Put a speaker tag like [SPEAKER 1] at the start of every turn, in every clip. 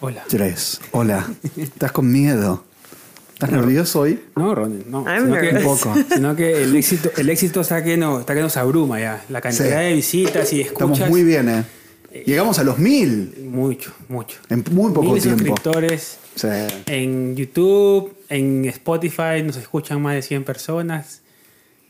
[SPEAKER 1] Hola.
[SPEAKER 2] Tres. Hola. ¿Estás con miedo? ¿Estás nervioso hoy?
[SPEAKER 1] No, Ronen, no.
[SPEAKER 3] I'm
[SPEAKER 1] Sino que,
[SPEAKER 3] nervous.
[SPEAKER 2] Un poco.
[SPEAKER 1] sino que el éxito, el éxito está que nos, está que nos abruma ya. La cantidad
[SPEAKER 2] Sí.
[SPEAKER 1] de visitas y escuchas.
[SPEAKER 2] Estamos muy bien, ¿eh? Llegamos a los mil
[SPEAKER 1] Mucho, mucho.
[SPEAKER 2] en muy poco
[SPEAKER 1] Miles de
[SPEAKER 2] tiempo.
[SPEAKER 1] suscriptores
[SPEAKER 2] Sí.
[SPEAKER 1] en YouTube, en Spotify, nos escuchan más de 100 personas.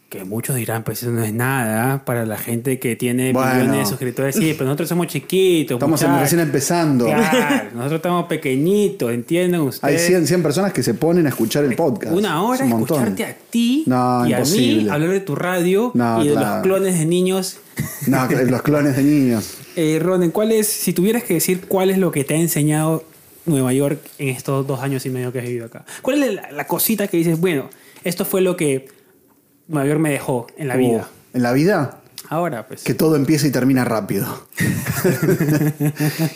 [SPEAKER 1] Que muchos dirán, pues eso no es nada ¿ah? para la gente que tiene
[SPEAKER 2] Bueno.
[SPEAKER 1] millones de suscriptores. Sí, pero nosotros somos chiquitos.
[SPEAKER 2] Estamos en-
[SPEAKER 1] muchachos.
[SPEAKER 2] recién empezando.
[SPEAKER 1] Claro, nosotros estamos pequeñitos, entienden
[SPEAKER 2] Hay
[SPEAKER 1] ustedes.
[SPEAKER 2] 100, 100 personas que se ponen a escuchar el podcast.
[SPEAKER 1] Una
[SPEAKER 2] Es
[SPEAKER 1] hora
[SPEAKER 2] un montón.
[SPEAKER 1] escucharte a ti
[SPEAKER 2] No,
[SPEAKER 1] y a mí
[SPEAKER 2] imposible.
[SPEAKER 1] hablar de tu radio
[SPEAKER 2] No,
[SPEAKER 1] y de
[SPEAKER 2] claro.
[SPEAKER 1] los clones de niños.
[SPEAKER 2] No, que- los clones de niños.
[SPEAKER 1] Eh, Ronen, ¿cuál es, si tuvieras que decir cuál es lo que te ha enseñado Nueva York en estos dos años y medio que has vivido acá? ¿Cuál es la, la cosita que dices, bueno, esto fue lo que Nueva York me dejó en
[SPEAKER 2] Uh.
[SPEAKER 1] la vida?
[SPEAKER 2] ¿En la vida?
[SPEAKER 1] Ahora, pues.
[SPEAKER 2] Que todo empieza y termina rápido.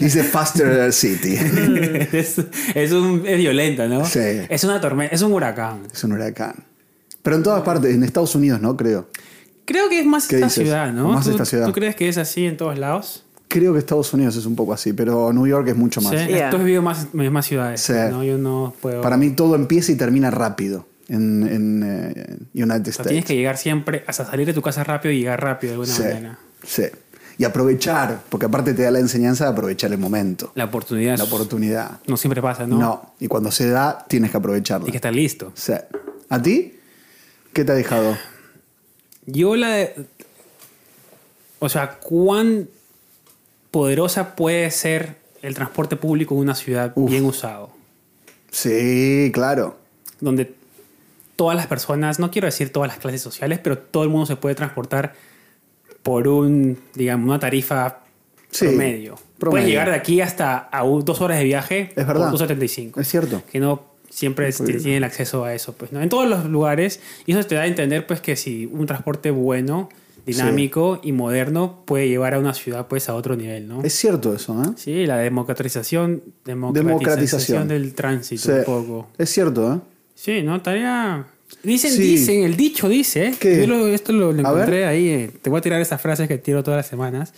[SPEAKER 2] Dice Faster City.
[SPEAKER 1] es, es un- es violenta, ¿no?
[SPEAKER 2] Sí.
[SPEAKER 1] Es una tormenta, es un huracán.
[SPEAKER 2] Es un huracán. Pero en todas partes, en Estados Unidos, ¿no? Creo.
[SPEAKER 1] Creo que es más
[SPEAKER 2] ¿Qué
[SPEAKER 1] esta
[SPEAKER 2] dices?
[SPEAKER 1] ciudad, ¿no?
[SPEAKER 2] Más
[SPEAKER 1] ¿Tú,
[SPEAKER 2] esta ciudad.
[SPEAKER 1] ¿Tú crees que es así en todos lados?
[SPEAKER 2] Creo que Estados Unidos es un poco así, pero New York es mucho más.
[SPEAKER 1] Sí,
[SPEAKER 3] Yeah.
[SPEAKER 1] Tú has vivido más, más ciudades.
[SPEAKER 2] Sí.
[SPEAKER 1] ¿no? Yo no puedo.
[SPEAKER 2] Para mí todo empieza y termina rápido en, en, eh, United
[SPEAKER 1] o sea,
[SPEAKER 2] States.
[SPEAKER 1] tienes que llegar siempre, hasta salir de tu casa rápido y llegar rápido de alguna
[SPEAKER 2] Sí,
[SPEAKER 1] manera.
[SPEAKER 2] sí. Y aprovechar, porque aparte te da la enseñanza de aprovechar el momento,
[SPEAKER 1] La oportunidad.
[SPEAKER 2] la oportunidad.
[SPEAKER 1] No siempre pasa, ¿no?
[SPEAKER 2] No. Y cuando se da, tienes que aprovecharla.
[SPEAKER 1] Tienes que estar listo.
[SPEAKER 2] Sí. ¿A ti? ¿Qué te ha dejado?
[SPEAKER 1] Yo la... de- O sea, ¿cuán poderosa puede ser el transporte público en una ciudad
[SPEAKER 2] Uf.
[SPEAKER 1] bien usado?
[SPEAKER 2] Sí, claro.
[SPEAKER 1] Donde todas las personas, no quiero decir todas las clases sociales, pero todo el mundo se puede transportar por un, digamos, una tarifa
[SPEAKER 2] Sí,
[SPEAKER 1] promedio.
[SPEAKER 2] promedio.
[SPEAKER 1] Puedes llegar de aquí hasta a un- dos horas de viaje
[SPEAKER 2] Es verdad.
[SPEAKER 1] por 2.75.
[SPEAKER 2] Es cierto.
[SPEAKER 1] que no siempre es-
[SPEAKER 2] bien.
[SPEAKER 1] tienen acceso a eso, pues, ¿no? En todos los lugares, y eso te da a entender, pues, que si un transporte bueno, dinámico y moderno puede llevar a una ciudad, pues, a otro nivel, ¿no?
[SPEAKER 2] Es cierto eso, ¿eh?
[SPEAKER 1] Sí, la democratización, democratización,
[SPEAKER 2] Democratización.
[SPEAKER 1] del tránsito
[SPEAKER 2] Sí.
[SPEAKER 1] un poco.
[SPEAKER 2] Es cierto, ¿eh?
[SPEAKER 1] Sí, ¿no? Tarea... Dicen,
[SPEAKER 2] Sí.
[SPEAKER 1] dicen, el dicho dice. ¿eh?
[SPEAKER 2] ¿Qué?
[SPEAKER 1] Yo lo- esto lo, lo
[SPEAKER 2] A ver.
[SPEAKER 1] encontré ahí. eh, Te voy a tirar esas frases que tiro todas las semanas.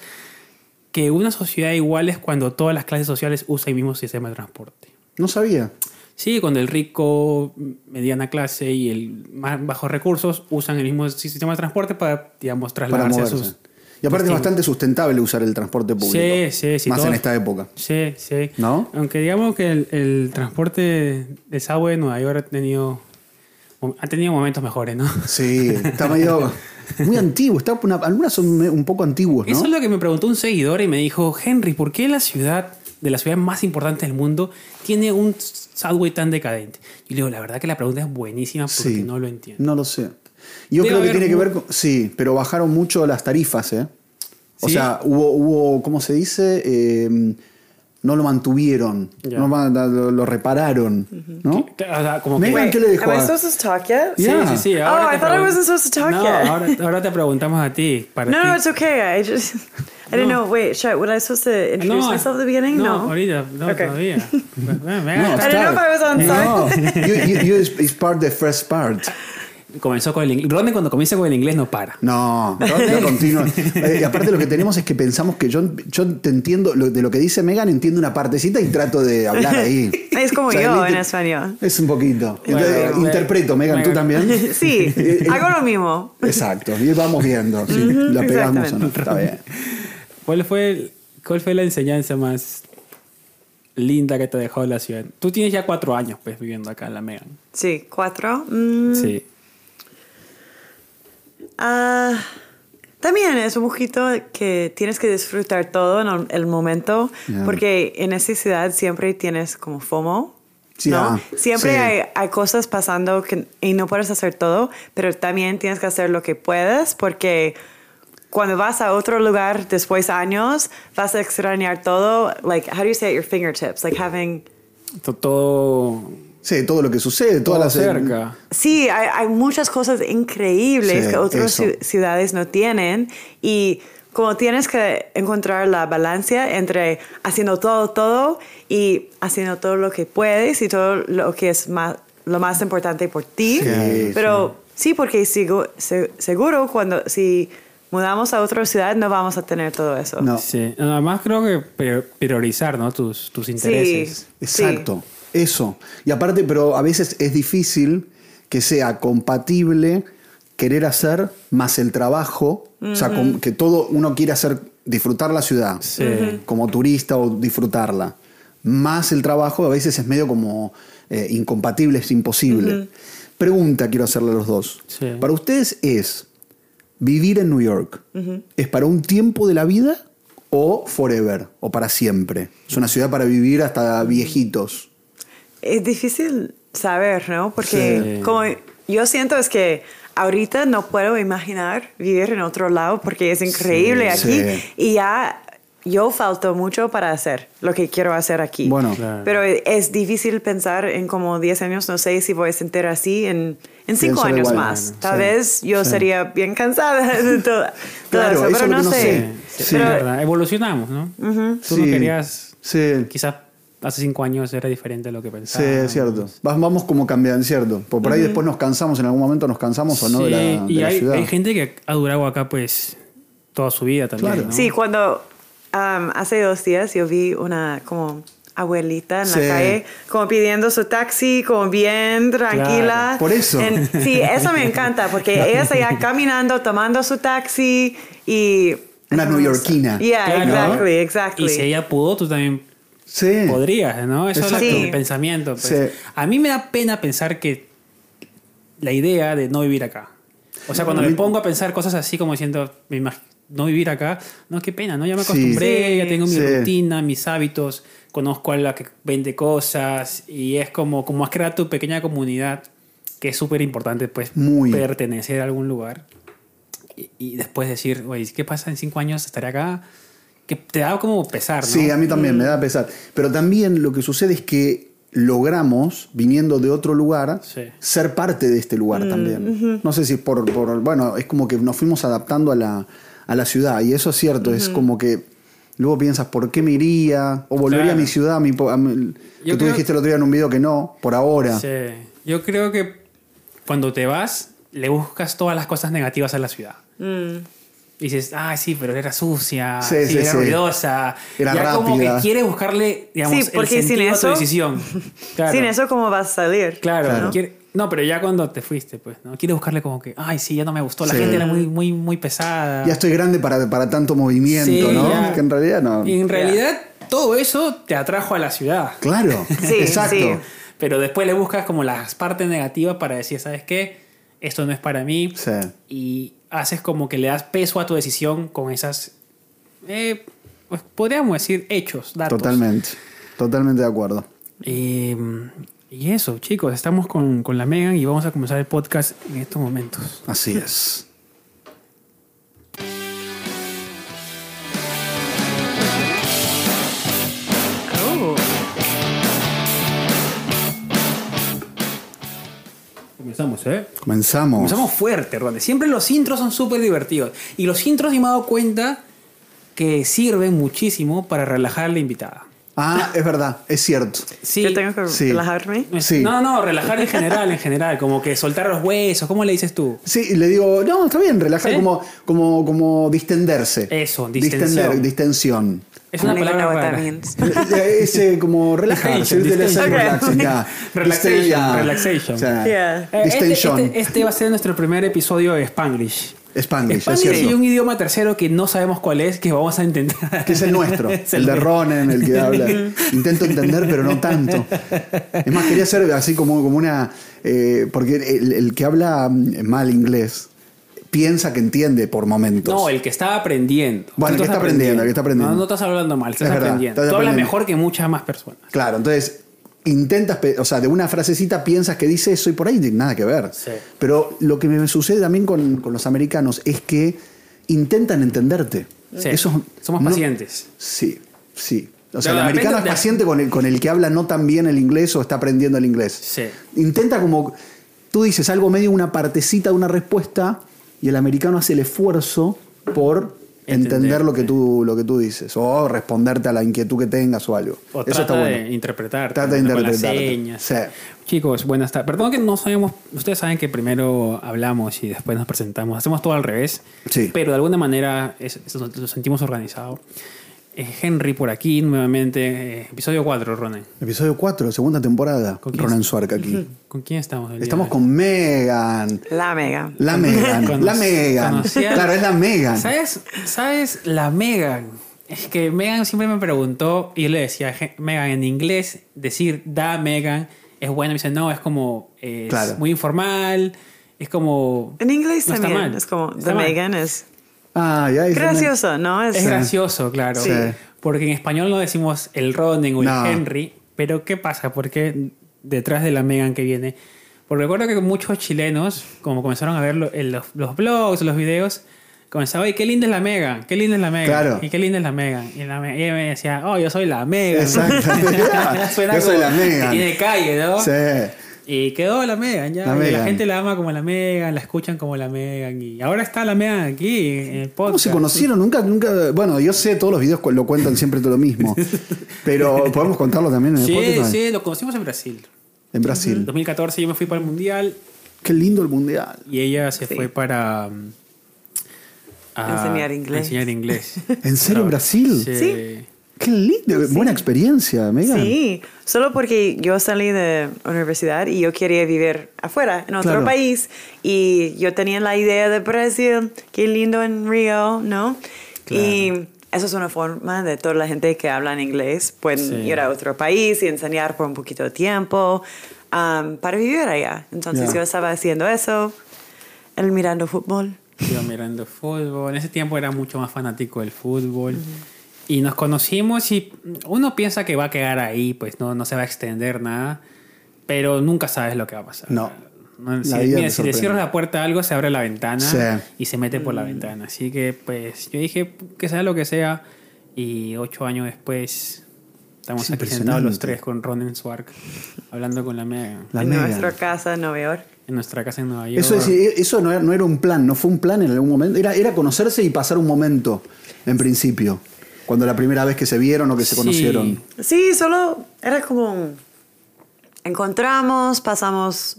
[SPEAKER 1] Que una sociedad igual es cuando todas las clases sociales usan el mismo sistema de transporte.
[SPEAKER 2] No sabía.
[SPEAKER 1] Sí, cuando el rico, mediana clase y el más bajos recursos usan el mismo sistema de transporte para, digamos,
[SPEAKER 2] Para
[SPEAKER 1] trasladarse a
[SPEAKER 2] moverse.
[SPEAKER 1] sus...
[SPEAKER 2] y aparte es
[SPEAKER 1] destinos.
[SPEAKER 2] bastante sustentable usar el transporte público.
[SPEAKER 1] Sí, sí, sí.
[SPEAKER 2] Más
[SPEAKER 1] todo-
[SPEAKER 2] en esta época.
[SPEAKER 1] Sí, sí.
[SPEAKER 2] ¿No?
[SPEAKER 1] Aunque digamos que el, el transporte de subway de Nueva York ha tenido, ha tenido momentos mejores, ¿no?
[SPEAKER 2] Sí, está medio. Muy antiguo. Está una- algunas son me- un poco antiguos, ¿no?
[SPEAKER 1] Eso es lo que me preguntó un seguidor y me dijo, Henry, ¿por qué la ciudad de las ciudades más importantes del mundo tiene un subway tan decadente? Y le digo, la verdad que la pregunta es buenísima porque
[SPEAKER 2] Sí.
[SPEAKER 1] no lo entiendo.
[SPEAKER 2] No lo sé. Yo
[SPEAKER 1] Debe
[SPEAKER 2] creo que
[SPEAKER 1] haber
[SPEAKER 2] tiene que
[SPEAKER 1] mu-
[SPEAKER 2] ver con. Sí, pero bajaron mucho las tarifas, ¿eh? O
[SPEAKER 1] Sí.
[SPEAKER 2] sea, hubo, hubo, ¿cómo se dice? Eh, no lo mantuvieron,
[SPEAKER 1] Ya.
[SPEAKER 2] no ma- lo, lo repararon, ¿no?
[SPEAKER 1] O sea, como que...
[SPEAKER 2] Megan,
[SPEAKER 3] Wait,
[SPEAKER 2] ¿qué le dijo
[SPEAKER 3] am I
[SPEAKER 2] a-
[SPEAKER 3] supposed to talk yet?
[SPEAKER 2] Yeah.
[SPEAKER 1] Sí, sí, sí.
[SPEAKER 3] Oh,
[SPEAKER 1] ahora
[SPEAKER 3] I
[SPEAKER 1] te
[SPEAKER 3] thought I
[SPEAKER 1] pregun-
[SPEAKER 3] wasn't supposed to talk
[SPEAKER 1] No,
[SPEAKER 3] yet.
[SPEAKER 1] ahora, ahora te preguntamos a ti. Para
[SPEAKER 3] No, no,
[SPEAKER 1] ti.
[SPEAKER 3] it's okay. I just, I didn't
[SPEAKER 1] No.
[SPEAKER 3] know. Wait, should, was I supposed to introduce myself at the beginning? No.
[SPEAKER 1] ahorita, no,
[SPEAKER 3] Okay.
[SPEAKER 1] todavía. Ven, ven,
[SPEAKER 2] No,
[SPEAKER 1] acá.
[SPEAKER 3] I don't know if I was on
[SPEAKER 2] No, you, you- you is- is part the first part.
[SPEAKER 1] Comenzó con el inglés. Ronen cuando comienza con el inglés no para.
[SPEAKER 2] No, no continúa. Eh, y aparte lo que tenemos es que pensamos que yo, yo te entiendo, lo- de lo que dice Megan entiendo una partecita y trato de hablar ahí.
[SPEAKER 3] Es como
[SPEAKER 2] O sea,
[SPEAKER 3] yo
[SPEAKER 2] él
[SPEAKER 3] en
[SPEAKER 2] te-
[SPEAKER 3] español.
[SPEAKER 2] Es un poquito.
[SPEAKER 1] Bueno,
[SPEAKER 2] Entonces,
[SPEAKER 1] bueno.
[SPEAKER 2] interpreto, Megan, ¿tú también? Eh,
[SPEAKER 3] Sí, hago lo mismo.
[SPEAKER 2] Exacto, y vamos viendo si la pegamos o no. Está bien.
[SPEAKER 1] ¿Cuál fue, el- ¿Cuál fue la enseñanza más linda que te ha dejado la ciudad? Tú tienes ya cuatro años pues viviendo acá en la Megan.
[SPEAKER 3] Sí, cuatro. Mm,
[SPEAKER 1] Sí.
[SPEAKER 3] ah, también es un poquito que tienes que disfrutar todo en el- el momento,
[SPEAKER 2] Yeah.
[SPEAKER 3] porque en esa ciudad siempre tienes como FOMO. ¿no?
[SPEAKER 2] Yeah,
[SPEAKER 3] Siempre
[SPEAKER 2] sí.
[SPEAKER 3] hay, hay cosas pasando que, y no puedes hacer todo, pero también tienes que hacer lo que puedes porque cuando vas a otro lugar después de años, vas a extrañar todo. Like, how do you say at your fingertips? Like having...
[SPEAKER 1] To- Todo.
[SPEAKER 2] Sí, todo lo que sucede,
[SPEAKER 1] Todo
[SPEAKER 2] todas las
[SPEAKER 1] cerca.
[SPEAKER 3] Sí, hay, hay muchas cosas increíbles
[SPEAKER 2] Sí,
[SPEAKER 3] que otras
[SPEAKER 2] eso.
[SPEAKER 3] ci- ciudades no tienen y como tienes que encontrar la balanza entre haciendo todo, todo y haciendo todo lo que puedes y todo lo que es más, lo más importante por ti.
[SPEAKER 2] Sí,
[SPEAKER 3] Pero sí, porque sigo- se- seguro cuando si mudamos a otra ciudad, no vamos a tener todo eso.
[SPEAKER 2] No.
[SPEAKER 1] Sí. Además creo que pri- priorizar, ¿no? Tus, tus intereses.
[SPEAKER 3] Sí,
[SPEAKER 2] Exacto, eso. Y aparte, pero a veces es difícil que sea compatible querer hacer más el trabajo, o sea, com- que todo uno quiere hacer, disfrutar la ciudad
[SPEAKER 1] Sí. Ujú.
[SPEAKER 2] como turista o disfrutarla, más el trabajo, a veces es medio como eh, incompatible, es imposible. Pregunta quiero hacerle a los dos.
[SPEAKER 1] Sí.
[SPEAKER 2] Para ustedes es vivir en New York, ¿es para un tiempo de la vida o forever o para siempre? Es una ciudad para vivir hasta viejitos.
[SPEAKER 3] Es difícil saber, ¿no? Porque
[SPEAKER 1] Sí.
[SPEAKER 3] como yo siento es que ahorita no puedo imaginar vivir en otro lado porque es
[SPEAKER 2] Sí.
[SPEAKER 3] increíble aquí y ya yo falto mucho para hacer lo que quiero hacer aquí.
[SPEAKER 2] Bueno.
[SPEAKER 1] Claro.
[SPEAKER 3] Pero es difícil pensar en como 10 años, no sé si voy a sentir así en, en 5
[SPEAKER 2] Pienso
[SPEAKER 3] años
[SPEAKER 2] igual.
[SPEAKER 3] más.
[SPEAKER 2] Bueno,
[SPEAKER 3] Tal
[SPEAKER 2] sí.
[SPEAKER 3] vez yo sería bien cansada de todo, todo
[SPEAKER 2] Claro,
[SPEAKER 3] eso,
[SPEAKER 2] eso
[SPEAKER 3] pero
[SPEAKER 2] es lo
[SPEAKER 3] no
[SPEAKER 2] que no
[SPEAKER 1] Sí,
[SPEAKER 3] sé.
[SPEAKER 2] sé.
[SPEAKER 1] Eh, sí,
[SPEAKER 2] Sí.
[SPEAKER 1] es verdad. Evolucionamos, ¿no? Tú no
[SPEAKER 2] Sí.
[SPEAKER 1] querías...
[SPEAKER 2] Sí,
[SPEAKER 1] Quizás hace cinco años era diferente a lo que
[SPEAKER 2] sí,
[SPEAKER 1] pensaba.
[SPEAKER 2] es cierto. Vas- Vamos como cambiando, ¿cierto? Por, por ahí después nos cansamos, en algún momento nos cansamos o no de la,
[SPEAKER 1] Sí,
[SPEAKER 2] de
[SPEAKER 1] y
[SPEAKER 2] la
[SPEAKER 1] hay,
[SPEAKER 2] ciudad.
[SPEAKER 1] hay gente que ha durado acá pues toda su vida también.
[SPEAKER 2] Claro.
[SPEAKER 1] ¿no?
[SPEAKER 3] Sí, cuando am, hace dos días yo vi una como abuelita en
[SPEAKER 2] Sí.
[SPEAKER 3] la calle, como pidiendo su taxi, como bien tranquila.
[SPEAKER 2] Claro, por eso.
[SPEAKER 3] En- sí, eso me encanta, porque ella se iba caminando, tomando su taxi y...
[SPEAKER 2] Una neoyorquina.
[SPEAKER 3] Yeah,
[SPEAKER 1] Claro.
[SPEAKER 3] exactly,
[SPEAKER 1] ¿No?
[SPEAKER 3] exactly.
[SPEAKER 1] Y si ella pudo, tú también
[SPEAKER 2] Sí.
[SPEAKER 1] podrías, ¿no? Eso
[SPEAKER 2] Exacto.
[SPEAKER 1] es
[SPEAKER 3] Sí.
[SPEAKER 1] lo que- el pensamiento. pues.
[SPEAKER 2] Sí.
[SPEAKER 1] A mí me da pena pensar que la idea de no vivir acá. O sea, cuando
[SPEAKER 2] A
[SPEAKER 1] me
[SPEAKER 2] mí-
[SPEAKER 1] pongo a pensar cosas así como diciendo, me imag- no vivir acá, no, qué pena, ¿no? Ya me
[SPEAKER 2] Sí.
[SPEAKER 1] acostumbré,
[SPEAKER 3] Sí.
[SPEAKER 1] ya tengo mi
[SPEAKER 2] Sí.
[SPEAKER 1] rutina, mis hábitos, conozco a la que vende cosas y es como, como has creado tu pequeña comunidad, que es súper importante, pues,
[SPEAKER 2] Muy.
[SPEAKER 1] pertenecer a algún lugar y, y después decir, oye, ¿qué pasa en cinco años? ¿Estaré acá? Que te da como pesar, ¿no? Mm.
[SPEAKER 2] Sí, a mí también me da pesar. Pero también lo que sucede es que logramos, viniendo de otro lugar,
[SPEAKER 1] Sí. Mm,
[SPEAKER 2] ser parte de este lugar también. No sé si es por, por- Bueno, es como que nos fuimos adaptando a la, a la ciudad. Y eso es cierto, es como que luego piensas, ¿por qué me iría? O volvería
[SPEAKER 1] Claro.
[SPEAKER 2] a mi ciudad, a mi, po- a mi- que tú
[SPEAKER 1] creo-
[SPEAKER 2] dijiste el otro día en un video que no, por ahora.
[SPEAKER 1] Sí. Yo creo que cuando te vas, le buscas todas las cosas negativas a la ciudad.
[SPEAKER 3] Mm.
[SPEAKER 1] Y dices, ah, sí, pero era sucia,
[SPEAKER 2] Sí,
[SPEAKER 1] sí,
[SPEAKER 2] sí,
[SPEAKER 1] era
[SPEAKER 2] sí.
[SPEAKER 1] ruidosa.
[SPEAKER 2] Era
[SPEAKER 1] ya como que
[SPEAKER 2] rápida.
[SPEAKER 1] quiere buscarle, digamos,
[SPEAKER 3] Sí, porque
[SPEAKER 1] el
[SPEAKER 3] sin
[SPEAKER 1] sentido a
[SPEAKER 3] eso-
[SPEAKER 1] tu decisión. Claro.
[SPEAKER 3] Sin eso, ¿cómo vas a salir?
[SPEAKER 1] Claro.
[SPEAKER 2] Claro.
[SPEAKER 1] quiere- no, pero ya cuando te fuiste, pues, ¿no? Quiere buscarle como que, ay, sí, ya no me gustó. La
[SPEAKER 2] Sí.
[SPEAKER 1] gente era muy, muy, muy pesada.
[SPEAKER 2] Ya estoy grande para, para tanto movimiento,
[SPEAKER 1] Sí,
[SPEAKER 2] ¿no?
[SPEAKER 1] ya.
[SPEAKER 2] Que en realidad no.
[SPEAKER 1] Y en realidad, todo eso te atrajo a la ciudad.
[SPEAKER 2] Claro,
[SPEAKER 3] Sí,
[SPEAKER 2] exacto.
[SPEAKER 3] sí.
[SPEAKER 1] Pero después le buscas como las partes negativas para decir, ¿sabes qué? Esto no es para mí.
[SPEAKER 2] Sí.
[SPEAKER 1] Y haces como que le das peso a tu decisión con esas, eh, pues podríamos decir, hechos, datos.
[SPEAKER 2] Totalmente. Totalmente de acuerdo.
[SPEAKER 1] Eh, y eso, chicos, estamos con, con la Megan y vamos a comenzar el podcast en estos momentos.
[SPEAKER 2] Así es.
[SPEAKER 1] Oh. Comenzamos, ¿eh?
[SPEAKER 2] Comenzamos.
[SPEAKER 1] Comenzamos fuerte, Ronde. Siempre los intros son súper divertidos. Y los intros, yo me he dado cuenta que sirven muchísimo para relajar a la invitada.
[SPEAKER 2] Ah, es verdad, es cierto.
[SPEAKER 1] Sí.
[SPEAKER 3] Yo tengo que
[SPEAKER 2] Sí.
[SPEAKER 3] relajarme.
[SPEAKER 1] Es-
[SPEAKER 2] Sí.
[SPEAKER 1] No, no, relajar en general, en general, como que soltar los huesos, ¿cómo le dices tú?
[SPEAKER 2] Sí, y le digo, no, está bien, relajar,
[SPEAKER 1] ¿Sí?
[SPEAKER 2] como, como, como distenderse.
[SPEAKER 1] Eso, distensión.
[SPEAKER 2] distensión.
[SPEAKER 1] Es una
[SPEAKER 3] Tengo
[SPEAKER 1] palabra
[SPEAKER 3] agua
[SPEAKER 1] rara.
[SPEAKER 3] también.
[SPEAKER 2] Ese como relajar,
[SPEAKER 1] Distension,
[SPEAKER 2] salirte de la
[SPEAKER 1] distension.
[SPEAKER 2] selva,
[SPEAKER 3] Ok.
[SPEAKER 2] relaxing, ya.
[SPEAKER 1] Relaxation,
[SPEAKER 2] Disten- ya.
[SPEAKER 1] relaxation.
[SPEAKER 2] O sea,
[SPEAKER 3] Yeah.
[SPEAKER 1] Eh, Este,
[SPEAKER 2] distension.
[SPEAKER 1] este- este va a ser nuestro primer episodio de Spanglish.
[SPEAKER 2] Spanglish, es
[SPEAKER 1] Spanglish y
[SPEAKER 2] cierto.
[SPEAKER 1] un idioma tercero que no sabemos cuál es, que vamos a intentar.
[SPEAKER 2] Que es el nuestro,
[SPEAKER 1] Es
[SPEAKER 2] el de
[SPEAKER 1] nuestro.
[SPEAKER 2] Ronen, el que habla. Intento entender, pero no tanto. Es más, quería hacer así como, como una. eh, porque el, el que habla mm, mal inglés piensa que entiende por momentos.
[SPEAKER 1] No, el que está aprendiendo.
[SPEAKER 2] Bueno, el
[SPEAKER 1] Tú
[SPEAKER 2] que
[SPEAKER 1] estás
[SPEAKER 2] está aprendiendo, el que está aprendiendo.
[SPEAKER 1] No, no estás hablando mal, estás
[SPEAKER 2] Es verdad,
[SPEAKER 1] aprendiendo.
[SPEAKER 2] estás
[SPEAKER 1] Tú hablas
[SPEAKER 2] aprendiendo.
[SPEAKER 1] mejor que muchas más personas.
[SPEAKER 2] Claro, entonces intentas, pe- o sea, de una frasecita piensas que dice eso y por ahí de- nada que ver.
[SPEAKER 1] Sí.
[SPEAKER 2] Pero lo que me sucede también con, con los americanos es que intentan entenderte.
[SPEAKER 3] Mm.
[SPEAKER 1] Sí.
[SPEAKER 2] Eso-
[SPEAKER 1] Somos
[SPEAKER 2] no-
[SPEAKER 1] pacientes.
[SPEAKER 2] Sí, sí. O sea,
[SPEAKER 1] Pero
[SPEAKER 2] el
[SPEAKER 1] de
[SPEAKER 2] americano es
[SPEAKER 1] repente-
[SPEAKER 2] paciente con el, con el que habla no tan bien el inglés o está aprendiendo el inglés.
[SPEAKER 1] Sí.
[SPEAKER 2] Intenta como, tú dices algo medio, una partecita de una respuesta y el americano hace el esfuerzo por entender,
[SPEAKER 1] Entender,
[SPEAKER 2] lo, que
[SPEAKER 1] sí.
[SPEAKER 2] tú, lo que tú dices o responderte a la inquietud que tengas o algo.
[SPEAKER 1] O
[SPEAKER 2] Eso
[SPEAKER 1] trata
[SPEAKER 2] está bueno.
[SPEAKER 1] de interpretar.
[SPEAKER 2] Trata de
[SPEAKER 1] con las
[SPEAKER 2] interpretarte.
[SPEAKER 1] señas.
[SPEAKER 2] Sí.
[SPEAKER 1] Chicos, buenas tardes. Perdón que no sabemos. Ustedes saben que primero hablamos y después nos presentamos. Hacemos todo al revés.
[SPEAKER 2] Sí.
[SPEAKER 1] Pero de alguna manera es- es- lo sentimos organizado. Eh, Henry por aquí nuevamente. eh, episodio 4, Ronen.
[SPEAKER 2] Episodio 4, segunda temporada.
[SPEAKER 1] ¿Con quién?
[SPEAKER 2] Ronan Suarca aquí.
[SPEAKER 1] ¿Con quién estamos? el día
[SPEAKER 2] Estamos
[SPEAKER 1] de hoy?
[SPEAKER 2] con Megan.
[SPEAKER 3] La mega.
[SPEAKER 2] La Megan.
[SPEAKER 1] Conocí-
[SPEAKER 2] la Megan.
[SPEAKER 1] conocí a-
[SPEAKER 2] Claro, es la Megan.
[SPEAKER 1] ¿Sabes? ¿Sabes? La Megan. Es que Megan siempre me preguntó y yo le decía, "Je- Megan, en inglés decir da Megan es bueno. Me dice, no, es como. Es
[SPEAKER 2] Claro.
[SPEAKER 1] muy informal. Es como.
[SPEAKER 3] En inglés
[SPEAKER 1] no está
[SPEAKER 3] también
[SPEAKER 1] mal,
[SPEAKER 3] es como
[SPEAKER 1] está
[SPEAKER 3] The
[SPEAKER 1] mal.
[SPEAKER 3] Megan es
[SPEAKER 2] Ah, ya es una-
[SPEAKER 3] gracioso, ¿no?
[SPEAKER 1] Es gracioso, claro.
[SPEAKER 2] Sí.
[SPEAKER 1] Porque en español no decimos el Ronen o
[SPEAKER 2] No.
[SPEAKER 1] el Henry. Pero ¿qué pasa? Porque detrás de la Megan que viene. Porque recuerdo que muchos chilenos, como comenzaron a ver lo- en los, los blogs, los videos, comenzaban, ¡ay, qué linda es la Megan! ¡Qué linda es la Megan!
[SPEAKER 2] Claro.
[SPEAKER 1] Y qué linda es la Megan. Y, la Me- y ella me decía, ¡oh, yo soy la Megan!
[SPEAKER 2] Exactamente.
[SPEAKER 1] Suena
[SPEAKER 2] Yo soy
[SPEAKER 1] como
[SPEAKER 2] la Megan.
[SPEAKER 1] que tiene calle, ¿no?
[SPEAKER 2] Sí.
[SPEAKER 1] Y quedó la Megan ya.
[SPEAKER 2] La
[SPEAKER 1] y
[SPEAKER 2] Megan.
[SPEAKER 1] la gente la ama como la Megan, la escuchan como la Megan. Y ahora está la Megan aquí en el podcast.
[SPEAKER 2] ¿Cómo se conocieron? Nunca, nunca. Bueno, yo sé, todos los videos cu- lo cuentan siempre todo lo mismo. Pero podemos contarlo también en el
[SPEAKER 1] Sí,
[SPEAKER 2] podcast?
[SPEAKER 1] sí, lo conocimos en Brasil.
[SPEAKER 2] En
[SPEAKER 1] En
[SPEAKER 2] Brasil.
[SPEAKER 1] 2014 yo me fui para el Mundial
[SPEAKER 2] Qué lindo el mundial.
[SPEAKER 1] y ella se
[SPEAKER 3] Sí.
[SPEAKER 1] fue para... mm, a-
[SPEAKER 3] Enseñar
[SPEAKER 1] a
[SPEAKER 3] inglés.
[SPEAKER 1] enseñar inglés.
[SPEAKER 2] ¿En serio en Brasil?
[SPEAKER 1] Sí.
[SPEAKER 3] Sí.
[SPEAKER 2] Qué lindo. Buena experiencia, Megan.
[SPEAKER 3] Sí, solo porque yo salí de universidad y yo quería vivir afuera, en otro
[SPEAKER 2] Claro.
[SPEAKER 3] país. Y yo tenía la idea de Brasil, qué lindo en Río, ¿no?
[SPEAKER 1] Claro.
[SPEAKER 3] Y eso es una forma de toda la gente que habla en inglés, pueden
[SPEAKER 1] Sí.
[SPEAKER 3] ir a otro país y enseñar por un poquito de tiempo um, para vivir allá. Entonces
[SPEAKER 2] Ya.
[SPEAKER 3] yo estaba haciendo eso, el mirando fútbol.
[SPEAKER 1] Iba mirando fútbol. En ese tiempo era mucho más fanático del fútbol. Y nos conocimos y uno piensa que va a quedar ahí, pues no, no se va a extender nada. Pero nunca sabes lo que va a pasar.
[SPEAKER 2] No.
[SPEAKER 1] No, Si,
[SPEAKER 2] La
[SPEAKER 1] mira,
[SPEAKER 2] vida te
[SPEAKER 1] si le
[SPEAKER 2] sorprende.
[SPEAKER 1] cierras la puerta a algo, se abre la ventana
[SPEAKER 2] Sí.
[SPEAKER 1] y se mete por la ventana. Así que, pues, yo dije que sea lo que sea. Y ocho años después, estamos
[SPEAKER 2] Es
[SPEAKER 1] aquí sentados los
[SPEAKER 2] impresionante.
[SPEAKER 1] tres con Ronen Swark, hablando con la Megan
[SPEAKER 2] La
[SPEAKER 3] en
[SPEAKER 2] Megan.
[SPEAKER 3] nuestra casa en Nueva York.
[SPEAKER 1] en nuestra casa en Nueva York.
[SPEAKER 2] Eso, es- eh, eso no, era, no era un plan, no fue un plan en algún momento. Era, era conocerse y pasar un momento, en principio. Cuando la primera vez que se vieron o que se
[SPEAKER 1] Sí.
[SPEAKER 2] conocieron.
[SPEAKER 3] Sí, solo era como un- encontramos, pasamos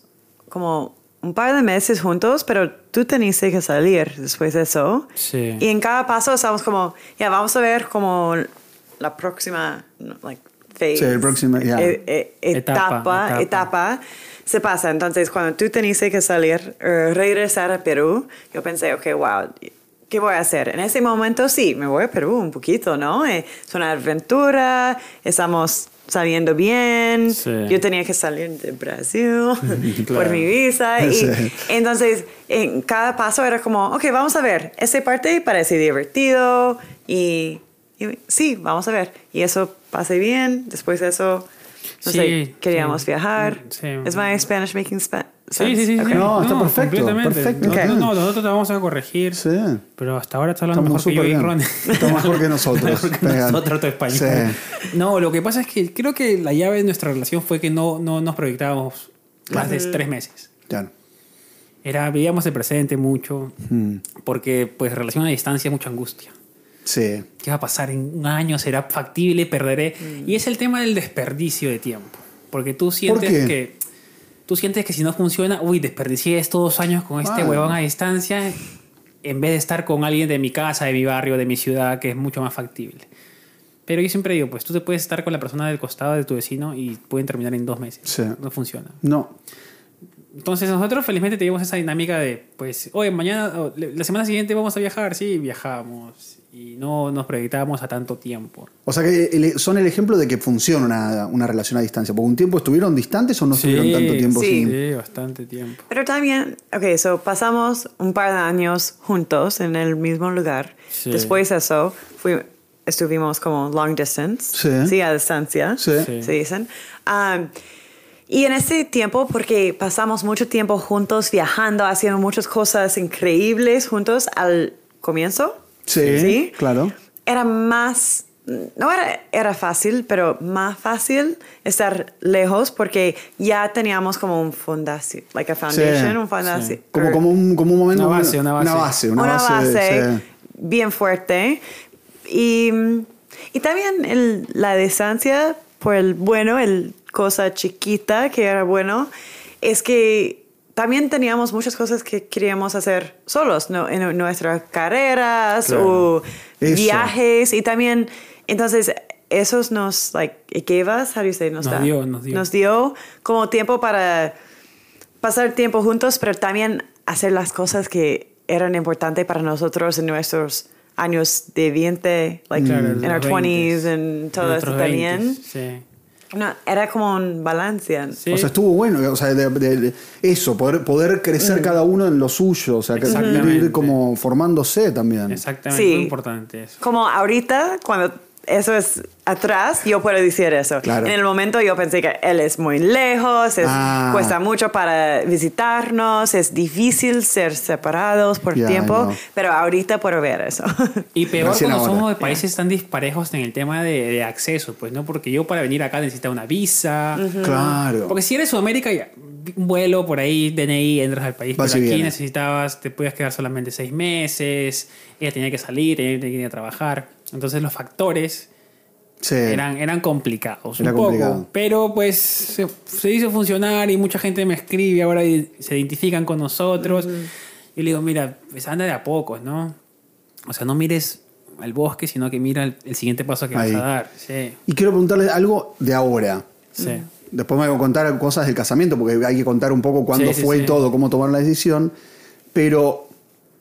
[SPEAKER 3] como un par de meses juntos, pero tú tenías que salir después de eso.
[SPEAKER 1] Sí.
[SPEAKER 3] Y en cada paso estábamos como, ya vamos a ver como la próxima, no, like, phase.
[SPEAKER 2] Sí, el próximo, ya.
[SPEAKER 3] E- e-
[SPEAKER 1] Etapa,
[SPEAKER 3] etapa,
[SPEAKER 1] etapa.
[SPEAKER 3] etapa, se pasa. Entonces, cuando tú tenías que salir, eh, regresar a Perú, yo pensé, ok, wow, ¿qué voy a hacer? En ese momento sí, me voy a Perú un poquito, ¿no? Eh, Es una aventura, estamos saliendo bien,
[SPEAKER 1] Sí.
[SPEAKER 3] yo tenía que salir de Brasil
[SPEAKER 1] Claro.
[SPEAKER 3] por mi visa. Y
[SPEAKER 2] Sí.
[SPEAKER 3] entonces, en cada paso era como, ok, vamos a ver, esta parte parece divertido y, y sí, vamos a ver. Y eso pasé bien, después de eso, no
[SPEAKER 1] Sí,
[SPEAKER 3] sé, queríamos
[SPEAKER 1] sí.
[SPEAKER 3] viajar.
[SPEAKER 1] Sí.
[SPEAKER 3] ¿Es my Spanish making spa-
[SPEAKER 1] Sí,
[SPEAKER 3] sense?
[SPEAKER 1] sí, sí. sí.
[SPEAKER 3] Ok.
[SPEAKER 2] No, está perfecto,
[SPEAKER 1] completamente.
[SPEAKER 2] perfecto.
[SPEAKER 1] No,
[SPEAKER 3] Ok.
[SPEAKER 1] no, no, nosotros te vamos a corregir.
[SPEAKER 2] Sí.
[SPEAKER 1] Pero hasta ahora está hablando
[SPEAKER 2] Estamos
[SPEAKER 1] mejor que yo
[SPEAKER 2] súper
[SPEAKER 1] y
[SPEAKER 2] bien.
[SPEAKER 1] Ron.
[SPEAKER 2] Estamos mejor que nosotros.
[SPEAKER 1] Mejor que
[SPEAKER 2] Venga.
[SPEAKER 1] nosotros tu español. No, lo que pasa es que creo que la llave de nuestra relación fue que no, no nos proyectábamos más de tres meses.
[SPEAKER 2] Sí. Claro.
[SPEAKER 1] Era, veíamos el presente mucho,
[SPEAKER 2] Mm,
[SPEAKER 1] porque pues relación a distancia es mucha angustia.
[SPEAKER 2] Sí.
[SPEAKER 1] ¿Qué va a pasar en un año? ¿Será factible? ¿Perderé?
[SPEAKER 2] Mm.
[SPEAKER 1] Y es el tema del desperdicio de tiempo. Porque tú sientes
[SPEAKER 2] qué?
[SPEAKER 1] que. Tú sientes que si no funciona, uy, desperdicié estos dos años con este
[SPEAKER 2] Ah.
[SPEAKER 1] huevón a distancia en vez de estar con alguien de mi casa, de mi barrio, de mi ciudad, que es mucho más factible. Pero yo siempre digo, pues tú te puedes estar con la persona del costado de tu vecino y pueden terminar en dos meses.
[SPEAKER 2] Sí.
[SPEAKER 1] No funciona.
[SPEAKER 2] No.
[SPEAKER 1] Entonces nosotros felizmente teníamos esa dinámica de, pues, oye, mañana, o le- la semana siguiente vamos a viajar, sí, viajamos. Y no nos proyectábamos a tanto tiempo.
[SPEAKER 2] O sea que el- son el ejemplo de que funciona una, una relación a distancia. Porque un tiempo estuvieron distantes o no estuvieron tanto tiempo
[SPEAKER 1] sí.
[SPEAKER 3] sí.
[SPEAKER 2] sin.
[SPEAKER 1] Sí, bastante tiempo.
[SPEAKER 3] Pero también, ok, so pasamos un par de años juntos en el mismo lugar.
[SPEAKER 1] Sí.
[SPEAKER 3] Después de eso, fui- estuvimos como long distance.
[SPEAKER 2] Sí.
[SPEAKER 3] a distancia.
[SPEAKER 2] Sí.
[SPEAKER 1] Sí.
[SPEAKER 3] Se dicen. Um, y en ese tiempo, porque pasamos mucho tiempo juntos, viajando, haciendo muchas cosas increíbles juntos al comienzo.
[SPEAKER 2] Sí, claro.
[SPEAKER 3] Era más, no era, era fácil, pero más fácil estar lejos porque ya teníamos como un fundación, like a foundation, un fundación.
[SPEAKER 2] Como, como, un, como un momento.
[SPEAKER 1] Una base, una base.
[SPEAKER 2] Una base, una base, sí.
[SPEAKER 3] bien fuerte. Y, y también el- la distancia por el bueno, el cosa chiquita que era bueno, es que también teníamos muchas cosas que queríamos hacer solos, ¿no? en nuestras carreras
[SPEAKER 2] Claro.
[SPEAKER 3] o
[SPEAKER 2] Eso.
[SPEAKER 3] viajes y también, entonces, esos nos, like, it gave us, how do you say, nos,
[SPEAKER 1] Nos
[SPEAKER 3] da-
[SPEAKER 1] dio, nos dio.
[SPEAKER 3] Nos dio como tiempo para pasar tiempo juntos, pero también hacer las cosas que eran importantes para nosotros en nuestros años de 20, like
[SPEAKER 2] Mm.
[SPEAKER 1] Claro,
[SPEAKER 3] in
[SPEAKER 1] los
[SPEAKER 3] our
[SPEAKER 1] 20s,
[SPEAKER 3] 20s and todo eso
[SPEAKER 1] nuestros
[SPEAKER 3] también.
[SPEAKER 1] 20s, Sí.
[SPEAKER 3] No, era como un balance.
[SPEAKER 1] Sí.
[SPEAKER 2] O sea, estuvo bueno, o sea, de- de- de- eso, poder, poder crecer cada uno en lo suyo, o sea, que
[SPEAKER 1] Mm. Exactamente.
[SPEAKER 2] ir como formándose también.
[SPEAKER 1] Exactamente,
[SPEAKER 3] Sí.
[SPEAKER 1] muy importante eso.
[SPEAKER 3] Como ahorita, cuando eso es atrás, yo puedo decir eso.
[SPEAKER 2] Claro.
[SPEAKER 3] En el momento yo pensé que él es muy lejos, es-
[SPEAKER 2] Ah.
[SPEAKER 3] cuesta mucho para visitarnos, es difícil ser separados por
[SPEAKER 2] Yeah, I
[SPEAKER 3] tiempo,
[SPEAKER 2] know.
[SPEAKER 3] pero ahorita puedo ver eso.
[SPEAKER 1] Y peor
[SPEAKER 2] Recién
[SPEAKER 1] cuando
[SPEAKER 2] ahora.
[SPEAKER 1] somos de países tan disparejos en el tema de, de acceso, pues, ¿no? Porque yo para venir acá necesitaba una visa.
[SPEAKER 2] Claro.
[SPEAKER 1] Porque si eres Sudamérica, ya, un vuelo por ahí, DNI, entras al país.
[SPEAKER 2] Vas
[SPEAKER 1] pero
[SPEAKER 2] y
[SPEAKER 1] aquí
[SPEAKER 2] vienes.
[SPEAKER 1] necesitabas, te podías quedar solamente seis meses, ella tenía que salir, ella tenía que ir a trabajar. Entonces los factores
[SPEAKER 2] Sí.
[SPEAKER 1] eran, eran complicados.
[SPEAKER 2] Era
[SPEAKER 1] un poco,
[SPEAKER 2] complicado.
[SPEAKER 1] Pero pues se, se hizo funcionar y mucha gente me escribe ahora y se identifican con nosotros. Y le digo, mira, pues anda de a pocos, ¿no? O sea, no mires al bosque, sino que mira el, el siguiente paso que
[SPEAKER 2] Ahí.
[SPEAKER 1] vas a dar. Sí,
[SPEAKER 2] Y quiero preguntarles algo de ahora.
[SPEAKER 1] sí.
[SPEAKER 2] Después me voy a contar cosas del casamiento, porque hay que contar un poco cuándo
[SPEAKER 1] Sí, sí,
[SPEAKER 2] fue
[SPEAKER 1] sí.
[SPEAKER 2] y todo, cómo tomaron la decisión. Pero,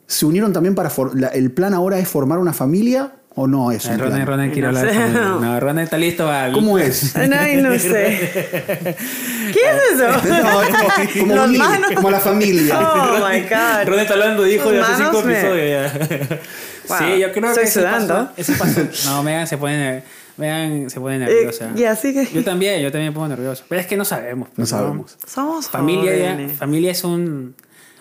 [SPEAKER 2] ¿se unieron también para... for- la- ¿El plan ahora es formar una familia o no es un
[SPEAKER 1] Ronald,
[SPEAKER 2] plan?
[SPEAKER 1] Ronald quiere
[SPEAKER 3] No
[SPEAKER 1] hablar.
[SPEAKER 3] sé.
[SPEAKER 1] conmigo. No, Ronald está listo. para-
[SPEAKER 2] ¿Cómo es?
[SPEAKER 3] Ay, no sé. ¿Qué es
[SPEAKER 2] Ah, este No,
[SPEAKER 3] eso?
[SPEAKER 2] es como, como
[SPEAKER 3] Los
[SPEAKER 2] unir,
[SPEAKER 3] manos.
[SPEAKER 2] como la familia.
[SPEAKER 3] Oh my God.
[SPEAKER 1] Ronald está hablando, dijo, de hace
[SPEAKER 3] Manos
[SPEAKER 1] cinco
[SPEAKER 3] me-
[SPEAKER 1] episodios. ya.
[SPEAKER 3] Wow.
[SPEAKER 1] Sí, yo creo
[SPEAKER 3] Estoy
[SPEAKER 1] que ese
[SPEAKER 3] sudando.
[SPEAKER 1] paso- ese paso- No, Megan se pone, ner- Megan se pone
[SPEAKER 3] Eh,
[SPEAKER 1] nerviosa.
[SPEAKER 3] y así que
[SPEAKER 1] Yo también, yo también me pongo nervioso. Pero es que no sabemos.
[SPEAKER 2] No
[SPEAKER 1] pues,
[SPEAKER 2] sabemos.
[SPEAKER 3] somos
[SPEAKER 1] Familia, ya-
[SPEAKER 3] jóvenes.
[SPEAKER 1] familia es un...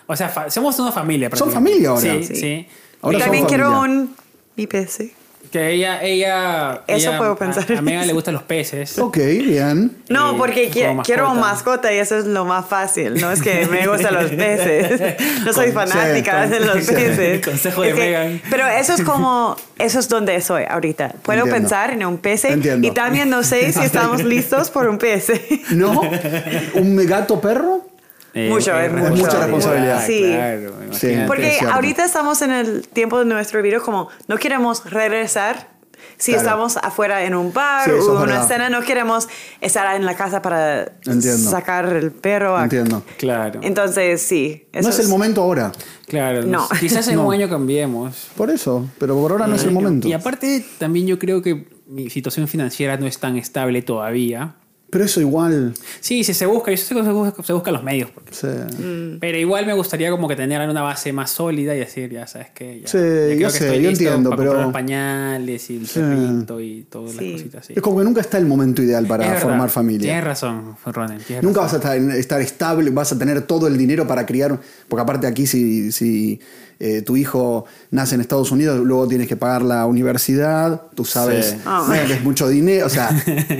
[SPEAKER 1] O sea, fa- somos una familia.
[SPEAKER 2] Son
[SPEAKER 1] prácticamente.
[SPEAKER 2] familia ahora.
[SPEAKER 1] Sí, sí.
[SPEAKER 3] Sí.
[SPEAKER 2] Ahora
[SPEAKER 3] y
[SPEAKER 2] somos
[SPEAKER 3] también quiero
[SPEAKER 2] familia.
[SPEAKER 3] un IPC.
[SPEAKER 1] Que ella... ella
[SPEAKER 3] Eso
[SPEAKER 1] ella-
[SPEAKER 3] puedo pensar.
[SPEAKER 1] A, a Megan le gustan los peces.
[SPEAKER 2] Ok, bien.
[SPEAKER 3] No,
[SPEAKER 1] Eh,
[SPEAKER 3] porque
[SPEAKER 1] como
[SPEAKER 3] qui- quiero
[SPEAKER 1] mascota.
[SPEAKER 3] un mascota y eso es lo más fácil. No es que me gustan los peces. No soy
[SPEAKER 2] Con- sí,
[SPEAKER 3] fanática
[SPEAKER 2] con-
[SPEAKER 3] de los
[SPEAKER 1] sí.
[SPEAKER 3] peces.
[SPEAKER 1] Consejo de
[SPEAKER 3] Es que-
[SPEAKER 1] Megan.
[SPEAKER 3] Pero eso es como, eso es donde soy ahorita. Puedo
[SPEAKER 2] Entiendo.
[SPEAKER 3] pensar en un pez
[SPEAKER 2] Entiendo.
[SPEAKER 3] y también no sé si estamos listos por un pez.
[SPEAKER 2] ¿No? ¿Un gato perro?
[SPEAKER 1] Eh,
[SPEAKER 3] Mucho, es mucho.
[SPEAKER 2] mucha responsabilidad.
[SPEAKER 3] Sí.
[SPEAKER 1] Claro, imagínate.
[SPEAKER 3] Porque
[SPEAKER 2] cierto.
[SPEAKER 3] ahorita estamos en el tiempo de nuestro video como no queremos regresar. Si
[SPEAKER 2] Claro.
[SPEAKER 3] estamos afuera en un bar
[SPEAKER 2] Sí, eso es
[SPEAKER 3] o una
[SPEAKER 2] verdad.
[SPEAKER 3] cena, no queremos estar en la casa para
[SPEAKER 2] Entiendo.
[SPEAKER 3] sacar el perro. a-
[SPEAKER 2] Entiendo.
[SPEAKER 1] Claro,
[SPEAKER 3] Entonces, sí. eso
[SPEAKER 2] No es el momento ahora.
[SPEAKER 1] claro.
[SPEAKER 3] No.
[SPEAKER 1] Quizás en
[SPEAKER 2] No.
[SPEAKER 1] un año cambiemos.
[SPEAKER 2] Por eso, pero por ahora no es el momento.
[SPEAKER 1] Y aparte, también yo creo que mi situación financiera no es tan estable todavía.
[SPEAKER 2] Pero eso igual.
[SPEAKER 1] Sí, sí, se busca. Yo sé que se busca, se busca los medios. porque-
[SPEAKER 2] Sí.
[SPEAKER 3] Mm.
[SPEAKER 1] Pero igual me gustaría como que tener una base más sólida y decir, ya sabes que ya, ya
[SPEAKER 2] Sí,
[SPEAKER 1] creo
[SPEAKER 2] yo
[SPEAKER 1] que
[SPEAKER 2] sé,
[SPEAKER 1] estoy
[SPEAKER 2] yo
[SPEAKER 1] listo
[SPEAKER 2] entiendo,
[SPEAKER 1] para
[SPEAKER 2] pero-
[SPEAKER 1] comprar los pañales y el
[SPEAKER 2] Sí.
[SPEAKER 1] perrito y todas
[SPEAKER 3] Sí.
[SPEAKER 1] las cositas así.
[SPEAKER 2] Es como que nunca está el momento ideal para
[SPEAKER 1] Es verdad,
[SPEAKER 2] formar familia.
[SPEAKER 1] Tienes razón, Ronen. tienes
[SPEAKER 2] Nunca vas
[SPEAKER 1] razón.
[SPEAKER 2] a estar, estar estable, vas a tener todo el dinero para criar. Porque aparte aquí, si, si eh, tu hijo nace en Estados Unidos, luego tienes que pagar la universidad, tú sabes
[SPEAKER 1] Sí.
[SPEAKER 3] Ah,
[SPEAKER 2] no,
[SPEAKER 3] bueno.
[SPEAKER 2] que es mucho dinero. O sea,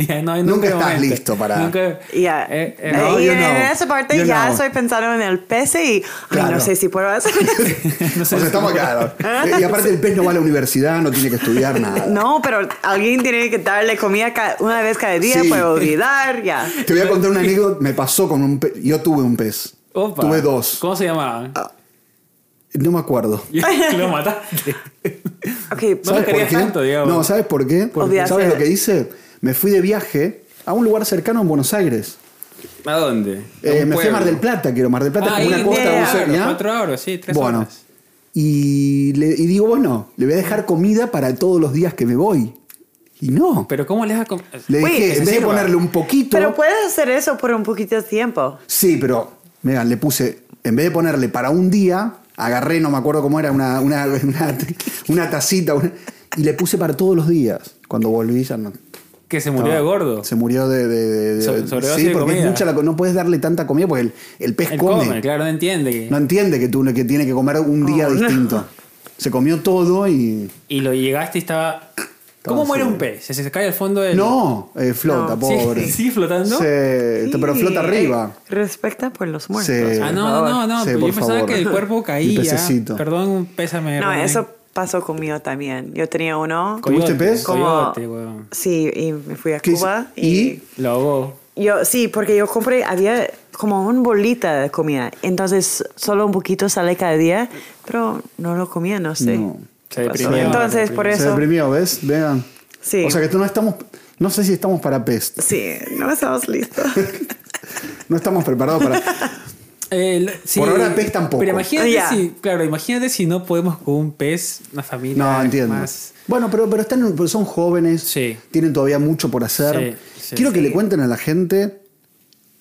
[SPEAKER 1] Ya no hay
[SPEAKER 2] Nunca
[SPEAKER 1] nunca
[SPEAKER 2] estás
[SPEAKER 1] momento.
[SPEAKER 2] listo para-
[SPEAKER 1] Nunca-
[SPEAKER 3] Ya.
[SPEAKER 1] Eh, eh,
[SPEAKER 2] No,
[SPEAKER 3] y
[SPEAKER 2] yo
[SPEAKER 3] en
[SPEAKER 2] no.
[SPEAKER 3] esa parte
[SPEAKER 2] Yo
[SPEAKER 3] ya
[SPEAKER 2] no.
[SPEAKER 3] estoy pensando en el pez y ay,
[SPEAKER 2] Claro.
[SPEAKER 3] no sé si puedo hacer
[SPEAKER 1] no
[SPEAKER 2] o sea,
[SPEAKER 1] si-
[SPEAKER 2] estamos claro. Eh, Y aparte el pez no va a la universidad, no tiene que estudiar nada.
[SPEAKER 3] No, pero alguien tiene que darle comida ca- una vez cada día,
[SPEAKER 2] Sí.
[SPEAKER 3] puedo olvidar, ya.
[SPEAKER 2] Te voy a contar una anécdota. Me pasó con un pez. Yo tuve un pez.
[SPEAKER 1] Opa.
[SPEAKER 2] Tuve dos.
[SPEAKER 1] ¿Cómo se llamaban?
[SPEAKER 2] No me acuerdo.
[SPEAKER 1] Lo mataste.
[SPEAKER 3] Ok,
[SPEAKER 1] No lo querías tanto, digamos.
[SPEAKER 2] No, ¿sabes por qué?
[SPEAKER 3] Olvidaste.
[SPEAKER 2] ¿Sabes lo que hice? Me fui de viaje a un lugar cercano en Buenos Aires.
[SPEAKER 1] ¿A dónde?
[SPEAKER 2] Eh, me fui a Mar del Plata, quiero Mar del Plata,
[SPEAKER 1] Ah,
[SPEAKER 2] es como una costa.
[SPEAKER 3] bien,
[SPEAKER 2] no sé,
[SPEAKER 1] cuatro,
[SPEAKER 2] ¿ya?
[SPEAKER 1] cuatro horas, sí, tres
[SPEAKER 2] bueno,
[SPEAKER 1] horas.
[SPEAKER 2] Y, le- y digo, bueno, le voy a dejar comida para todos los días que me voy. Y no.
[SPEAKER 1] Pero ¿cómo les vas a com-
[SPEAKER 2] le
[SPEAKER 3] Uy,
[SPEAKER 2] dije,
[SPEAKER 1] que se
[SPEAKER 2] en vez de
[SPEAKER 1] sirva.
[SPEAKER 2] ponerle un poquito.
[SPEAKER 3] Pero
[SPEAKER 1] pues,
[SPEAKER 3] puedes hacer eso por un poquito de tiempo.
[SPEAKER 2] Sí, pero, Megan, le puse, en vez de ponerle para un día, agarré, no me acuerdo cómo era, una, una, una, una tacita, una- y le puse para todos los días. Cuando volví ya no.
[SPEAKER 1] Que se murió de
[SPEAKER 2] estaba-
[SPEAKER 1] gordo.
[SPEAKER 2] Se murió de. de- de- de-
[SPEAKER 1] So-
[SPEAKER 2] de-
[SPEAKER 1] sobredosis
[SPEAKER 2] sí,
[SPEAKER 1] de
[SPEAKER 2] porque es
[SPEAKER 1] comida.
[SPEAKER 2] mucha la co- no puedes darle tanta comida porque el, el pez
[SPEAKER 1] Él
[SPEAKER 2] come.
[SPEAKER 1] come, claro, no entiende. que-
[SPEAKER 2] No entiende que, tú, que tiene que comer un día
[SPEAKER 3] Oh, no.
[SPEAKER 2] distinto. Se comió todo y.
[SPEAKER 1] Y lo llegaste y estaba. ¿Cómo
[SPEAKER 2] Estaba
[SPEAKER 1] muere
[SPEAKER 2] así.
[SPEAKER 1] un pez? ¿Se, se cae al fondo del.
[SPEAKER 2] No, eh, flota,
[SPEAKER 3] No.
[SPEAKER 1] Sí,
[SPEAKER 2] pobre.
[SPEAKER 1] sí, flotando.
[SPEAKER 2] Se- te- Este, pero
[SPEAKER 3] Sí.
[SPEAKER 2] flota arriba.
[SPEAKER 3] Respecta por los muertos.
[SPEAKER 2] Sí.
[SPEAKER 1] Ah,
[SPEAKER 3] por
[SPEAKER 1] no,
[SPEAKER 3] favor.
[SPEAKER 1] no, no.
[SPEAKER 2] Sí,
[SPEAKER 1] yo
[SPEAKER 2] por
[SPEAKER 1] pensaba
[SPEAKER 2] favor.
[SPEAKER 1] que el cuerpo
[SPEAKER 2] Y
[SPEAKER 1] caía.
[SPEAKER 2] pececito.
[SPEAKER 1] Perdón, pésame.
[SPEAKER 3] No,
[SPEAKER 1] Ronen.
[SPEAKER 3] eso pasó conmigo también. Yo tenía uno.
[SPEAKER 2] ¿Tuviste pez?
[SPEAKER 3] Como-
[SPEAKER 1] Coyote, weón.
[SPEAKER 3] Sí, y me fui a
[SPEAKER 2] ¿Qué hice?
[SPEAKER 3] Cuba.
[SPEAKER 2] ¿Y?
[SPEAKER 1] Lo ahogó.
[SPEAKER 3] Yo, sí, porque yo compré, había como un bolita de comida. Entonces, solo un poquito sale cada día, pero no lo comía, no sé.
[SPEAKER 2] No,
[SPEAKER 1] se
[SPEAKER 3] Pasó.
[SPEAKER 1] deprimió,
[SPEAKER 3] Entonces,
[SPEAKER 1] se
[SPEAKER 3] por
[SPEAKER 2] Se
[SPEAKER 3] eso.
[SPEAKER 2] deprimió, ¿ves? Vean.
[SPEAKER 3] Sí.
[SPEAKER 2] O sea que no estamos. No sé si estamos para pest.
[SPEAKER 3] Sí, no estamos listos.
[SPEAKER 2] No estamos preparados para.
[SPEAKER 1] Eh, lo- sí,
[SPEAKER 2] Por ahora pez tampoco.
[SPEAKER 1] Pero imagínate
[SPEAKER 3] Ya.
[SPEAKER 1] si, claro, imagínate si no podemos con un pez, una familia.
[SPEAKER 2] No, entiendo.
[SPEAKER 1] Más.
[SPEAKER 2] Bueno, pero, pero están, pero son jóvenes,
[SPEAKER 1] Sí.
[SPEAKER 2] tienen todavía mucho por hacer.
[SPEAKER 1] Sí, sí,
[SPEAKER 2] Quiero que
[SPEAKER 1] sí.
[SPEAKER 2] le cuenten a la gente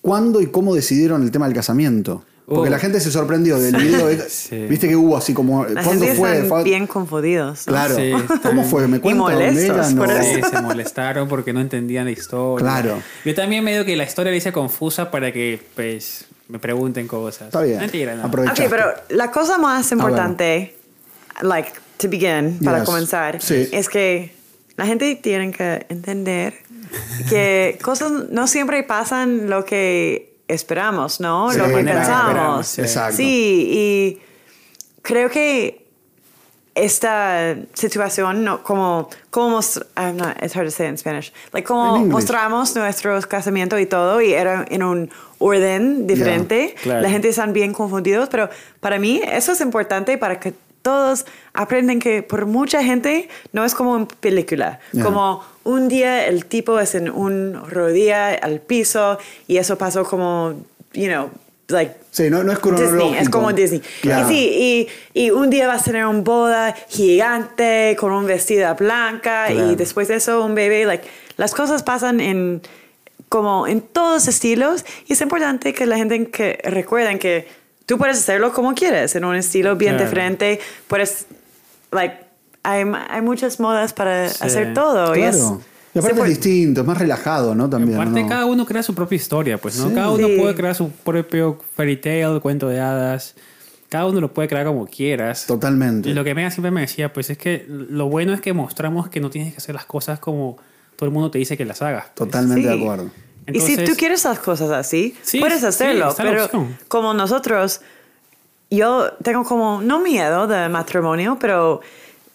[SPEAKER 2] cuándo y cómo decidieron el tema del casamiento. Porque
[SPEAKER 1] Oh.
[SPEAKER 2] la gente se sorprendió del video. de-
[SPEAKER 1] Sí.
[SPEAKER 2] Viste que hubo así como.
[SPEAKER 3] La
[SPEAKER 2] ¿Cuándo
[SPEAKER 3] gente
[SPEAKER 2] fue?
[SPEAKER 3] están
[SPEAKER 2] Fue-
[SPEAKER 3] bien confundidos. ¿no?
[SPEAKER 2] Claro.
[SPEAKER 1] Sí, están-
[SPEAKER 2] ¿Cómo fue? ¿Me cuentan dónde
[SPEAKER 3] molestos
[SPEAKER 2] eran?
[SPEAKER 3] por
[SPEAKER 2] o-
[SPEAKER 1] Sí, se molestaron porque no entendían la historia.
[SPEAKER 2] Claro.
[SPEAKER 1] Yo también medio que la historia la hice confusa para que, pues, me pregunten cosas.
[SPEAKER 2] Está bien.
[SPEAKER 1] Mentira, no.
[SPEAKER 2] Aprove-
[SPEAKER 3] Ok, pero la cosa más
[SPEAKER 2] bueno.
[SPEAKER 3] importante, like, to begin, para
[SPEAKER 2] Ah, Yes.
[SPEAKER 3] comenzar,
[SPEAKER 2] Sí.
[SPEAKER 3] es que la gente tiene que entender que cosas no siempre pasan lo que esperamos, ¿no?
[SPEAKER 2] Sí,
[SPEAKER 3] lo que
[SPEAKER 2] no,
[SPEAKER 1] esperamos,
[SPEAKER 3] pensamos.
[SPEAKER 1] sí.
[SPEAKER 2] Exacto.
[SPEAKER 3] Sí, y creo que esta situación, no, como, como mos- I'm not- it's hard to say in Spanish, like como
[SPEAKER 2] In English.
[SPEAKER 3] mostramos nuestros casamientos y todo, y era en un orden diferente,
[SPEAKER 1] Claro.
[SPEAKER 3] la gente están bien confundidos, pero para mí eso es importante para que todos aprenden que por mucha gente no es como en película,
[SPEAKER 2] Ya.
[SPEAKER 3] como un día el tipo es en un rodilla al piso y eso pasó como, you know, like
[SPEAKER 2] Sí, no, no es cronológico.
[SPEAKER 3] Disney, es como Disney.
[SPEAKER 2] Claro.
[SPEAKER 3] Y sí, y, y un día vas a tener una boda gigante con un vestido blanca
[SPEAKER 1] Claro.
[SPEAKER 3] y después de eso un bebé. Like, las cosas pasan en como en todos estilos y es importante que la gente que recuerden que tú puedes hacerlo como quieres, en un estilo bien
[SPEAKER 1] Claro.
[SPEAKER 3] diferente. Puedes, like, hay, hay muchas modas para
[SPEAKER 1] Sí.
[SPEAKER 3] hacer todo. Y,
[SPEAKER 2] Claro.
[SPEAKER 3] es,
[SPEAKER 2] Y aparte
[SPEAKER 3] se
[SPEAKER 2] es
[SPEAKER 3] puede-
[SPEAKER 2] distinto, es más relajado, ¿no? También.
[SPEAKER 1] Aparte,
[SPEAKER 2] ¿no?
[SPEAKER 1] cada uno crea su propia historia, pues, ¿no?
[SPEAKER 2] Sí.
[SPEAKER 1] Cada uno
[SPEAKER 3] Sí.
[SPEAKER 1] puede crear su propio fairy tale, cuento de hadas. Cada uno lo puede crear como quieras.
[SPEAKER 2] Totalmente.
[SPEAKER 1] Y lo que Megan siempre me decía, pues, es que lo bueno es que mostramos que no tienes que hacer las cosas como todo el mundo te dice que las hagas. pues.
[SPEAKER 2] Totalmente de
[SPEAKER 3] Sí.
[SPEAKER 2] acuerdo.
[SPEAKER 3] y si
[SPEAKER 1] Entonces-
[SPEAKER 3] tú quieres las cosas así,
[SPEAKER 1] Sí,
[SPEAKER 3] puedes
[SPEAKER 1] sí,
[SPEAKER 3] hacerlo.
[SPEAKER 1] está la
[SPEAKER 3] pero
[SPEAKER 1] opción.
[SPEAKER 3] como nosotros, yo tengo como, no miedo de matrimonio, pero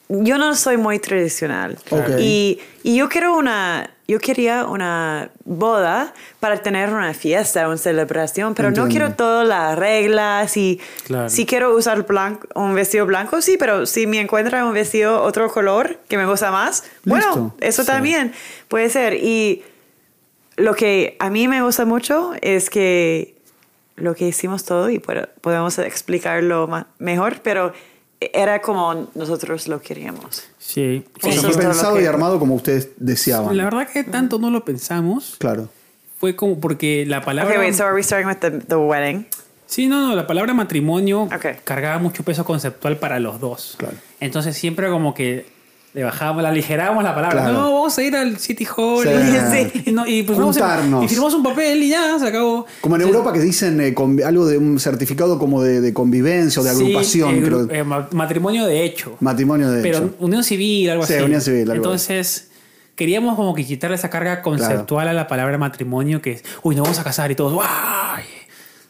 [SPEAKER 3] yo no soy muy tradicional.
[SPEAKER 2] Claro.
[SPEAKER 3] Y, y yo quiero una, yo quería una boda para tener una fiesta, una celebración, pero no
[SPEAKER 2] Entiendo.
[SPEAKER 3] quiero todas las reglas y
[SPEAKER 1] Claro.
[SPEAKER 3] si quiero usar blanco, un vestido blanco, sí, pero si me encuentra un vestido otro color que me gusta más, bueno,
[SPEAKER 2] Listo.
[SPEAKER 3] eso también puede ser. Y lo que a mí me gusta mucho es que lo que hicimos todo y puedo- podemos explicarlo ma- mejor, pero era como nosotros lo queríamos.
[SPEAKER 1] Sí.
[SPEAKER 2] O sea,
[SPEAKER 3] Eso
[SPEAKER 2] fue
[SPEAKER 3] es todo lo
[SPEAKER 2] pensado
[SPEAKER 3] que-
[SPEAKER 2] y armado como ustedes deseaban.
[SPEAKER 1] La verdad que tanto no lo pensamos.
[SPEAKER 2] Claro.
[SPEAKER 1] Fue como porque la palabra...
[SPEAKER 3] Okay, wait, so are we starting with the, the wedding?
[SPEAKER 1] Sí, no, no, la palabra matrimonio
[SPEAKER 3] Ok.
[SPEAKER 1] cargaba mucho peso conceptual para los dos.
[SPEAKER 2] Claro.
[SPEAKER 1] Entonces siempre como que le bajábamos, le aligerábamos la palabra.
[SPEAKER 2] Claro.
[SPEAKER 1] No, vamos a ir al City Hall.
[SPEAKER 2] Sí.
[SPEAKER 1] Y, no, y pues vamos a-
[SPEAKER 2] Juntarnos.
[SPEAKER 1] y firmamos un papel y ya, se acabó.
[SPEAKER 2] Como en Europa que dicen eh, convi- algo de un certificado como de, de convivencia o de
[SPEAKER 1] Sí,
[SPEAKER 2] agrupación.
[SPEAKER 1] eh,
[SPEAKER 2] creo.
[SPEAKER 1] eh, ma- matrimonio de hecho.
[SPEAKER 2] matrimonio de
[SPEAKER 1] pero
[SPEAKER 2] hecho.
[SPEAKER 1] unión civil, algo
[SPEAKER 2] Sí,
[SPEAKER 1] así.
[SPEAKER 2] unión civil, algo
[SPEAKER 1] Entonces, queríamos como que quitarle esa carga conceptual a la palabra matrimonio, que es, uy, nos vamos a casar y todos, ¡guay!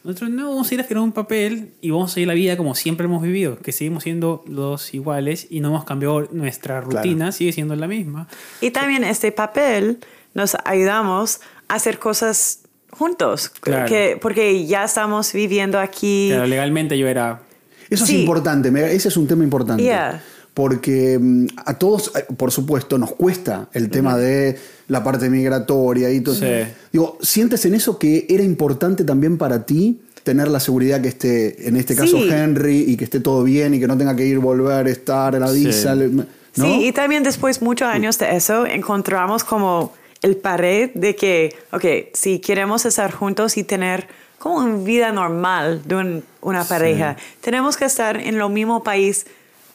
[SPEAKER 1] Nosotros no vamos a ir a firmar un papel y vamos a seguir la vida como siempre hemos vivido, que seguimos siendo los iguales y no hemos cambiado nuestra rutina, sigue siendo la misma.
[SPEAKER 3] Y también este papel nos ayudamos a hacer cosas juntos,
[SPEAKER 1] Claro.
[SPEAKER 3] que, porque ya estamos viviendo aquí.
[SPEAKER 1] Pero legalmente yo era.
[SPEAKER 2] Eso
[SPEAKER 3] sí.
[SPEAKER 2] es importante, me- ese es un tema importante.
[SPEAKER 3] Yeah.
[SPEAKER 2] Porque mm, a todos, eh, por supuesto, nos cuesta el tema de la parte migratoria y todo.
[SPEAKER 1] Sí.
[SPEAKER 2] Digo, ¿sientes en eso que era importante también para ti tener la seguridad que esté, en este caso,
[SPEAKER 3] Sí.
[SPEAKER 2] Henry y que esté todo bien y que no tenga que ir, volver, estar, la
[SPEAKER 1] Sí.
[SPEAKER 2] visa? le- ¿no?
[SPEAKER 3] Sí, y también después muchos años de eso encontramos como el pared de que, ok, si queremos estar juntos y tener como una vida normal de un- una pareja, tenemos que estar en el mismo país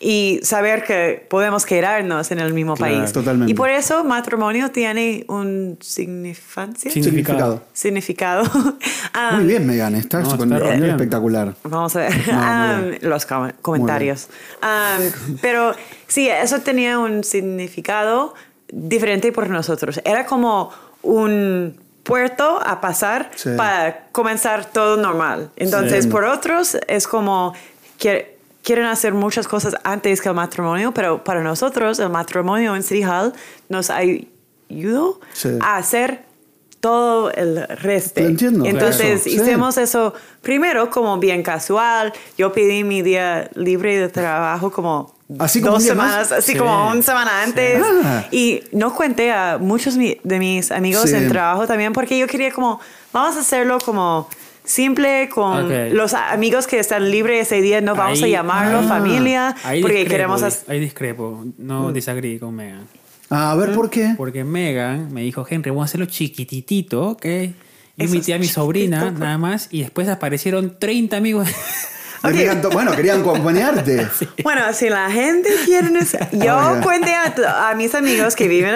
[SPEAKER 3] y saber que podemos quedarnos en el mismo
[SPEAKER 1] Claro.
[SPEAKER 3] país.
[SPEAKER 2] Totalmente.
[SPEAKER 3] Y por eso matrimonio tiene un significancia,
[SPEAKER 1] Sin-
[SPEAKER 2] Significado.
[SPEAKER 3] significado. Ah,
[SPEAKER 2] Muy bien, Megan, está,
[SPEAKER 1] No,
[SPEAKER 2] con-
[SPEAKER 1] está
[SPEAKER 2] con-
[SPEAKER 1] bien.
[SPEAKER 2] espectacular.
[SPEAKER 3] Vamos a ver
[SPEAKER 2] No, muy
[SPEAKER 3] um, los com- comentarios. Um, pero sí, eso tenía un significado diferente por nosotros. Era como un puerto a pasar
[SPEAKER 2] Sí.
[SPEAKER 3] para comenzar todo normal. Entonces,
[SPEAKER 2] Sí.
[SPEAKER 3] por otros es como que quieren hacer muchas cosas antes que el matrimonio, pero para nosotros el matrimonio en City Hall nos ayudó
[SPEAKER 2] Sí.
[SPEAKER 3] a hacer todo el resto.
[SPEAKER 2] Lo entiendo,
[SPEAKER 3] Este,
[SPEAKER 2] claro.
[SPEAKER 3] Entonces
[SPEAKER 2] Sí.
[SPEAKER 3] hicimos eso primero como bien casual. Yo pedí mi día libre de trabajo como
[SPEAKER 2] Así como
[SPEAKER 3] dos
[SPEAKER 2] un día más.
[SPEAKER 3] semanas, así
[SPEAKER 1] Sí.
[SPEAKER 3] como una semana antes.
[SPEAKER 2] Ah.
[SPEAKER 3] Y no cuenté a muchos mi- de mis amigos
[SPEAKER 2] Sí.
[SPEAKER 3] en trabajo también porque yo quería como, vamos a hacerlo como simple con
[SPEAKER 1] Ok.
[SPEAKER 3] los a- amigos que están libres ese día, no vamos
[SPEAKER 1] Ahí-
[SPEAKER 3] a llamarlo
[SPEAKER 2] ah,
[SPEAKER 3] familia
[SPEAKER 1] Ahí
[SPEAKER 3] porque
[SPEAKER 1] discrepo,
[SPEAKER 3] queremos... Mm.
[SPEAKER 1] dis-
[SPEAKER 3] hacer-
[SPEAKER 1] ahí discrepo. No disagree con Megan.
[SPEAKER 2] Ah, A
[SPEAKER 3] Mm.
[SPEAKER 2] ver, ¿por qué?
[SPEAKER 1] Porque Megan me dijo, Henry, vamos a hacerlo chiquititito, ¿ok? Yo
[SPEAKER 3] Eso
[SPEAKER 1] invité a mi
[SPEAKER 3] es
[SPEAKER 1] sobrina,
[SPEAKER 3] chiquitito.
[SPEAKER 1] nada más, y después aparecieron 30 amigos.
[SPEAKER 2] Le querían to- bueno, querían acompañarte.
[SPEAKER 3] Bueno, si la gente quiere... nos- Yo
[SPEAKER 2] Ah, ya.
[SPEAKER 3] cuente a, t- a mis amigos que viven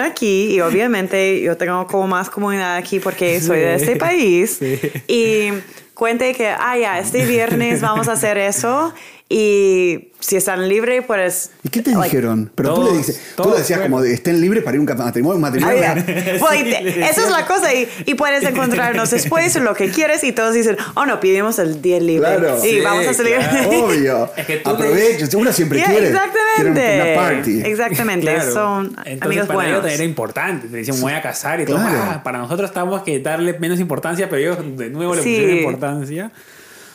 [SPEAKER 3] aquí y obviamente yo tengo como más comunidad aquí porque soy de
[SPEAKER 1] Sí.
[SPEAKER 3] este país.
[SPEAKER 1] Sí.
[SPEAKER 3] Y cuente que, ah, ya, este viernes vamos a hacer eso y si están libres, pues...
[SPEAKER 2] ¿Y qué te
[SPEAKER 3] like,
[SPEAKER 2] dijeron? Pero tú le
[SPEAKER 1] todos,
[SPEAKER 2] dices, tú
[SPEAKER 1] todos
[SPEAKER 2] le decías como
[SPEAKER 1] fueron.
[SPEAKER 2] de, estén libres para ir a un matrimonio, un
[SPEAKER 3] Ah,
[SPEAKER 2] matrimonio.
[SPEAKER 3] ya. Bueno, y te-
[SPEAKER 1] Sí,
[SPEAKER 3] esa es la cosa y, y puedes encontrarnos después lo que quieres y todos dicen, oh no, pedimos el día libre
[SPEAKER 2] Claro.
[SPEAKER 3] y
[SPEAKER 2] Sí,
[SPEAKER 3] vamos a salir.
[SPEAKER 1] claro.
[SPEAKER 2] Obvio.
[SPEAKER 1] Es que tú
[SPEAKER 2] Aprovechen, uno siempre
[SPEAKER 3] Yeah,
[SPEAKER 2] quiere. quiere
[SPEAKER 3] exactamente.
[SPEAKER 2] una party.
[SPEAKER 3] Exactamente,
[SPEAKER 1] Claro.
[SPEAKER 3] son
[SPEAKER 1] Entonces,
[SPEAKER 3] amigos
[SPEAKER 1] para ellos
[SPEAKER 3] buenos.
[SPEAKER 1] era importante. Te decían, me voy a casar y todo.
[SPEAKER 2] Claro.
[SPEAKER 1] Ah, para nosotros estábamos que darle menos importancia, pero ellos de nuevo le
[SPEAKER 3] Sí.
[SPEAKER 1] pusieron importancia.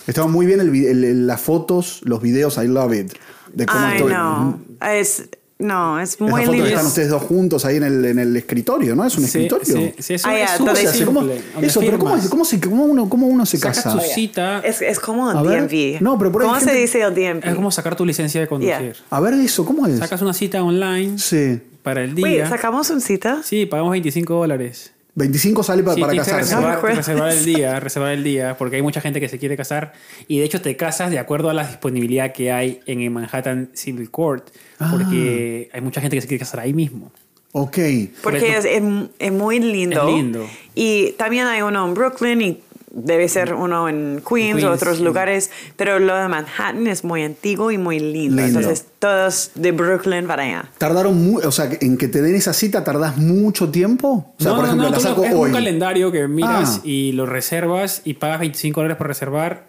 [SPEAKER 2] Estaba muy bien el vi- el- el- las fotos, los videos, I love it. De cómo
[SPEAKER 3] Ay,
[SPEAKER 2] estoy.
[SPEAKER 3] no. Es, no, es muy
[SPEAKER 2] Esa foto
[SPEAKER 3] lindo.
[SPEAKER 2] que están ustedes dos juntos ahí en el, en el escritorio, ¿no? Es un
[SPEAKER 1] Sí,
[SPEAKER 2] escritorio.
[SPEAKER 1] sí, sí, es un-
[SPEAKER 3] Ah, ya,
[SPEAKER 1] es
[SPEAKER 2] ¿Cómo
[SPEAKER 1] súper
[SPEAKER 2] se hace? ¿Cómo-
[SPEAKER 1] simple. Donde
[SPEAKER 2] eso, pero ¿cómo,
[SPEAKER 1] firmas.
[SPEAKER 2] es- cómo, se, cómo, uno, cómo uno se
[SPEAKER 1] Sacas
[SPEAKER 2] casa?
[SPEAKER 1] tu cita.
[SPEAKER 3] Es, es como
[SPEAKER 2] A
[SPEAKER 3] el
[SPEAKER 2] ver.
[SPEAKER 3] DMV.
[SPEAKER 2] No, pero por ahí
[SPEAKER 3] ¿Cómo
[SPEAKER 2] gente-
[SPEAKER 3] se dice el DMV?
[SPEAKER 1] Es como sacar tu licencia de conducir.
[SPEAKER 2] A ver eso, ¿cómo es?
[SPEAKER 1] Sacas una cita online
[SPEAKER 2] Sí.
[SPEAKER 1] para el
[SPEAKER 3] Wait,
[SPEAKER 1] día.
[SPEAKER 3] ¿sacamos un cita?
[SPEAKER 1] Sí, pagamos 25 dólares.
[SPEAKER 2] 25 sale pa-
[SPEAKER 1] Sí,
[SPEAKER 2] para
[SPEAKER 1] tienes que
[SPEAKER 2] casarse.
[SPEAKER 1] reservar,
[SPEAKER 3] No me acuerdo.
[SPEAKER 1] reservar el día, reservar el día, porque hay mucha gente que se quiere casar y de hecho te casas de acuerdo a la disponibilidad que hay en el Manhattan Civil Court, porque
[SPEAKER 2] Ah.
[SPEAKER 1] hay mucha gente que se quiere casar ahí mismo.
[SPEAKER 2] Ok.
[SPEAKER 3] Porque es, es, es muy lindo.
[SPEAKER 1] Es lindo.
[SPEAKER 3] Y también hay uno en Brooklyn y debe ser uno en Queens,
[SPEAKER 1] Queens,
[SPEAKER 3] o otros
[SPEAKER 1] sí.
[SPEAKER 3] lugares. Pero lo de Manhattan es muy antiguo y muy lindo.
[SPEAKER 2] Lindo.
[SPEAKER 3] Entonces todos de Brooklyn para allá.
[SPEAKER 2] Tardaron mu- o sea, en que te den esa cita tardás mucho tiempo. O sea,
[SPEAKER 1] no, no,
[SPEAKER 2] por ejemplo,
[SPEAKER 1] no,
[SPEAKER 2] la
[SPEAKER 1] tú no-
[SPEAKER 2] saco
[SPEAKER 1] es
[SPEAKER 2] hoy.
[SPEAKER 1] un calendario que miras
[SPEAKER 2] Ah.
[SPEAKER 1] y lo reservas y pagas 25 dólares por reservar.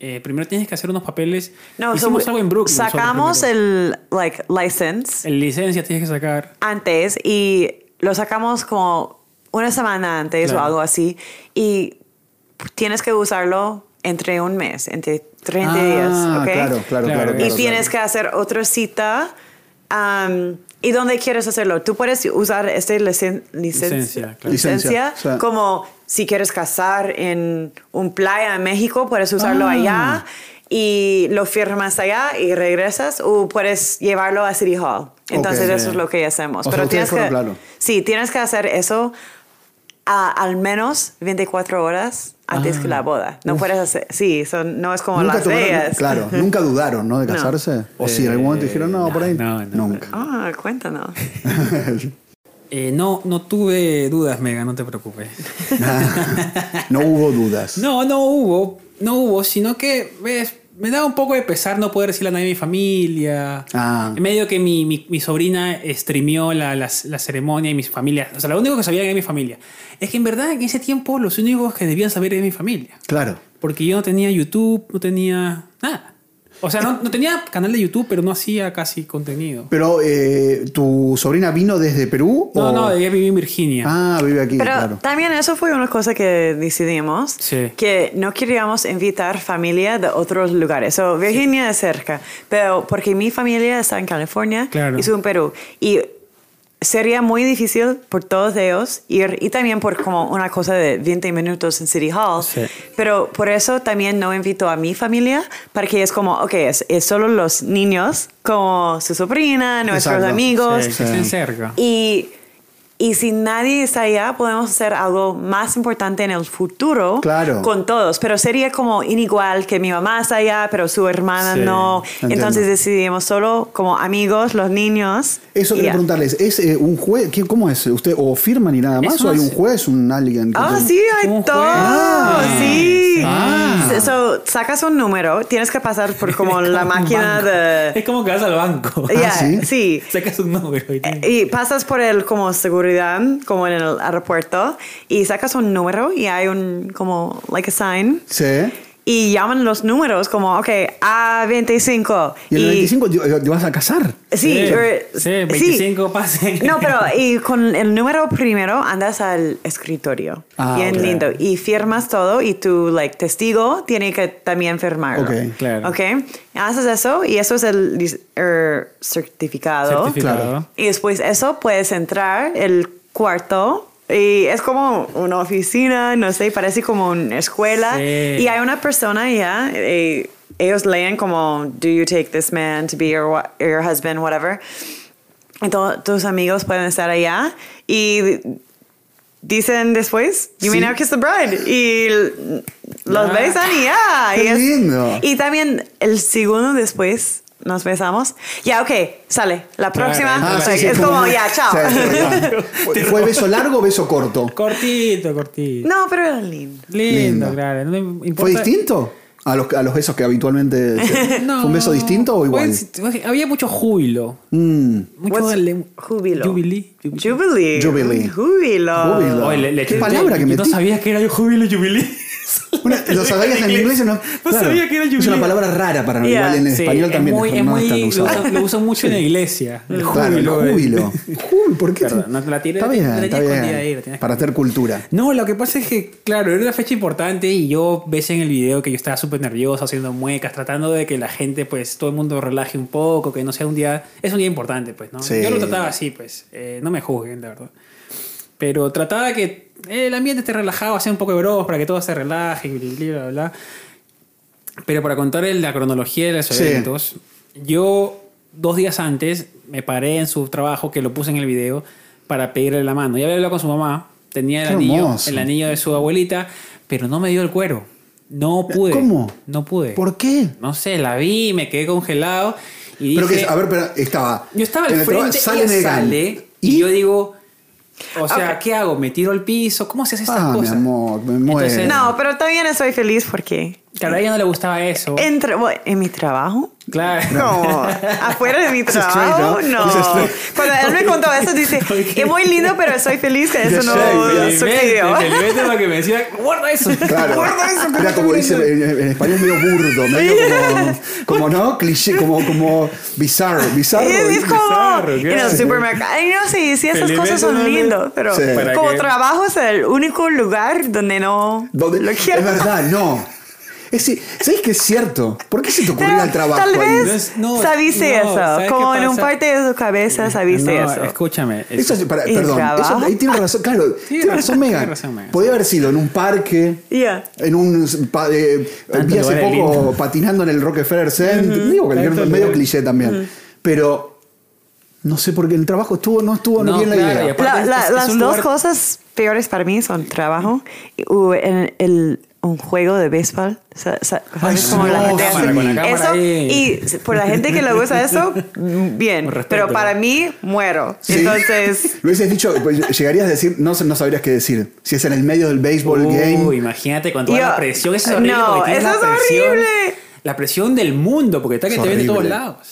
[SPEAKER 1] Eh, primero tienes que hacer unos papeles.
[SPEAKER 3] No,
[SPEAKER 1] Hicimos
[SPEAKER 3] so-
[SPEAKER 1] algo en Brooklyn. nosotros
[SPEAKER 3] Sacamos
[SPEAKER 1] primero.
[SPEAKER 3] el like, license
[SPEAKER 1] El licencia tienes que sacar.
[SPEAKER 3] antes y lo sacamos como una semana antes
[SPEAKER 1] Claro.
[SPEAKER 3] o algo así. Y tienes que usarlo entre un mes, entre 30 días.
[SPEAKER 2] Ah,
[SPEAKER 3] ¿ok?
[SPEAKER 2] claro, claro, claro.
[SPEAKER 1] Y
[SPEAKER 2] claro,
[SPEAKER 3] y
[SPEAKER 2] claro.
[SPEAKER 3] tienes que hacer otra cita. am, ¿Y dónde quieres hacerlo? Tú puedes usar esta licencia,
[SPEAKER 1] Licencia, claro.
[SPEAKER 2] Licencia,
[SPEAKER 3] licencia
[SPEAKER 2] sí.
[SPEAKER 3] como si quieres casar en un playa en México, puedes usarlo
[SPEAKER 2] Ah.
[SPEAKER 3] allá y lo firmas allá y regresas o puedes llevarlo a City Hall. Entonces
[SPEAKER 2] Ok.
[SPEAKER 3] eso es lo que hacemos.
[SPEAKER 2] O sea, ustedes
[SPEAKER 3] tienes
[SPEAKER 2] fueron
[SPEAKER 3] que,
[SPEAKER 2] plano.
[SPEAKER 3] sí, tienes que hacer eso a- al menos 24 horas antes
[SPEAKER 2] Ah.
[SPEAKER 3] que la boda. No puedes hacer, sí, eso no es como Las
[SPEAKER 2] tomaron-
[SPEAKER 3] Vegas.
[SPEAKER 2] claro, nunca dudaron, ¿no? De casarse. O si en algún momento
[SPEAKER 1] Eh,
[SPEAKER 2] dijeron, no,
[SPEAKER 1] no,
[SPEAKER 2] por ahí.
[SPEAKER 1] no, no.
[SPEAKER 2] nunca.
[SPEAKER 3] Ah, cuéntanos.
[SPEAKER 1] Eh, no, no tuve dudas, Mega, no te preocupes.
[SPEAKER 2] no hubo dudas.
[SPEAKER 1] No, no hubo, no hubo, sino que, ves, me daba un poco de pesar no poder decirle a nadie de mi familia.
[SPEAKER 2] Ah.
[SPEAKER 1] En medio que mi, mi, mi sobrina streameó la, la- la ceremonia y mis familias. O sea, lo único que sabían era mi familia. Es que en verdad en ese tiempo los únicos que debían saber era mi familia.
[SPEAKER 2] Claro.
[SPEAKER 1] Porque yo no tenía YouTube, no tenía nada. O sea, no, no tenía canal de YouTube, pero no hacía casi contenido.
[SPEAKER 2] Pero, eh, ¿tu sobrina vino desde Perú?
[SPEAKER 1] No,
[SPEAKER 2] o-
[SPEAKER 1] no, ella vivía en Virginia.
[SPEAKER 2] Oh. Ah, vive aquí,
[SPEAKER 3] Pero
[SPEAKER 2] claro.
[SPEAKER 3] también eso fue una cosa que decidimos,
[SPEAKER 1] Sí.
[SPEAKER 3] que no queríamos invitar familia de otros lugares. So, Virginia es cerca, pero porque mi familia está en California
[SPEAKER 1] Claro.
[SPEAKER 3] y su en Perú. Y sería muy difícil por todos ellos ir, y también por como una cosa de 20 minutos en City Hall.
[SPEAKER 1] Sí.
[SPEAKER 3] Pero por eso también no invito a mi familia, para que es como, ok, es, es solo los niños, como su sobrina, nuestros
[SPEAKER 2] Exacto.
[SPEAKER 3] amigos.
[SPEAKER 1] Sí, que estén cerca.
[SPEAKER 3] Y, y si nadie está allá, podemos hacer algo más importante en el futuro
[SPEAKER 2] Claro.
[SPEAKER 3] con todos. Pero sería como inigual que mi mamá está allá, pero su hermana
[SPEAKER 1] Sí,
[SPEAKER 3] no.
[SPEAKER 2] entiendo.
[SPEAKER 3] Entonces decidimos solo como amigos, los niños.
[SPEAKER 2] Eso
[SPEAKER 3] y
[SPEAKER 2] quería
[SPEAKER 3] ya.
[SPEAKER 2] preguntarles, ¿es eh, un juez? ¿Qué- ¿Cómo es? ¿Usted o firman y nada más?
[SPEAKER 1] Es
[SPEAKER 2] ¿O hay
[SPEAKER 1] más-
[SPEAKER 2] un juez, un alguien? que-
[SPEAKER 3] Ah, sí, hay
[SPEAKER 1] Un
[SPEAKER 3] todo.
[SPEAKER 1] juez. Ah,
[SPEAKER 3] sí.
[SPEAKER 2] ah.
[SPEAKER 3] So, sacas un número, tienes que pasar por como
[SPEAKER 1] Es
[SPEAKER 3] la
[SPEAKER 1] como un
[SPEAKER 3] máquina
[SPEAKER 1] banco. Ah,
[SPEAKER 3] de.
[SPEAKER 1] Es como que vas al banco.
[SPEAKER 3] Ya,
[SPEAKER 2] ¿sí?
[SPEAKER 3] sí.
[SPEAKER 1] Sacas un número y tienes-
[SPEAKER 3] Eh, Y pasas por el como seguridad, como en el aeropuerto, y sacas un número y hay un como like a sign
[SPEAKER 2] Sí.
[SPEAKER 3] y llaman los números como, ok, A25.
[SPEAKER 2] Y en el 25 te, te vas a casar.
[SPEAKER 3] Sí,
[SPEAKER 1] Sí,
[SPEAKER 3] or-
[SPEAKER 1] sí, 25 pase.
[SPEAKER 3] No, pero y con el número primero andas al escritorio.
[SPEAKER 2] Ah,
[SPEAKER 3] bien
[SPEAKER 2] ok.
[SPEAKER 3] lindo. Y firmas todo y tu like, testigo tiene que también firmarlo.
[SPEAKER 2] Ok,
[SPEAKER 1] claro.
[SPEAKER 3] Ok. Haces eso y eso es el dis- er, certificado.
[SPEAKER 1] Certificado.
[SPEAKER 2] Claro.
[SPEAKER 3] Y después eso puedes entrar el cuarto y es como una oficina, no sé, parece como una escuela
[SPEAKER 1] Sí.
[SPEAKER 3] y hay una persona ya, eh, ellos leen como do you take this man to be your wa- your husband whatever. Y to- tus amigos pueden estar allá y dicen después you may
[SPEAKER 2] Sí.
[SPEAKER 3] now kiss the bride y l- los
[SPEAKER 1] Ah.
[SPEAKER 3] besan y ya.
[SPEAKER 2] Qué
[SPEAKER 3] y es-
[SPEAKER 2] lindo.
[SPEAKER 3] y también el segundo después nos besamos. Ya, ok, sale. La próxima.
[SPEAKER 1] Ah,
[SPEAKER 3] o sea,
[SPEAKER 1] sí, sí,
[SPEAKER 3] es como,
[SPEAKER 2] una-
[SPEAKER 3] ya, chao.
[SPEAKER 2] Sí, sí, claro. ¿Fue- ¿Fue beso largo o beso corto?
[SPEAKER 1] Cortito, cortito.
[SPEAKER 3] no, pero era lindo.
[SPEAKER 1] Lindo,
[SPEAKER 2] Lindo.
[SPEAKER 1] claro. No me importa-
[SPEAKER 2] ¿Fue distinto a los, a los besos que habitualmente... se-
[SPEAKER 1] No.
[SPEAKER 2] ¿Fue un beso distinto o igual?
[SPEAKER 1] Pues, había mucho júbilo.
[SPEAKER 2] Mm,
[SPEAKER 1] Mucho
[SPEAKER 3] What's-
[SPEAKER 1] ale-
[SPEAKER 3] júbilo?
[SPEAKER 1] Jubilí. jubilí.
[SPEAKER 3] Jubilee.
[SPEAKER 2] Jubilee.
[SPEAKER 3] Júbilo.
[SPEAKER 2] Júbilo.
[SPEAKER 1] Oye, le- le-
[SPEAKER 2] ¿Qué
[SPEAKER 1] le-
[SPEAKER 2] palabra que
[SPEAKER 1] yo No
[SPEAKER 2] metiste?
[SPEAKER 1] sabía que era júbilo y jubilí.
[SPEAKER 2] Una- lo sabías en inglés, ¿no?
[SPEAKER 1] No
[SPEAKER 2] Claro.
[SPEAKER 1] sabía que era jubilí.
[SPEAKER 2] Es una palabra rara para mí.
[SPEAKER 3] Yeah.
[SPEAKER 2] Igual en
[SPEAKER 1] Sí,
[SPEAKER 2] español también
[SPEAKER 1] es muy,
[SPEAKER 2] no
[SPEAKER 1] es
[SPEAKER 2] no
[SPEAKER 1] muy-
[SPEAKER 2] tan
[SPEAKER 1] lo,
[SPEAKER 2] usado.
[SPEAKER 1] usan- lo usan mucho en la iglesia. El
[SPEAKER 2] Claro, el
[SPEAKER 1] eh.
[SPEAKER 2] júbilo. Júbilo, ¿por qué?
[SPEAKER 1] Perdón, no, la tiré-
[SPEAKER 2] está
[SPEAKER 1] la
[SPEAKER 2] bien,
[SPEAKER 1] tenía
[SPEAKER 2] está
[SPEAKER 1] escondida
[SPEAKER 2] bien.
[SPEAKER 1] ahí, la tenía
[SPEAKER 2] Para hacer cultura.
[SPEAKER 1] No, lo que pasa es que, claro, era una fecha importante y yo ves en el video que yo estaba súper nervioso, haciendo muecas, tratando de que la gente, pues, todo el mundo relaje un poco, que no sea un día... Es un día importante, pues, ¿no?
[SPEAKER 2] Sí.
[SPEAKER 1] Yo lo trataba así, pues, eh, no me juzguen, la verdad. Pero trataba que eh, el ambiente esté relajado, hacer un poco de bromas para que todo se relaje, y bla, bla, bla, bla. Pero para contar el- la cronología de los
[SPEAKER 2] Sí.
[SPEAKER 1] eventos, yo dos días antes me paré en su trabajo, que lo puse en el video, para pedirle la mano. Ya había hablado con su mamá, tenía el
[SPEAKER 2] Qué
[SPEAKER 1] anillo,
[SPEAKER 2] hermoso.
[SPEAKER 1] el anillo de su abuelita, pero no me dio el cuero. No pude.
[SPEAKER 2] ¿Cómo?
[SPEAKER 1] No pude.
[SPEAKER 2] ¿Por qué?
[SPEAKER 1] No sé, la vi, me quedé congelado y
[SPEAKER 2] Pero
[SPEAKER 1] dije-
[SPEAKER 2] que, a ver, pero estaba.
[SPEAKER 1] yo estaba
[SPEAKER 2] en
[SPEAKER 1] al
[SPEAKER 2] el trabajo,
[SPEAKER 1] frente,
[SPEAKER 2] sale
[SPEAKER 1] ella
[SPEAKER 2] Meghan.
[SPEAKER 1] sale y, yo digo, o sea, ¿qué hago? ¿Me tiro al piso? ¿Cómo se hace estas
[SPEAKER 2] Ah, mi
[SPEAKER 1] cosas?
[SPEAKER 2] amor, me muero.
[SPEAKER 1] Entonces,
[SPEAKER 3] No, pero también estoy feliz porque
[SPEAKER 1] Claro, a ella no le gustaba eso.
[SPEAKER 3] entre, bueno, en mi trabajo.
[SPEAKER 1] Claro.
[SPEAKER 3] Como afuera de mi
[SPEAKER 2] straight,
[SPEAKER 3] trabajo,
[SPEAKER 2] ¿no?
[SPEAKER 3] no.
[SPEAKER 2] Es straight.
[SPEAKER 3] Cuando él me contó eso, dice:
[SPEAKER 1] Ok.
[SPEAKER 3] Es muy lindo, pero estoy feliz que eso
[SPEAKER 2] Ya sé,
[SPEAKER 3] no
[SPEAKER 1] Me
[SPEAKER 2] felizmente,
[SPEAKER 3] sucedió.
[SPEAKER 1] alimento, me alimento lo que me decía, guarda eso.
[SPEAKER 2] Claro.
[SPEAKER 1] Guarda eso.
[SPEAKER 2] Era como dice en, en español medio burdo, medio como, como no, cliché, como, como bizarro, bizarro.
[SPEAKER 3] Es, es
[SPEAKER 2] ¿viste?
[SPEAKER 3] como
[SPEAKER 1] bizarro,
[SPEAKER 3] en
[SPEAKER 1] claro.
[SPEAKER 3] el supermercado. Ay, no sé, sí, esas
[SPEAKER 1] Felizmente
[SPEAKER 3] cosas son
[SPEAKER 1] no le-
[SPEAKER 3] lindas, pero
[SPEAKER 2] Sí. ¿Para
[SPEAKER 3] como
[SPEAKER 1] qué?
[SPEAKER 3] trabajo es el único lugar donde no
[SPEAKER 2] Donde-
[SPEAKER 3] lo
[SPEAKER 2] es
[SPEAKER 3] quiero.
[SPEAKER 2] verdad, no. Es, ¿Sabés que es cierto? ¿Por qué se te ocurrió
[SPEAKER 3] Pero
[SPEAKER 2] el trabajo?
[SPEAKER 3] tal
[SPEAKER 2] ahí?
[SPEAKER 1] No
[SPEAKER 3] vez
[SPEAKER 1] es- no,
[SPEAKER 3] sabiste
[SPEAKER 1] no,
[SPEAKER 3] eso,
[SPEAKER 1] ¿sabes
[SPEAKER 3] como
[SPEAKER 1] qué
[SPEAKER 3] en un
[SPEAKER 1] pasa?
[SPEAKER 3] parte de tu cabeza sabiste
[SPEAKER 1] No,
[SPEAKER 3] eso.
[SPEAKER 1] escúchame.
[SPEAKER 2] Eso es para-
[SPEAKER 3] ¿Y
[SPEAKER 2] perdón,
[SPEAKER 3] trabajo?
[SPEAKER 2] eso- ahí tiene razón, claro, tiene razón
[SPEAKER 1] razón,
[SPEAKER 2] Megan.
[SPEAKER 1] tiene razón Megan,
[SPEAKER 2] Podía haber sido en un parque,
[SPEAKER 3] Yeah.
[SPEAKER 2] en un pa- eh,
[SPEAKER 1] Tanto
[SPEAKER 2] vi hace
[SPEAKER 1] lugar
[SPEAKER 2] poco
[SPEAKER 1] lindo.
[SPEAKER 2] patinando en el Rockefeller Center, digo cualquier-
[SPEAKER 1] Tanto
[SPEAKER 2] medio
[SPEAKER 1] lugar.
[SPEAKER 2] cliché también, pero no sé por qué el trabajo estuvo no estuvo
[SPEAKER 1] No,
[SPEAKER 2] bien
[SPEAKER 1] claro,
[SPEAKER 2] la
[SPEAKER 1] y
[SPEAKER 2] idea.
[SPEAKER 1] aparte-
[SPEAKER 3] La- la-
[SPEAKER 1] es- es
[SPEAKER 3] las
[SPEAKER 1] un
[SPEAKER 3] dos
[SPEAKER 1] lugar-
[SPEAKER 3] cosas peores para mí son trabajo y u- en el- un juego de béisbol. sa- sa-
[SPEAKER 2] Ay,
[SPEAKER 3] ¿sabes? Como la
[SPEAKER 2] no,
[SPEAKER 3] gente
[SPEAKER 2] sí.
[SPEAKER 3] hace
[SPEAKER 2] Con la
[SPEAKER 1] cámara
[SPEAKER 3] eso
[SPEAKER 1] ahí.
[SPEAKER 3] y por la gente que le gusta eso, bien.
[SPEAKER 1] Con respeto.
[SPEAKER 3] Pero para mí, muero.
[SPEAKER 2] Sí.
[SPEAKER 3] Entonces,
[SPEAKER 2] Lo hubieses dicho, pues, llegarías a decir, no, no sabrías qué decir. Si es en el medio del béisbol
[SPEAKER 1] Uy,
[SPEAKER 2] game.
[SPEAKER 1] imagínate con toda la
[SPEAKER 3] Yo-
[SPEAKER 1] presión. Eso es horrible.
[SPEAKER 3] no,
[SPEAKER 1] porque tienes
[SPEAKER 3] eso
[SPEAKER 1] la
[SPEAKER 3] es
[SPEAKER 1] presión-
[SPEAKER 3] horrible.
[SPEAKER 1] La presión del mundo, porque está que
[SPEAKER 2] Es
[SPEAKER 1] te ven de todos
[SPEAKER 2] horrible.
[SPEAKER 1] lados.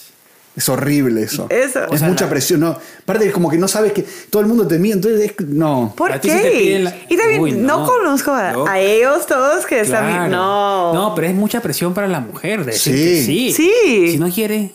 [SPEAKER 2] Es horrible eso.
[SPEAKER 3] Eso.
[SPEAKER 2] Es
[SPEAKER 3] O
[SPEAKER 1] sea,
[SPEAKER 2] mucha
[SPEAKER 1] la-
[SPEAKER 2] presión. No, aparte es como que no sabes que todo el mundo te mira, entonces es- no.
[SPEAKER 1] A
[SPEAKER 3] ¿Por
[SPEAKER 1] ti sí te
[SPEAKER 3] qué?
[SPEAKER 1] piden la-
[SPEAKER 3] Y también
[SPEAKER 1] Uy,
[SPEAKER 3] no.
[SPEAKER 1] no.
[SPEAKER 3] conozco a,
[SPEAKER 1] No.
[SPEAKER 3] a ellos todos que están...
[SPEAKER 1] Claro.
[SPEAKER 3] No.
[SPEAKER 1] No, pero es mucha presión para la mujer. De decir
[SPEAKER 2] Sí.
[SPEAKER 1] que sí.
[SPEAKER 3] Sí.
[SPEAKER 1] Si no quiere.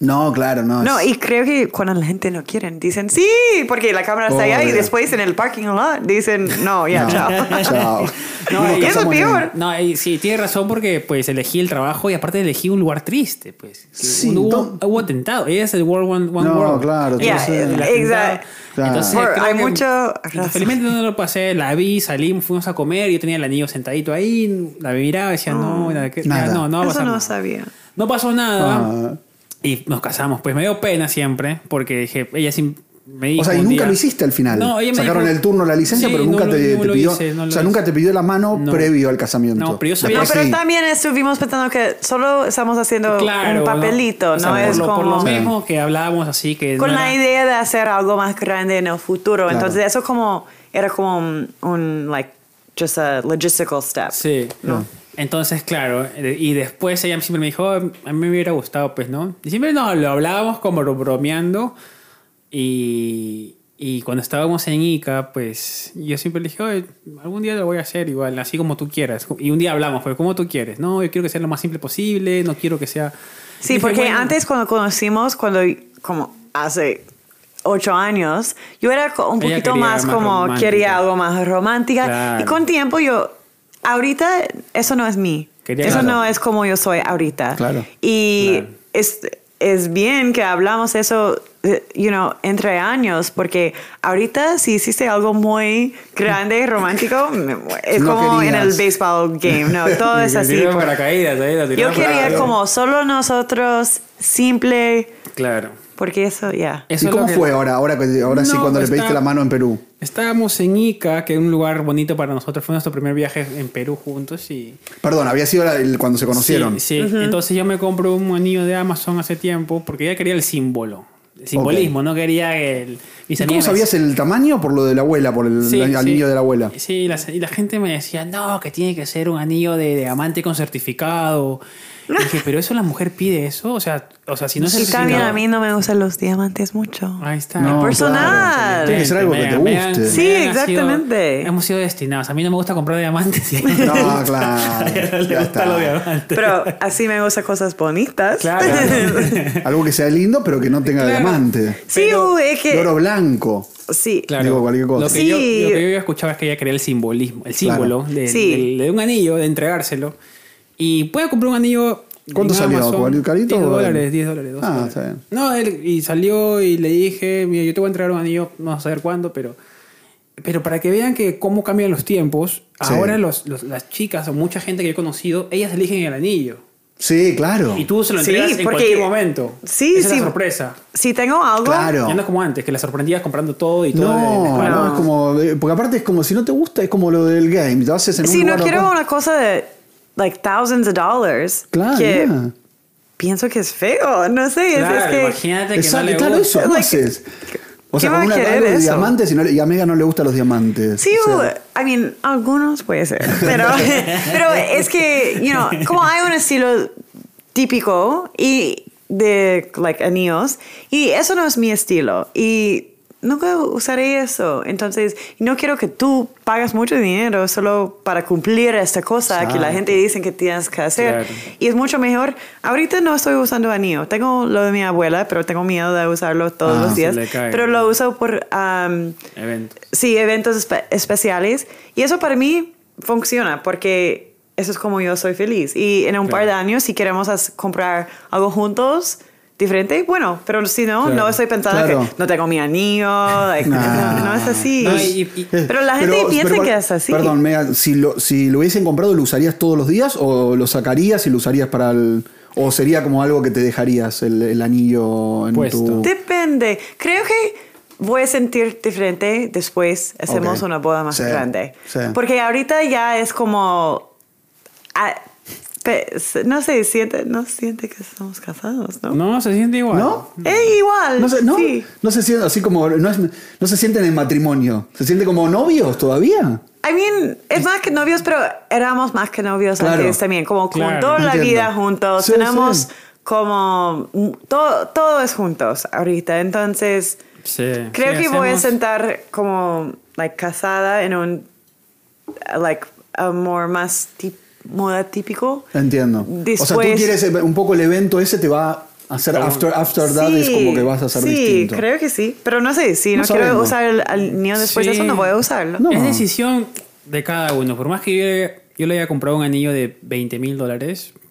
[SPEAKER 2] No, claro, no.
[SPEAKER 3] No,
[SPEAKER 2] es-
[SPEAKER 3] y creo que cuando la gente no quieren, dicen sí, porque la cámara está allá y
[SPEAKER 2] Obvio.
[SPEAKER 3] después en el parking lot dicen no, ya,
[SPEAKER 2] no,
[SPEAKER 3] chao.
[SPEAKER 2] chao.
[SPEAKER 1] No,
[SPEAKER 2] Nos
[SPEAKER 1] y-
[SPEAKER 3] Eso es
[SPEAKER 2] casamos en-
[SPEAKER 3] peor.
[SPEAKER 1] No, y sí, tiene razón porque pues elegí el trabajo y aparte elegí un lugar triste, pues. Que
[SPEAKER 2] Sí,
[SPEAKER 1] un- hubo,
[SPEAKER 2] no.
[SPEAKER 1] hubo atentado. Ella es el World One, One
[SPEAKER 2] No,
[SPEAKER 1] World.
[SPEAKER 2] claro,
[SPEAKER 1] Ella es
[SPEAKER 3] entonces-
[SPEAKER 1] el
[SPEAKER 3] Yeah,
[SPEAKER 1] atentado.
[SPEAKER 3] exacto.
[SPEAKER 2] Claro.
[SPEAKER 1] Entonces,
[SPEAKER 3] Por-
[SPEAKER 1] creo
[SPEAKER 3] hay
[SPEAKER 1] que-
[SPEAKER 3] mucho razón.
[SPEAKER 1] Felizmente no lo pasé, la vi, salimos, fuimos a comer, yo tenía el anillo sentadito ahí, la miraba y decía, no, la que-
[SPEAKER 2] Nada.
[SPEAKER 1] no, no va a
[SPEAKER 3] Eso
[SPEAKER 1] pasar
[SPEAKER 3] no
[SPEAKER 1] nada.
[SPEAKER 3] sabía.
[SPEAKER 1] No pasó nada.
[SPEAKER 2] Ah.
[SPEAKER 1] Y nos casamos. Pues me dio pena siempre, porque dije, ella sim- me dijo.
[SPEAKER 2] O sea, y
[SPEAKER 1] un
[SPEAKER 2] nunca
[SPEAKER 1] día-
[SPEAKER 2] lo hiciste al final.
[SPEAKER 1] No, ella me
[SPEAKER 2] Sacaron
[SPEAKER 1] dijo-
[SPEAKER 2] el turno, la licencia,
[SPEAKER 1] Sí,
[SPEAKER 2] pero
[SPEAKER 1] no
[SPEAKER 2] nunca
[SPEAKER 1] lo-
[SPEAKER 2] te,
[SPEAKER 1] no
[SPEAKER 2] te
[SPEAKER 1] lo
[SPEAKER 2] pidió.
[SPEAKER 1] hice, no
[SPEAKER 2] o
[SPEAKER 1] lo
[SPEAKER 2] sea, nunca
[SPEAKER 1] hice.
[SPEAKER 2] te pidió la mano
[SPEAKER 1] No.
[SPEAKER 2] previo al casamiento.
[SPEAKER 1] No, pero yo sabía-
[SPEAKER 3] No,
[SPEAKER 2] Después
[SPEAKER 3] pero
[SPEAKER 2] sí.
[SPEAKER 3] también estuvimos pensando que solo estamos haciendo
[SPEAKER 1] Claro,
[SPEAKER 3] un papelito,
[SPEAKER 1] O sea,
[SPEAKER 3] ¿no?
[SPEAKER 1] por
[SPEAKER 3] Es
[SPEAKER 1] lo- Por
[SPEAKER 3] como
[SPEAKER 1] lo mismo que hablábamos así que.
[SPEAKER 3] con
[SPEAKER 1] no
[SPEAKER 3] la
[SPEAKER 1] era-
[SPEAKER 3] idea de hacer algo más grande en el futuro.
[SPEAKER 2] Claro.
[SPEAKER 3] Entonces eso como era como un, un, like just a logistical step.
[SPEAKER 1] Sí.
[SPEAKER 3] No.
[SPEAKER 1] Entonces, claro, eh, y después ella siempre me dijo, "Oh, a mí me hubiera gustado, pues, ¿no? Y siempre no, lo hablábamos como bro- bromeando y, Y cuando estábamos en Ica, pues yo siempre le dije, "Oye, algún día lo voy a hacer igual, así como tú quieras. Y un día hablamos, pero ¿cómo tú quieres? No, yo quiero que sea lo más simple posible, no quiero que sea...
[SPEAKER 3] Sí,
[SPEAKER 1] Dije,
[SPEAKER 3] porque
[SPEAKER 1] "Bueno".
[SPEAKER 3] antes cuando conocimos, cuando como hace ocho años, yo era co- un
[SPEAKER 1] Ella
[SPEAKER 3] poquito
[SPEAKER 1] quería
[SPEAKER 3] más
[SPEAKER 1] más
[SPEAKER 3] como
[SPEAKER 1] romántica.
[SPEAKER 3] quería algo más romántica
[SPEAKER 1] Claro.
[SPEAKER 3] y con tiempo yo ahorita eso no es mí,
[SPEAKER 1] Quería-
[SPEAKER 3] eso
[SPEAKER 1] Claro.
[SPEAKER 3] no es como yo soy ahorita
[SPEAKER 2] Claro.
[SPEAKER 3] y
[SPEAKER 1] Claro.
[SPEAKER 3] es es bien que hablamos eso, eh, you know, entre años, porque ahorita si hiciste algo muy grande y romántico, me- es
[SPEAKER 2] No
[SPEAKER 3] como en el
[SPEAKER 2] querías.
[SPEAKER 3] baseball game, no, todo es
[SPEAKER 1] Me
[SPEAKER 3] así.
[SPEAKER 1] tiraron paracaídas, ahí, la
[SPEAKER 3] Yo
[SPEAKER 1] tiraron
[SPEAKER 3] quería
[SPEAKER 1] paracaídas.
[SPEAKER 3] como solo nosotros, simple,
[SPEAKER 1] Claro.
[SPEAKER 3] porque eso, ya.
[SPEAKER 1] Eso
[SPEAKER 2] ¿Y
[SPEAKER 1] es
[SPEAKER 2] cómo
[SPEAKER 1] lo que-
[SPEAKER 2] fue ahora, ahora, que- ahora sí
[SPEAKER 1] No,
[SPEAKER 2] cuando le
[SPEAKER 1] está-
[SPEAKER 2] pediste la mano en Perú?
[SPEAKER 1] Estábamos en Ica, que es un lugar bonito para nosotros. Fue nuestro primer viaje en Perú juntos y...
[SPEAKER 2] Perdón, había sido la- el- cuando se conocieron.
[SPEAKER 1] Sí, sí. entonces yo me compré un anillo de Amazon hace tiempo porque ya quería el símbolo. El simbolismo, no quería el... Mis
[SPEAKER 2] ¿Y ¿Cómo
[SPEAKER 1] amigas me
[SPEAKER 2] sabías el tamaño? Por lo de la abuela, por el
[SPEAKER 1] Sí,
[SPEAKER 2] el
[SPEAKER 1] sí.
[SPEAKER 2] anillo de la abuela.
[SPEAKER 1] Sí, y la, y la gente me decía, no, que tiene que ser un anillo de diamante con certificado. Y dije, pero eso la mujer pide eso. O sea, o sea si no es el
[SPEAKER 3] Y también a mí no me gustan los diamantes mucho.
[SPEAKER 1] Ahí está.
[SPEAKER 2] No,
[SPEAKER 3] personal.
[SPEAKER 2] Tiene que ser algo que
[SPEAKER 1] Megan-
[SPEAKER 2] te guste.
[SPEAKER 1] Megan
[SPEAKER 3] Sí,
[SPEAKER 1] ha sido-
[SPEAKER 3] exactamente.
[SPEAKER 1] hemos sido destinados. A mí no me gusta comprar diamantes. No,
[SPEAKER 2] No, claro.
[SPEAKER 1] le
[SPEAKER 2] ya
[SPEAKER 1] gustan los
[SPEAKER 2] está.
[SPEAKER 1] diamantes.
[SPEAKER 3] Pero así me gustan cosas bonitas.
[SPEAKER 1] Claro.
[SPEAKER 2] Algo que sea lindo, pero que no tenga
[SPEAKER 1] Claro.
[SPEAKER 2] diamante.
[SPEAKER 3] sí,
[SPEAKER 1] Pero-
[SPEAKER 3] uy, es
[SPEAKER 2] De
[SPEAKER 3] que...
[SPEAKER 2] oro blanco.
[SPEAKER 3] Sí.
[SPEAKER 1] Claro.
[SPEAKER 2] Digo, cualquier cosa.
[SPEAKER 1] Lo que,
[SPEAKER 3] Sí.
[SPEAKER 1] yo, lo que yo había escuchado es que ella quería el simbolismo, el símbolo de,
[SPEAKER 3] Sí.
[SPEAKER 1] del- de un anillo, de entregárselo. Y puede comprar un anillo.
[SPEAKER 2] ¿Cuánto
[SPEAKER 1] en
[SPEAKER 2] salió? ¿Cuál- carito
[SPEAKER 1] 10
[SPEAKER 2] o-
[SPEAKER 1] dólares, 10 dólares. 12
[SPEAKER 2] Ah,
[SPEAKER 1] dólares.
[SPEAKER 2] está bien.
[SPEAKER 1] No, él y salió y le dije, mira, yo te voy a entregar un anillo, no vas a saber cuándo, pero. Pero para que vean que cómo cambian los tiempos,
[SPEAKER 2] Sí.
[SPEAKER 1] ahora los- los- las chicas o mucha gente que yo he conocido, ellas eligen el anillo.
[SPEAKER 2] Sí, claro.
[SPEAKER 1] Y tú se lo
[SPEAKER 3] Sí,
[SPEAKER 1] entregas en
[SPEAKER 3] porque-
[SPEAKER 1] cualquier momento.
[SPEAKER 3] Sí,
[SPEAKER 1] Esa es la
[SPEAKER 3] sí.
[SPEAKER 1] sorpresa.
[SPEAKER 3] Si tengo algo...
[SPEAKER 2] Claro.
[SPEAKER 1] Ya no es como antes, que la sorprendías comprando todo y todo. de- de-
[SPEAKER 2] No,
[SPEAKER 1] de-
[SPEAKER 2] no, es como. eh, Porque aparte es como si no te gusta, es como lo del game. Te haces en un
[SPEAKER 3] Si no
[SPEAKER 2] lugar
[SPEAKER 3] quiero
[SPEAKER 2] loco.
[SPEAKER 3] una cosa de, like, thousands of dollars,
[SPEAKER 2] Claro,
[SPEAKER 3] que
[SPEAKER 2] ya.
[SPEAKER 3] pienso que es feo, no sé, es-
[SPEAKER 1] Claro,
[SPEAKER 3] es que...
[SPEAKER 1] imagínate que
[SPEAKER 2] Exacto,
[SPEAKER 1] no le
[SPEAKER 2] claro,
[SPEAKER 1] gusta.
[SPEAKER 2] eso. ¿Cómo
[SPEAKER 3] Like,
[SPEAKER 2] haces? O sea,
[SPEAKER 3] ¿qué va
[SPEAKER 2] con
[SPEAKER 3] a
[SPEAKER 2] una
[SPEAKER 3] querer
[SPEAKER 2] algo de
[SPEAKER 3] eso?
[SPEAKER 2] diamantes y, no le- y a Mega no le gustan los diamantes.
[SPEAKER 3] Sí,
[SPEAKER 2] O sea,
[SPEAKER 3] I mean, algunos puede ser, pero, pero es que, you know, como hay un estilo típico y de, like, anillos, y eso no es mi estilo, y nunca usaré eso, entonces no quiero que tú pagas mucho dinero solo para cumplir esta cosa que la
[SPEAKER 2] Exacto.
[SPEAKER 3] gente dice que tienes que hacer,
[SPEAKER 1] Claro.
[SPEAKER 3] y es mucho mejor, ahorita no estoy usando anillo, tengo lo de mi abuela, pero tengo miedo de usarlo todos
[SPEAKER 2] Ah.
[SPEAKER 3] los
[SPEAKER 1] Se
[SPEAKER 3] días,
[SPEAKER 1] le cae.
[SPEAKER 3] pero lo uso por... um,
[SPEAKER 1] Evento.
[SPEAKER 3] Sí, eventos espe- especiales. Y eso para mí funciona porque eso es como yo soy feliz. Y en un par de
[SPEAKER 1] Claro.
[SPEAKER 3] años, si queremos as- comprar algo juntos, diferente, bueno, pero si no,
[SPEAKER 1] Claro.
[SPEAKER 3] no estoy pensando
[SPEAKER 2] Claro.
[SPEAKER 3] que no tengo mi anillo, like,
[SPEAKER 2] No.
[SPEAKER 3] no, no es así.
[SPEAKER 1] No, y- y-
[SPEAKER 2] eh,
[SPEAKER 3] pero la gente piensa
[SPEAKER 2] pero-
[SPEAKER 3] que es así.
[SPEAKER 2] Perdón, Mega, si lo, si lo hubiesen comprado, ¿lo usarías todos los días o lo sacarías y lo usarías para el. o sería como algo que te dejarías el, el anillo en
[SPEAKER 1] Puesto.
[SPEAKER 2] tu.
[SPEAKER 3] Depende. Creo que voy a sentir diferente después hacemos
[SPEAKER 2] Ok.
[SPEAKER 3] una boda más
[SPEAKER 2] Sí,
[SPEAKER 3] grande.
[SPEAKER 2] sí.
[SPEAKER 3] Porque ahorita ya es como... ah, pe- no sé, siente, no siente que estamos casados, ¿no?
[SPEAKER 1] No, se siente igual.
[SPEAKER 2] ¿No?
[SPEAKER 3] Es igual.
[SPEAKER 2] No se, no,
[SPEAKER 3] Sí.
[SPEAKER 2] no se sienten así como. No, es- no se sienten en matrimonio. ¿Se sienten como novios todavía?
[SPEAKER 3] I mean, es más que novios, pero éramos más que novios
[SPEAKER 2] Claro.
[SPEAKER 3] antes también. Como con
[SPEAKER 1] Claro.
[SPEAKER 3] toda la
[SPEAKER 2] Entiendo.
[SPEAKER 3] vida juntos.
[SPEAKER 2] Sí,
[SPEAKER 3] Tenemos
[SPEAKER 2] sí.
[SPEAKER 3] como... mm, Todo, todo es juntos ahorita. Entonces...
[SPEAKER 1] Sí,
[SPEAKER 3] Creo
[SPEAKER 1] sí,
[SPEAKER 3] que voy a
[SPEAKER 1] hacemos-
[SPEAKER 3] sentar como like casada en un like amor más tip- moda típico.
[SPEAKER 2] Entiendo. o sea, tú
[SPEAKER 3] Después-
[SPEAKER 2] quieres eh, un poco el evento ese, te va a hacer after, after that, es como que vas a hacer
[SPEAKER 3] sí,
[SPEAKER 2] distinto.
[SPEAKER 3] creo que sí. Pero no sé, si
[SPEAKER 2] No
[SPEAKER 3] no, quiero
[SPEAKER 2] sabemos.
[SPEAKER 3] usar el, al niño después de
[SPEAKER 1] Sí.
[SPEAKER 3] eso, no voy a usarlo.
[SPEAKER 2] No.
[SPEAKER 1] Es decisión de cada uno. Por más que yo, le- yo le haya comprado un anillo de 20 mil dólares.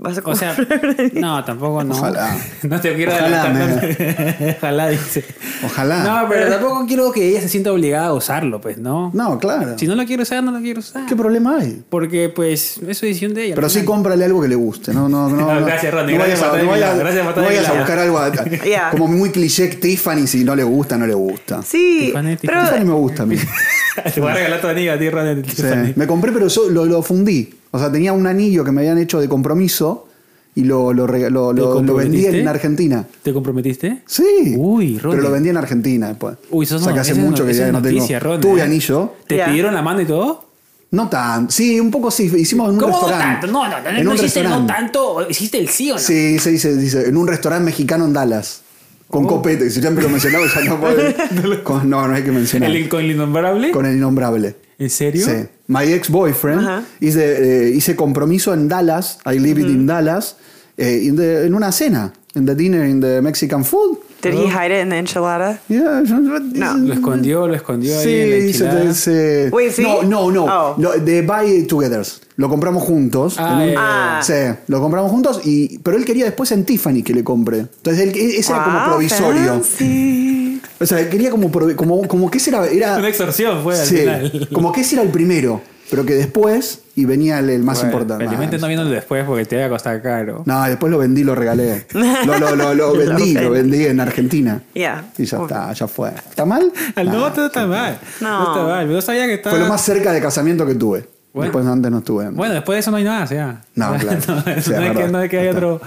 [SPEAKER 3] Vas a
[SPEAKER 1] O sea,
[SPEAKER 3] comprar-
[SPEAKER 1] no, tampoco no.
[SPEAKER 2] Ojalá.
[SPEAKER 1] No te quiero
[SPEAKER 2] Ojalá,
[SPEAKER 1] adelantar. Ojalá, dice.
[SPEAKER 2] Ojalá.
[SPEAKER 1] No, pero tampoco quiero que ella se sienta obligada a usarlo, pues, ¿no?
[SPEAKER 2] No, claro.
[SPEAKER 1] Si no lo quiero usar, no lo quiero usar.
[SPEAKER 2] ¿Qué problema hay?
[SPEAKER 1] Porque, pues, es su decisión de ella.
[SPEAKER 2] Pero
[SPEAKER 1] al
[SPEAKER 2] sí
[SPEAKER 1] final.
[SPEAKER 2] cómprale algo que le guste. No, no, no.
[SPEAKER 1] No,
[SPEAKER 2] no.
[SPEAKER 1] gracias, Rodney,
[SPEAKER 2] No
[SPEAKER 1] gracias
[SPEAKER 2] vayas,
[SPEAKER 1] por
[SPEAKER 2] a,
[SPEAKER 1] estar
[SPEAKER 2] no vayas-
[SPEAKER 1] invitado, gracias por estar
[SPEAKER 2] no vayas a
[SPEAKER 1] invitado.
[SPEAKER 2] buscar algo a-
[SPEAKER 3] Yeah.
[SPEAKER 2] como muy cliché Tiffany si no le gusta, no le gusta.
[SPEAKER 3] sí,
[SPEAKER 1] Tiffany,
[SPEAKER 3] pero
[SPEAKER 2] Tiffany me gusta a mí.
[SPEAKER 1] Te voy a regalar tu anillo a ti, Ronald.
[SPEAKER 2] Sí. Me compré, pero yo lo, lo fundí. O sea, tenía un anillo que me habían hecho de compromiso y lo, lo, rega- lo, lo- lo vendí
[SPEAKER 1] comprometiste?
[SPEAKER 2] en Argentina.
[SPEAKER 1] ¿Te comprometiste?
[SPEAKER 2] Sí.
[SPEAKER 1] Uy, Rodney.
[SPEAKER 2] Pero lo vendí en Argentina después.
[SPEAKER 1] Uy, eso
[SPEAKER 2] o sea, que hace mucho que ya no tengo.
[SPEAKER 1] ¿eh?
[SPEAKER 2] Tuve anillo.
[SPEAKER 1] ¿Te
[SPEAKER 3] Ya.
[SPEAKER 1] pidieron la mano y todo?
[SPEAKER 2] No tan. Sí, un poco sí. Hicimos en un
[SPEAKER 1] ¿Cómo no
[SPEAKER 2] restaurante.
[SPEAKER 1] tanto? No, no, no,
[SPEAKER 2] En
[SPEAKER 1] no
[SPEAKER 2] un
[SPEAKER 1] hiciste no
[SPEAKER 2] restaurante.
[SPEAKER 1] tanto. ¿Hiciste el sí o no?
[SPEAKER 2] Sí, se dice, dice, en un restaurante mexicano en Dallas. Con
[SPEAKER 1] Oh.
[SPEAKER 2] copete, si siempre lo mencionaba, ya no puedo. Con- no, no hay que mencionar.
[SPEAKER 1] ¿El, ¿Con el innombrable?
[SPEAKER 2] Con el innombrable.
[SPEAKER 1] ¿En serio?
[SPEAKER 2] Sí. My ex boyfriend
[SPEAKER 3] Ajá.
[SPEAKER 2] hice, eh, hice compromiso en Dallas. I lived in Dallas. eh, in the- en una cena. En the dinner in the Mexican food.
[SPEAKER 3] Did he hide it in the enchilada?
[SPEAKER 2] Yeah,
[SPEAKER 1] Lo escondió, lo escondió
[SPEAKER 2] Sí,
[SPEAKER 1] ahí en la
[SPEAKER 2] hizo
[SPEAKER 1] enchilada.
[SPEAKER 2] ese-
[SPEAKER 3] Wait, sí.
[SPEAKER 2] No, no, no.
[SPEAKER 3] Oh.
[SPEAKER 2] Lo- de Buy It Togethers. Lo compramos juntos.
[SPEAKER 1] Ah,
[SPEAKER 2] En
[SPEAKER 1] eh,
[SPEAKER 3] Ah.
[SPEAKER 2] Sí, lo compramos juntos. Y, pero él quería después en Tiffany que le compre. Entonces él- e-, ese era como
[SPEAKER 3] Wow,
[SPEAKER 2] provisorio.
[SPEAKER 3] fancy.
[SPEAKER 2] O sea, quería como, provi- como, como que ese era. era
[SPEAKER 1] Una extorsión fue al
[SPEAKER 2] Sí,
[SPEAKER 1] final.
[SPEAKER 2] como que ese era el primero. Pero que después. Y venía el, el más
[SPEAKER 1] Bueno,
[SPEAKER 2] importante.
[SPEAKER 1] Felizmente no viéndolo después porque te iba a costar caro.
[SPEAKER 2] No, después lo vendí, lo regalé. Lo, lo, lo, lo
[SPEAKER 3] Lo
[SPEAKER 2] vendí, lo
[SPEAKER 3] vendí.
[SPEAKER 2] vendí en Argentina.
[SPEAKER 3] Yeah.
[SPEAKER 2] Y ya está, ya fue. ¿Está mal?
[SPEAKER 1] Al no,
[SPEAKER 2] Nah.
[SPEAKER 1] todo está mal.
[SPEAKER 3] No.
[SPEAKER 1] está mal. No sabía que estaba.
[SPEAKER 2] Fue lo más cerca de casamiento que tuve.
[SPEAKER 1] Bueno.
[SPEAKER 2] Después antes no estuve.
[SPEAKER 1] Bueno, después de eso no hay nada, o sea.
[SPEAKER 2] No, claro.
[SPEAKER 1] no,
[SPEAKER 2] Sí, es
[SPEAKER 1] no hay que,
[SPEAKER 2] verdad.
[SPEAKER 1] no hay que hay
[SPEAKER 2] Está.
[SPEAKER 1] otro.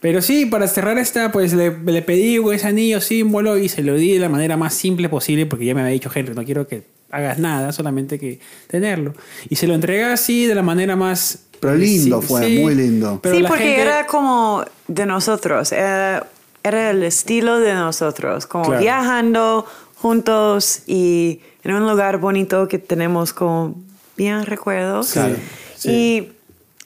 [SPEAKER 1] Pero sí, para cerrar esta, pues le, le pedí ese anillo símbolo y se lo di de la manera más simple posible porque ya me había dicho Henry, no quiero que hagas nada, solamente que tenerlo. Y se lo entregué así de la manera más...
[SPEAKER 2] Pero lindo fue, muy lindo.
[SPEAKER 1] pero
[SPEAKER 3] sí,
[SPEAKER 1] la
[SPEAKER 3] porque
[SPEAKER 1] gente-
[SPEAKER 3] era como de nosotros, era, era el estilo de nosotros, como
[SPEAKER 1] Claro.
[SPEAKER 3] viajando juntos y en un lugar bonito que tenemos como bien recuerdos.
[SPEAKER 2] Claro,
[SPEAKER 3] Y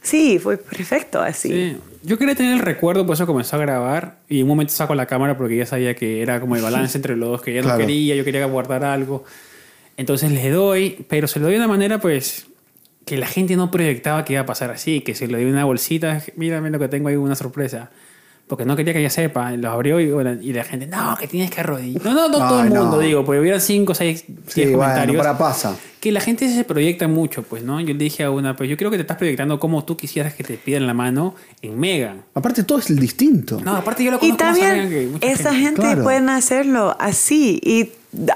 [SPEAKER 3] sí, fue perfecto así.
[SPEAKER 1] Sí. Yo quería tener el recuerdo, por eso comenzó a grabar. Y en un momento saco la cámara porque ya sabía que era como el balance entre los dos, que ella
[SPEAKER 2] Claro.
[SPEAKER 1] no quería, yo quería guardar algo. Entonces le doy, pero se lo doy de una manera, pues, que la gente no proyectaba que iba a pasar así, que se le dio una bolsita, mira, mira lo que tengo ahí, una sorpresa. Porque no quería que ella sepa, lo abrió y, bueno, y la gente, no, que tienes que arrodillar. No, no, no todo
[SPEAKER 2] Ay,
[SPEAKER 1] el
[SPEAKER 2] no.
[SPEAKER 1] mundo, digo, pues, porque hubiera 5, 6, 10
[SPEAKER 2] Sí, bueno,
[SPEAKER 1] comentarios
[SPEAKER 2] para pasa.
[SPEAKER 1] que la gente se proyecta mucho, pues, ¿no? Yo le dije a una, pues yo creo que te estás proyectando como tú quisieras que te pidan la mano en Megan.
[SPEAKER 2] Aparte todo es el distinto.
[SPEAKER 1] No, aparte yo lo
[SPEAKER 3] Y
[SPEAKER 1] conozco más a Megan que
[SPEAKER 3] también
[SPEAKER 1] mucha
[SPEAKER 3] esa
[SPEAKER 1] gente.
[SPEAKER 3] gente
[SPEAKER 2] Claro.
[SPEAKER 3] pueden hacerlo así y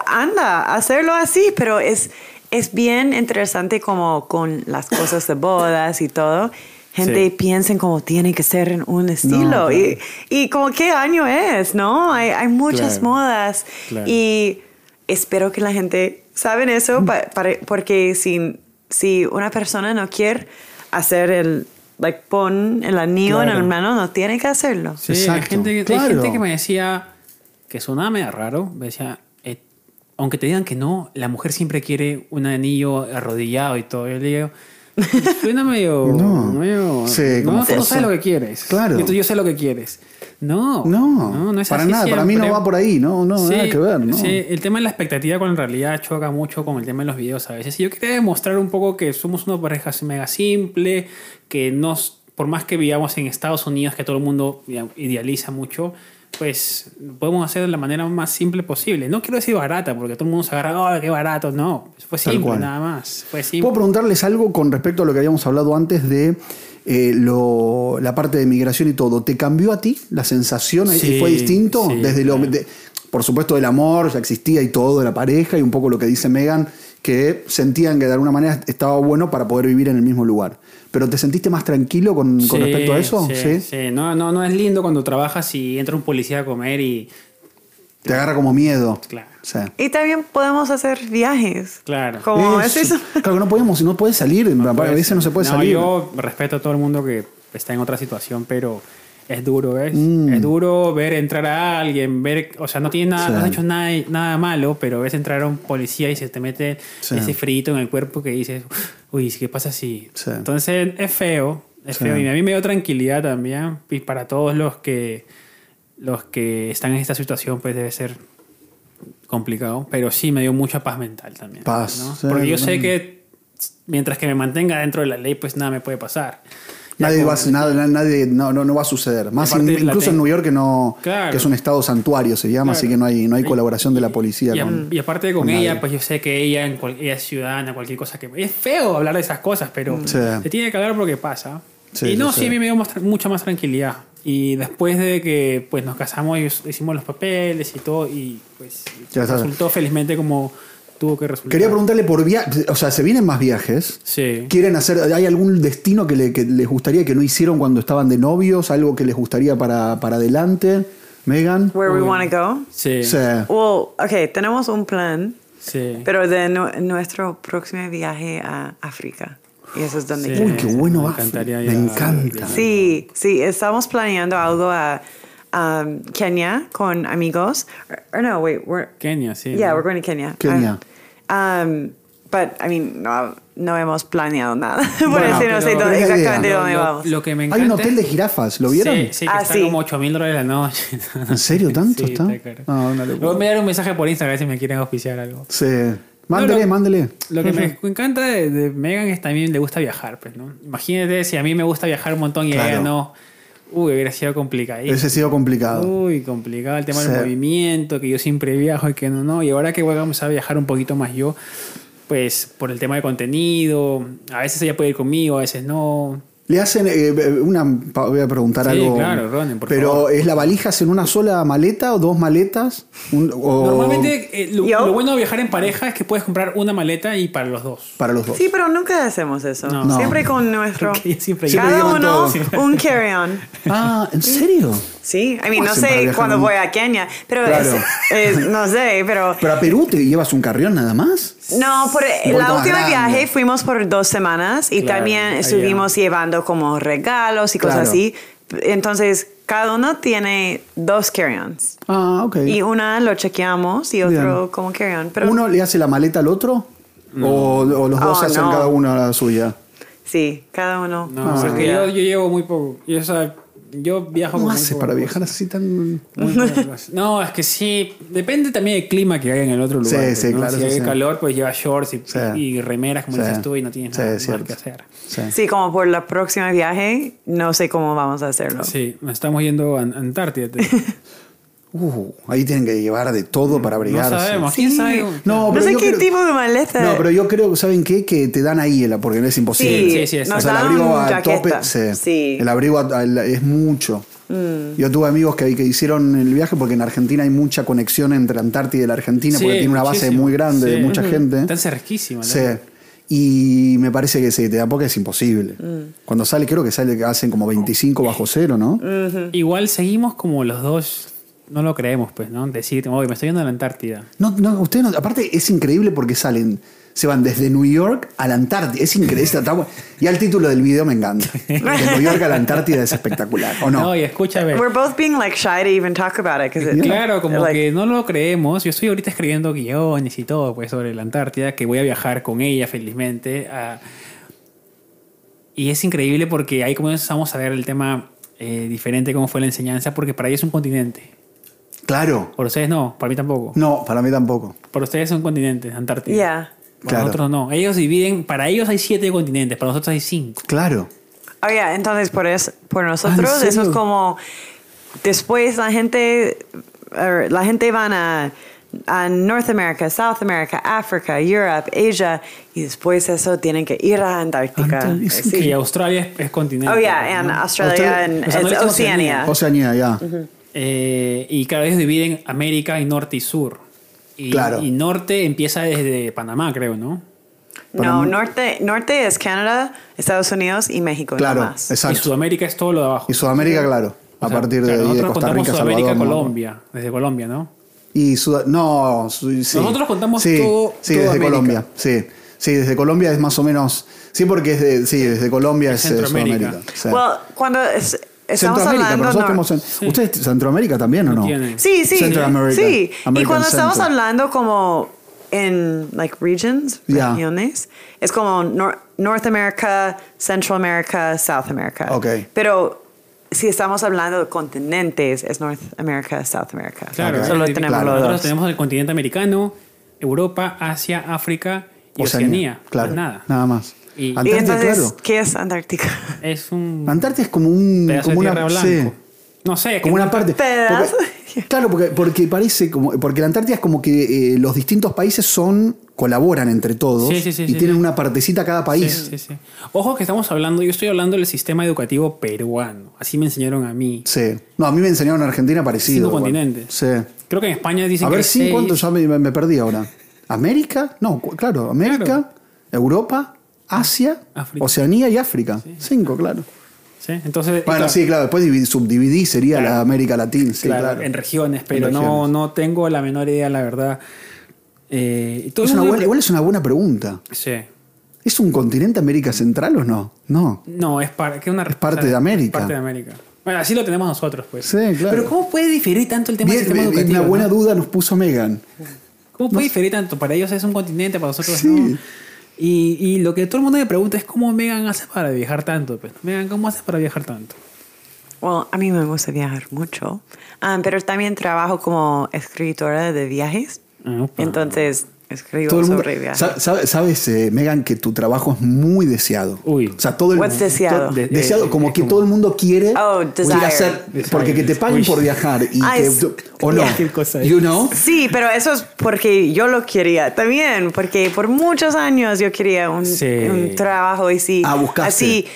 [SPEAKER 3] anda, hacerlo así, pero es, es bien interesante como con las cosas de bodas y todo. Gente
[SPEAKER 1] Sí.
[SPEAKER 3] piensa en como tiene que ser en un estilo
[SPEAKER 2] claro.
[SPEAKER 3] y, y como qué año es, ¿no? Hay, hay muchas
[SPEAKER 1] Claro.
[SPEAKER 3] modas
[SPEAKER 1] Claro.
[SPEAKER 3] y espero que la gente saben eso pa- para- porque si, si una persona no quiere hacer el, like, pon el anillo en
[SPEAKER 2] Claro.
[SPEAKER 3] el mano, no tiene que hacerlo.
[SPEAKER 1] Sí, hay,
[SPEAKER 2] Exacto,
[SPEAKER 1] gente, hay
[SPEAKER 2] claro.
[SPEAKER 1] gente que me decía que sonaba medio raro. Me decía, eh, aunque te digan que no, la mujer siempre quiere un anillo arrodillado y todo. Yo le digo, suena medio.
[SPEAKER 2] No.
[SPEAKER 1] medio-
[SPEAKER 2] Sí,
[SPEAKER 1] no,
[SPEAKER 2] como
[SPEAKER 1] tú no
[SPEAKER 2] forzado.
[SPEAKER 1] sabes lo que quieres.
[SPEAKER 2] Claro.
[SPEAKER 1] Yo, yo sé lo que quieres. No.
[SPEAKER 2] No,
[SPEAKER 1] es
[SPEAKER 2] para
[SPEAKER 1] así
[SPEAKER 2] nada, para mí no
[SPEAKER 1] siempre.
[SPEAKER 2] va por ahí, no, no,
[SPEAKER 1] Sí,
[SPEAKER 2] nada que ver, ¿no?
[SPEAKER 1] sí, el tema de la expectativa con la realidad choca mucho con el tema de los videos a veces. Y yo quería demostrar un poco que somos una pareja así mega simple, que nos, por más que vivamos en Estados Unidos, que todo el mundo digamos, idealiza mucho, pues podemos hacer de la manera más simple posible. No quiero decir barata, porque todo el mundo se agarra, oh, qué barato. No, fue simple
[SPEAKER 2] cual.
[SPEAKER 1] nada más. Fue
[SPEAKER 2] Puedo
[SPEAKER 1] simple.
[SPEAKER 2] preguntarles algo con respecto a lo que habíamos hablado antes de eh, lo- la parte de migración y todo. ¿Te cambió a ti la sensación? ¿Y
[SPEAKER 1] Sí,
[SPEAKER 2] ¿Fue distinto?
[SPEAKER 1] sí,
[SPEAKER 2] Desde lo,
[SPEAKER 1] claro.
[SPEAKER 2] de- por supuesto, el amor ya existía y todo, de la pareja y un poco lo que dice Megan, que sentían que de alguna manera estaba bueno para poder vivir en el mismo lugar. ¿Pero te sentiste más tranquilo con, con
[SPEAKER 1] Sí,
[SPEAKER 2] respecto a eso?
[SPEAKER 1] Sí, sí. No, no, no es lindo cuando trabajas y entra un policía a comer y...
[SPEAKER 2] Te agarra como miedo.
[SPEAKER 1] Claro.
[SPEAKER 2] Sí.
[SPEAKER 3] Y también podemos hacer viajes.
[SPEAKER 1] Claro.
[SPEAKER 3] Como
[SPEAKER 2] Eso.
[SPEAKER 3] eso.
[SPEAKER 2] Claro que no podemos, no puedes salir, a veces no se puede salir.
[SPEAKER 1] Pues, Yo respeto a todo el mundo que está en otra situación, pero es duro, ¿ves?
[SPEAKER 2] Mm.
[SPEAKER 1] Es duro ver entrar a alguien, ver, o sea, no tiene nada,
[SPEAKER 2] Sí.
[SPEAKER 1] no has hecho nada, nada malo, pero ves entrar a un policía y se te mete
[SPEAKER 2] Sí.
[SPEAKER 1] ese frito en el cuerpo que dices, uy, ¿qué pasa si?
[SPEAKER 2] Sí.
[SPEAKER 1] Entonces es feo, es
[SPEAKER 2] Sí.
[SPEAKER 1] feo y a mí me dio tranquilidad también y para todos los que los que están en esta situación pues debe ser complicado, pero sí me dio mucha paz mental también.
[SPEAKER 2] Paz,
[SPEAKER 1] ¿no?
[SPEAKER 2] sí,
[SPEAKER 1] Porque yo sé
[SPEAKER 2] totalmente.
[SPEAKER 1] que mientras que me mantenga dentro de la ley, pues nada me puede pasar. Ya
[SPEAKER 2] Nadie
[SPEAKER 1] como-
[SPEAKER 2] va a, nada, nadie, no, no, no va a suceder. Más
[SPEAKER 1] Aparte,
[SPEAKER 2] in-
[SPEAKER 1] la
[SPEAKER 2] incluso en
[SPEAKER 1] ten-
[SPEAKER 2] New York que no,
[SPEAKER 1] Claro.
[SPEAKER 2] que es un estado santuario se llama,
[SPEAKER 1] Claro.
[SPEAKER 2] así que no hay, no hay colaboración de la policía.
[SPEAKER 1] y, a-
[SPEAKER 2] con-
[SPEAKER 1] y aparte con,
[SPEAKER 2] con
[SPEAKER 1] ella,
[SPEAKER 2] nadie.
[SPEAKER 1] pues yo sé que ella, en cual- ella es ciudadana, cualquier cosa que... Es feo hablar de esas cosas, pero
[SPEAKER 2] Mm. Sí.
[SPEAKER 1] se tiene que hablar porque pasa.
[SPEAKER 2] Sí,
[SPEAKER 1] y
[SPEAKER 2] yo
[SPEAKER 1] no,
[SPEAKER 2] sé.
[SPEAKER 1] sí, a mí me dio más tra- mucha más tranquilidad. Y después de que pues nos casamos, y hicimos los papeles y todo, y pues
[SPEAKER 2] Ya está.
[SPEAKER 1] resultó felizmente como tuvo que resultar.
[SPEAKER 2] Quería preguntarle por viajes, o sea, se vienen más viajes.
[SPEAKER 1] Sí.
[SPEAKER 2] ¿Quieren hacer, hay algún destino que, le- que les gustaría que no hicieron cuando estaban de novios? ¿Algo que les gustaría para, para adelante? Megan.
[SPEAKER 1] Pues,
[SPEAKER 3] Where we want to go.
[SPEAKER 1] Sí.
[SPEAKER 2] Sí.
[SPEAKER 3] Well, ok, tenemos un plan,
[SPEAKER 1] sí.
[SPEAKER 3] pero de nu- nuestro próximo viaje a África. Y eso es donde
[SPEAKER 1] Sí.
[SPEAKER 2] Uy, qué
[SPEAKER 3] queremos.
[SPEAKER 2] bueno
[SPEAKER 1] Me
[SPEAKER 2] va.
[SPEAKER 1] encantaría
[SPEAKER 2] Me
[SPEAKER 1] ir a-
[SPEAKER 2] encanta.
[SPEAKER 3] Sí, sí, estamos planeando algo a um, Kenya con amigos. Or, or no, wait, we're
[SPEAKER 1] Kenia, sí.
[SPEAKER 3] yeah,
[SPEAKER 1] ¿no?
[SPEAKER 3] we're going to Kenya.
[SPEAKER 2] Kenya.
[SPEAKER 3] I- um, but I mean, no, no hemos planeado nada. Por
[SPEAKER 2] Bueno,
[SPEAKER 3] eso no sé
[SPEAKER 1] pero-
[SPEAKER 3] dónde-
[SPEAKER 2] Pero es la idea.
[SPEAKER 3] exactamente
[SPEAKER 1] Lo-
[SPEAKER 3] dónde
[SPEAKER 1] lo-
[SPEAKER 3] vamos.
[SPEAKER 1] Lo que me
[SPEAKER 2] Hay
[SPEAKER 1] encanta
[SPEAKER 2] un hotel de
[SPEAKER 1] es-
[SPEAKER 2] jirafas, ¿lo vieron?
[SPEAKER 1] Sí, sí, que
[SPEAKER 3] Ah,
[SPEAKER 1] está
[SPEAKER 3] sí.
[SPEAKER 1] como 8 mil dólares la noche.
[SPEAKER 2] ¿En serio tanto
[SPEAKER 1] Sí,
[SPEAKER 2] está?
[SPEAKER 1] caro.
[SPEAKER 2] No, una locura.
[SPEAKER 1] Luego me daré un mensaje por Instagram si me quieren auspiciar algo.
[SPEAKER 2] Sí. Mándele,
[SPEAKER 1] No, no.
[SPEAKER 2] mándele.
[SPEAKER 1] Lo que me encanta de, de Megan es también le gusta viajar, pues, ¿no? Imagínate si a mí me gusta viajar un montón y a ella
[SPEAKER 2] Claro.
[SPEAKER 1] no. Uy, hubiera sido complicadísimo.
[SPEAKER 2] Ese ha sido complicado.
[SPEAKER 1] Uy, complicado el tema del
[SPEAKER 2] Sí.
[SPEAKER 1] movimiento, que yo siempre viajo y que no, no. Y ahora que voy a comenzar a viajar un poquito más yo, pues por el tema de contenido, a veces ella puede ir conmigo, a veces no.
[SPEAKER 2] Le hacen eh, una pa- voy a preguntar
[SPEAKER 1] Sí,
[SPEAKER 2] algo.
[SPEAKER 1] claro, Ronen, por
[SPEAKER 2] Pero
[SPEAKER 1] favor.
[SPEAKER 2] es la valija en una sola maleta o dos maletas? Un- o-
[SPEAKER 1] Normalmente eh, lo,
[SPEAKER 3] ¿Yo?
[SPEAKER 1] lo bueno de viajar en pareja es que puedes comprar una maleta y para los dos.
[SPEAKER 2] para los dos.
[SPEAKER 3] Sí, pero nunca hacemos eso.
[SPEAKER 1] No.
[SPEAKER 2] No.
[SPEAKER 3] Siempre con nuestro.
[SPEAKER 1] Porque yo siempre
[SPEAKER 2] Siempre
[SPEAKER 3] cada
[SPEAKER 2] llevan
[SPEAKER 3] uno
[SPEAKER 2] todo.
[SPEAKER 3] un carry-on.
[SPEAKER 2] Ah, ¿en serio?
[SPEAKER 3] Sí, I
[SPEAKER 2] Pues
[SPEAKER 3] mean, no
[SPEAKER 2] siempre
[SPEAKER 3] sé
[SPEAKER 2] viajan
[SPEAKER 3] cuando
[SPEAKER 2] un-
[SPEAKER 3] voy a Kenia, pero
[SPEAKER 2] Claro.
[SPEAKER 3] es- es- no sé, pero
[SPEAKER 2] Pero a Perú te llevas un carrión nada más.
[SPEAKER 3] no, por
[SPEAKER 2] Vuelto
[SPEAKER 3] la
[SPEAKER 2] más grande.
[SPEAKER 3] última viaje fuimos por dos semanas y
[SPEAKER 1] Claro,
[SPEAKER 3] también
[SPEAKER 1] allá.
[SPEAKER 3] estuvimos llevando como regalos y cosas
[SPEAKER 2] Claro.
[SPEAKER 3] así. Entonces, cada uno tiene dos carry-ons
[SPEAKER 2] Ah, ok.
[SPEAKER 3] y una lo chequeamos y otro
[SPEAKER 2] Bien.
[SPEAKER 3] como carry-on, pero
[SPEAKER 2] ¿Uno le hace la maleta al otro? ¿O, o los dos
[SPEAKER 3] Oh,
[SPEAKER 2] hacen
[SPEAKER 3] no.
[SPEAKER 2] cada uno la suya?
[SPEAKER 3] sí, cada uno.
[SPEAKER 2] Ah,
[SPEAKER 1] No, porque yo, yo llevo muy poco. Yo, o sea, yo viajo
[SPEAKER 2] ¿Cómo
[SPEAKER 1] con muy
[SPEAKER 2] haces
[SPEAKER 1] poco
[SPEAKER 2] para
[SPEAKER 1] cosa.
[SPEAKER 2] viajar así tan.?
[SPEAKER 1] Muy peligroso. No, es que sí. Depende también del clima que hay en el otro lugar.
[SPEAKER 2] Sí,
[SPEAKER 1] pues,
[SPEAKER 2] sí,
[SPEAKER 1] ¿no?
[SPEAKER 2] claro,
[SPEAKER 1] Si
[SPEAKER 2] sí,
[SPEAKER 1] hay
[SPEAKER 2] sí.
[SPEAKER 1] calor, pues llevas shorts y,
[SPEAKER 2] Sí.
[SPEAKER 1] y remeras, como
[SPEAKER 2] Sí.
[SPEAKER 1] dices tú, y no tienes
[SPEAKER 2] Sí,
[SPEAKER 1] nada
[SPEAKER 2] es
[SPEAKER 1] más
[SPEAKER 2] cierto.
[SPEAKER 1] que hacer.
[SPEAKER 2] Sí.
[SPEAKER 3] Sí, como por la próxima viaje, no sé cómo vamos a hacerlo.
[SPEAKER 1] Sí, nos estamos yendo a An- Antártida. te digo.
[SPEAKER 2] Uh, ahí tienen que llevar de todo para
[SPEAKER 1] Mm, no
[SPEAKER 2] abrigarse.
[SPEAKER 1] sabemos, quién
[SPEAKER 3] Sí.
[SPEAKER 1] sabe.
[SPEAKER 2] No,
[SPEAKER 3] No
[SPEAKER 2] pero
[SPEAKER 3] sé
[SPEAKER 2] yo
[SPEAKER 3] qué
[SPEAKER 2] creo-
[SPEAKER 3] tipo de maleta.
[SPEAKER 2] No, pero yo creo, ¿saben qué? Que te dan ahí, el, porque no es imposible.
[SPEAKER 3] Sí,
[SPEAKER 1] Sí, sí, sí.
[SPEAKER 2] o
[SPEAKER 3] nos
[SPEAKER 2] sea, el
[SPEAKER 3] dan
[SPEAKER 2] abrigo a tope.
[SPEAKER 3] jaqueta.
[SPEAKER 2] sí.
[SPEAKER 3] Sí. Mm.
[SPEAKER 2] El abrigo a- al- es mucho. Yo tuve amigos que, que hicieron el viaje porque en Argentina hay mucha conexión entre Antártida y la Argentina,
[SPEAKER 1] Sí,
[SPEAKER 2] porque tiene una base
[SPEAKER 1] muchísimo.
[SPEAKER 2] muy grande de
[SPEAKER 1] Sí.
[SPEAKER 3] Mm.
[SPEAKER 2] mucha gente.
[SPEAKER 1] Están cerquisísimas.
[SPEAKER 2] Sí. Y me parece que sí, de a poco es imposible.
[SPEAKER 3] Mm.
[SPEAKER 2] Cuando sale, creo que sale, hacen como 25 bajo cero, ¿no?
[SPEAKER 1] Igual seguimos como los dos. No lo creemos, pues, ¿no? Decir, hoy me estoy yendo a la Antártida.
[SPEAKER 2] No, no, ustedes no- aparte es increíble porque salen, se van desde New York a la Antártida, es increíble, está tan bueno. Ya el título del video me encanta. De New York a la Antártida es espectacular, ¿o no?
[SPEAKER 1] y escúchame.
[SPEAKER 3] We're both being like shy to even talk about it because
[SPEAKER 1] Claro, como
[SPEAKER 3] like,
[SPEAKER 1] que no lo creemos. Yo estoy ahorita escribiendo guiones y todo pues, sobre la Antártida, que voy a viajar con ella felizmente. a- Y es increíble porque ahí comenzamos a ver el tema eh, diferente, cómo fue la enseñanza, porque para ella es un continente.
[SPEAKER 2] Claro.
[SPEAKER 1] Para ustedes no, para mí tampoco.
[SPEAKER 2] No, para mí tampoco.
[SPEAKER 1] Para ustedes es un continente, Antártida.
[SPEAKER 3] yeah.
[SPEAKER 1] Para
[SPEAKER 2] Claro.
[SPEAKER 1] nosotros no. Ellos dividen, para ellos hay siete continentes, para nosotros hay cinco.
[SPEAKER 2] Claro.
[SPEAKER 3] Oh yeah, entonces por eso, por nosotros eso es
[SPEAKER 2] Ah, serio?
[SPEAKER 3] como después la gente er, la gente van a a North America, South America, Africa, Europe, Asia y después eso tienen que ir a Antártica.
[SPEAKER 2] Antártica,
[SPEAKER 3] Sí.
[SPEAKER 1] Y Australia es, es continente.
[SPEAKER 3] Oh yeah, and
[SPEAKER 1] ¿no?
[SPEAKER 3] Australia
[SPEAKER 2] Australia-
[SPEAKER 3] and
[SPEAKER 1] o sea, no
[SPEAKER 3] it's
[SPEAKER 1] es
[SPEAKER 3] Oceania.
[SPEAKER 2] Oceanía, ya.
[SPEAKER 1] Eh, y claro, ellos dividen América en norte y sur. Y,
[SPEAKER 2] Claro.
[SPEAKER 1] y norte empieza desde Panamá, creo, ¿no?
[SPEAKER 3] No, norte norte es Canadá, Estados Unidos y México nada
[SPEAKER 2] Claro,
[SPEAKER 3] más.
[SPEAKER 1] Y
[SPEAKER 2] exacto.
[SPEAKER 1] Sudamérica es todo lo de abajo.
[SPEAKER 2] Y Sudamérica, claro.
[SPEAKER 1] O
[SPEAKER 2] A
[SPEAKER 1] sea,
[SPEAKER 2] partir de,
[SPEAKER 1] claro,
[SPEAKER 2] ahí de
[SPEAKER 1] nosotros
[SPEAKER 2] Costa
[SPEAKER 1] contamos
[SPEAKER 2] Rica,
[SPEAKER 1] Sudamérica,
[SPEAKER 2] Salvador, ¿no?
[SPEAKER 1] Colombia, desde Colombia, ¿no?
[SPEAKER 2] Y Suda- no, su- sí.
[SPEAKER 1] Nosotros contamos
[SPEAKER 2] Sí,
[SPEAKER 1] todo-
[SPEAKER 2] Sí,
[SPEAKER 1] toda
[SPEAKER 2] desde
[SPEAKER 1] América.
[SPEAKER 2] Colombia. Sí. sí, desde Colombia es más o menos. Sí, porque es de- sí, desde Colombia es, eh,
[SPEAKER 1] Centroamérica.
[SPEAKER 2] Sudamérica. sí.
[SPEAKER 3] Well, cuando es- estamos
[SPEAKER 2] Centroamérica,
[SPEAKER 3] hablando
[SPEAKER 2] pero nosotros
[SPEAKER 3] nor-
[SPEAKER 2] tenemos en- ¿Ustedes Centroamérica también o no?
[SPEAKER 1] tienen.
[SPEAKER 3] Sí, sí.
[SPEAKER 2] Central America,
[SPEAKER 3] Sí. y
[SPEAKER 2] American
[SPEAKER 3] cuando estamos
[SPEAKER 2] Central.
[SPEAKER 3] hablando como en like regions,
[SPEAKER 2] Ya.
[SPEAKER 3] regiones, es como Nor- North America, Central America, South America.
[SPEAKER 2] Ok.
[SPEAKER 3] Pero si estamos hablando de continentes, es North America, South America.
[SPEAKER 1] Claro,
[SPEAKER 2] Ok.
[SPEAKER 3] Solo
[SPEAKER 1] es
[SPEAKER 3] tenemos
[SPEAKER 1] claro.
[SPEAKER 3] los
[SPEAKER 1] Nosotros
[SPEAKER 3] dos.
[SPEAKER 1] tenemos el continente americano, Europa, Asia, África y Oceanía.
[SPEAKER 2] Claro,
[SPEAKER 1] Más nada.
[SPEAKER 2] Nada más.
[SPEAKER 1] Y-
[SPEAKER 3] Y
[SPEAKER 2] Antártida,
[SPEAKER 3] entonces,
[SPEAKER 2] claro.
[SPEAKER 3] ¿qué es Antártica?
[SPEAKER 1] Es un
[SPEAKER 2] Antártida es como un.
[SPEAKER 1] pedazo
[SPEAKER 2] Mm, como
[SPEAKER 1] de
[SPEAKER 2] una,
[SPEAKER 1] tierra blanco.
[SPEAKER 2] sí,
[SPEAKER 1] No sé, es que
[SPEAKER 2] como una
[SPEAKER 1] nunca-
[SPEAKER 2] parte.
[SPEAKER 3] Pedazo.
[SPEAKER 2] Porque- claro, porque, porque parece como. Porque la Antártida es como que eh, los distintos países son. colaboran entre todos
[SPEAKER 1] Sí, sí, sí,
[SPEAKER 2] y
[SPEAKER 1] sí,
[SPEAKER 2] tienen
[SPEAKER 1] sí.
[SPEAKER 2] una partecita cada
[SPEAKER 1] Sí,
[SPEAKER 2] país.
[SPEAKER 1] sí, sí. Ojo que estamos hablando, yo estoy hablando del sistema educativo peruano. Así me enseñaron a mí.
[SPEAKER 2] Sí. No, a mí me enseñaron en Argentina parecido.
[SPEAKER 1] Cinco
[SPEAKER 2] igual.
[SPEAKER 1] continentes.
[SPEAKER 2] Sí.
[SPEAKER 1] Creo que en España dicen
[SPEAKER 2] A
[SPEAKER 1] que
[SPEAKER 2] ver,
[SPEAKER 1] hay
[SPEAKER 2] sí,
[SPEAKER 1] seis.
[SPEAKER 2] ¿cuánto ya me, me perdí ahora? ¿América? No, cu- claro, América,
[SPEAKER 1] Claro.
[SPEAKER 2] Europa, Asia,
[SPEAKER 1] África.
[SPEAKER 2] Oceanía y África. Cinco, claro.
[SPEAKER 1] Sí, Entonces,
[SPEAKER 2] Bueno,
[SPEAKER 1] claro,
[SPEAKER 2] sí, claro, después divi- subdividí sería
[SPEAKER 1] Claro.
[SPEAKER 2] la América Latina, sí,
[SPEAKER 1] claro,
[SPEAKER 2] claro.
[SPEAKER 1] en regiones, pero
[SPEAKER 2] En
[SPEAKER 1] No,
[SPEAKER 2] regiones.
[SPEAKER 1] no tengo la menor idea, la verdad. Eh, y todo
[SPEAKER 2] Es
[SPEAKER 1] el
[SPEAKER 2] una
[SPEAKER 1] mundo-
[SPEAKER 2] buena- igual es una buena pregunta.
[SPEAKER 1] Sí.
[SPEAKER 2] ¿Es un continente América Central o no? No.
[SPEAKER 1] No, es, par- que una,
[SPEAKER 2] parte de América.
[SPEAKER 1] parte de América. Bueno, así lo tenemos nosotros, pues.
[SPEAKER 2] Sí, claro.
[SPEAKER 1] Pero ¿cómo puede diferir tanto el tema
[SPEAKER 2] Bien,
[SPEAKER 1] del sistema
[SPEAKER 2] bien,
[SPEAKER 1] educativo?
[SPEAKER 2] una buena
[SPEAKER 1] no?
[SPEAKER 2] duda nos puso Megan.
[SPEAKER 1] ¿Cómo puede diferir tanto? Para ellos es un continente, para nosotros
[SPEAKER 2] Sí.
[SPEAKER 1] no. Y, y lo que todo el mundo me pregunta es cómo Megan hace para viajar tanto. Pues. Megan, ¿cómo haces para viajar tanto?
[SPEAKER 3] Well, a mí me gusta viajar mucho, um, pero también trabajo como escritora de viajes.
[SPEAKER 1] Ah, opa.
[SPEAKER 3] Entonces, escribo
[SPEAKER 2] Todo el mundo-
[SPEAKER 3] sobre viajes.
[SPEAKER 2] sa- sa- sabes, eh, Megan, que tu trabajo es muy deseado.
[SPEAKER 1] Uy.
[SPEAKER 2] O sea, todo el
[SPEAKER 3] What's deseado?
[SPEAKER 2] to-
[SPEAKER 1] De-
[SPEAKER 2] deseado,
[SPEAKER 1] eh,
[SPEAKER 2] como
[SPEAKER 1] es
[SPEAKER 2] que
[SPEAKER 1] como-
[SPEAKER 2] todo el mundo quiere pues,
[SPEAKER 3] Oh,
[SPEAKER 2] ir a
[SPEAKER 3] desire.
[SPEAKER 2] hacer-
[SPEAKER 1] Desire.
[SPEAKER 2] porque que te paguen
[SPEAKER 1] Uy.
[SPEAKER 2] por viajar y
[SPEAKER 3] Ah,
[SPEAKER 2] que-
[SPEAKER 3] es-
[SPEAKER 2] o no.
[SPEAKER 3] yeah.
[SPEAKER 1] Qué cosa es.
[SPEAKER 2] You know?
[SPEAKER 3] Sí, pero eso es porque yo lo quería también, porque por muchos años yo quería un,
[SPEAKER 1] Sí.
[SPEAKER 3] un trabajo y sí,
[SPEAKER 2] Ah, buscaste.
[SPEAKER 3] así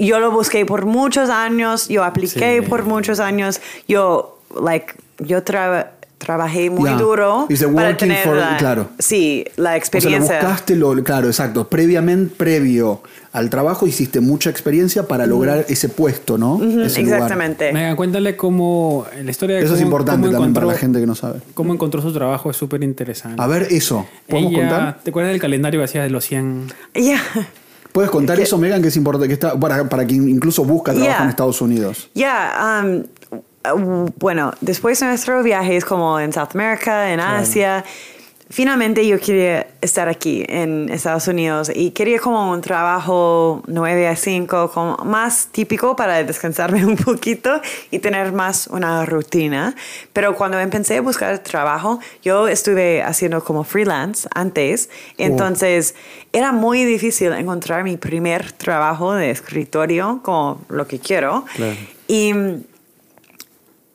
[SPEAKER 3] yo lo busqué por muchos años, yo apliqué
[SPEAKER 1] Sí.
[SPEAKER 3] por muchos años, yo like yo traba- trabajé muy
[SPEAKER 2] Yeah.
[SPEAKER 3] duro
[SPEAKER 2] It's the
[SPEAKER 3] para
[SPEAKER 2] working
[SPEAKER 3] tener
[SPEAKER 2] for-
[SPEAKER 3] la,
[SPEAKER 2] claro.
[SPEAKER 3] sí, la
[SPEAKER 2] O sea, lo
[SPEAKER 3] experiencia.
[SPEAKER 2] buscaste, lo, claro, exacto. Previamente, previo al trabajo, hiciste mucha experiencia para lograr ese puesto, ¿no?
[SPEAKER 3] Ujú,
[SPEAKER 2] Ese lugar.
[SPEAKER 3] Exactamente.
[SPEAKER 1] Megan, cuéntale cómo eh, la historia de
[SPEAKER 2] Eso
[SPEAKER 1] cómo,
[SPEAKER 2] es importante
[SPEAKER 1] cómo
[SPEAKER 2] también
[SPEAKER 1] encontró-
[SPEAKER 2] para la gente que no sabe.
[SPEAKER 1] Cómo encontró su trabajo es súper interesante.
[SPEAKER 2] A ver, eso. ¿Podemos
[SPEAKER 1] Ella-
[SPEAKER 2] contar?
[SPEAKER 1] ¿Te acuerdas del calendario que hacías de los 100?
[SPEAKER 3] Yeah.
[SPEAKER 2] ¿Puedes contar eso, Megan, que es importante? Que está, para, para quien incluso busca trabajo
[SPEAKER 3] Yeah.
[SPEAKER 2] en Estados Unidos.
[SPEAKER 3] Ya, um, uh, bueno, después de nuestros viajes como en South America, en Asia, finalmente yo quería estar aquí en Estados Unidos y quería como un trabajo 9 a 5, como más típico para descansarme un poquito y tener más una rutina. Pero cuando empecé a buscar trabajo, yo estuve haciendo como freelance antes, entonces era muy difícil encontrar mi primer trabajo de escritorio, como lo que quiero.
[SPEAKER 1] Claro.
[SPEAKER 3] Y mm,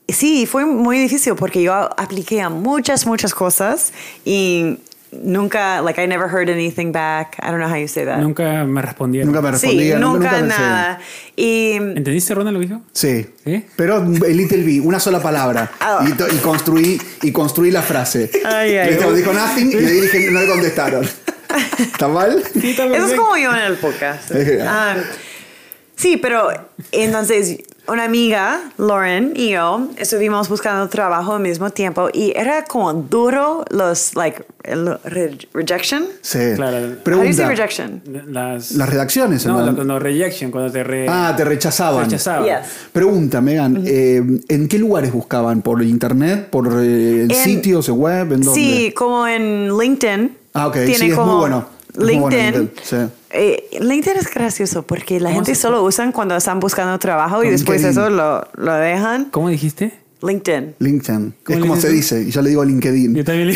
[SPEAKER 3] sí, fue muy difícil porque yo apliqué a muchas, muchas cosas y nunca, like, I never heard anything back. I don't know how you say that.
[SPEAKER 1] Nunca me respondieron.
[SPEAKER 2] Nunca me
[SPEAKER 3] sí,
[SPEAKER 2] respondía.
[SPEAKER 3] nunca,
[SPEAKER 2] me
[SPEAKER 3] nada. Y
[SPEAKER 1] ¿Entendiste, Ronda, lo que dijo?
[SPEAKER 2] Sí.
[SPEAKER 1] ¿Sí?
[SPEAKER 2] Pero el Little B, una sola palabra.
[SPEAKER 3] Ah.
[SPEAKER 2] Y, to- y construí, y construí la frase.
[SPEAKER 3] Ay, ay,
[SPEAKER 2] Viste,
[SPEAKER 3] ay.
[SPEAKER 2] Dijo nothing y le dije, no le contestaron. ¿Está mal?
[SPEAKER 3] eso es como yo en el podcast. Ah, sí, pero entonces una amiga, Lauren y yo, estuvimos buscando trabajo al mismo tiempo y era como duro los, like, el re- rejection.
[SPEAKER 2] Sí.
[SPEAKER 1] Claro.
[SPEAKER 3] How do you say
[SPEAKER 2] Pregunta.
[SPEAKER 3] rejection?
[SPEAKER 1] Las,
[SPEAKER 2] Las redacciones,
[SPEAKER 1] No,
[SPEAKER 2] ¿no?
[SPEAKER 1] la- no, rejection, cuando te re-
[SPEAKER 2] Ah, te rechazaban.
[SPEAKER 1] rechazaban.
[SPEAKER 3] Yes.
[SPEAKER 2] Pregunta, Megan, eh, ¿en qué lugares buscaban? ¿Por internet? ¿Por eh,
[SPEAKER 3] En-
[SPEAKER 2] sitios, en web? ¿En dónde?
[SPEAKER 3] Sí, como en LinkedIn.
[SPEAKER 2] Ah, ok,
[SPEAKER 3] Tiene
[SPEAKER 2] sí, es
[SPEAKER 3] como
[SPEAKER 2] muy bueno. Es muy
[SPEAKER 3] LinkedIn.
[SPEAKER 2] bueno LinkedIn, sí.
[SPEAKER 3] Eh, LinkedIn es gracioso porque la
[SPEAKER 1] ¿Cómo
[SPEAKER 3] gente
[SPEAKER 1] se-
[SPEAKER 3] solo usan cuando están buscando trabajo y después
[SPEAKER 2] LinkedIn.
[SPEAKER 3] eso lo, lo dejan.
[SPEAKER 1] ¿Cómo dijiste?
[SPEAKER 3] LinkedIn.
[SPEAKER 2] LinkedIn. Es
[SPEAKER 1] ¿Cómo
[SPEAKER 2] como
[SPEAKER 1] le
[SPEAKER 2] se dice, y yo le digo LinkedIn.
[SPEAKER 1] Yo también le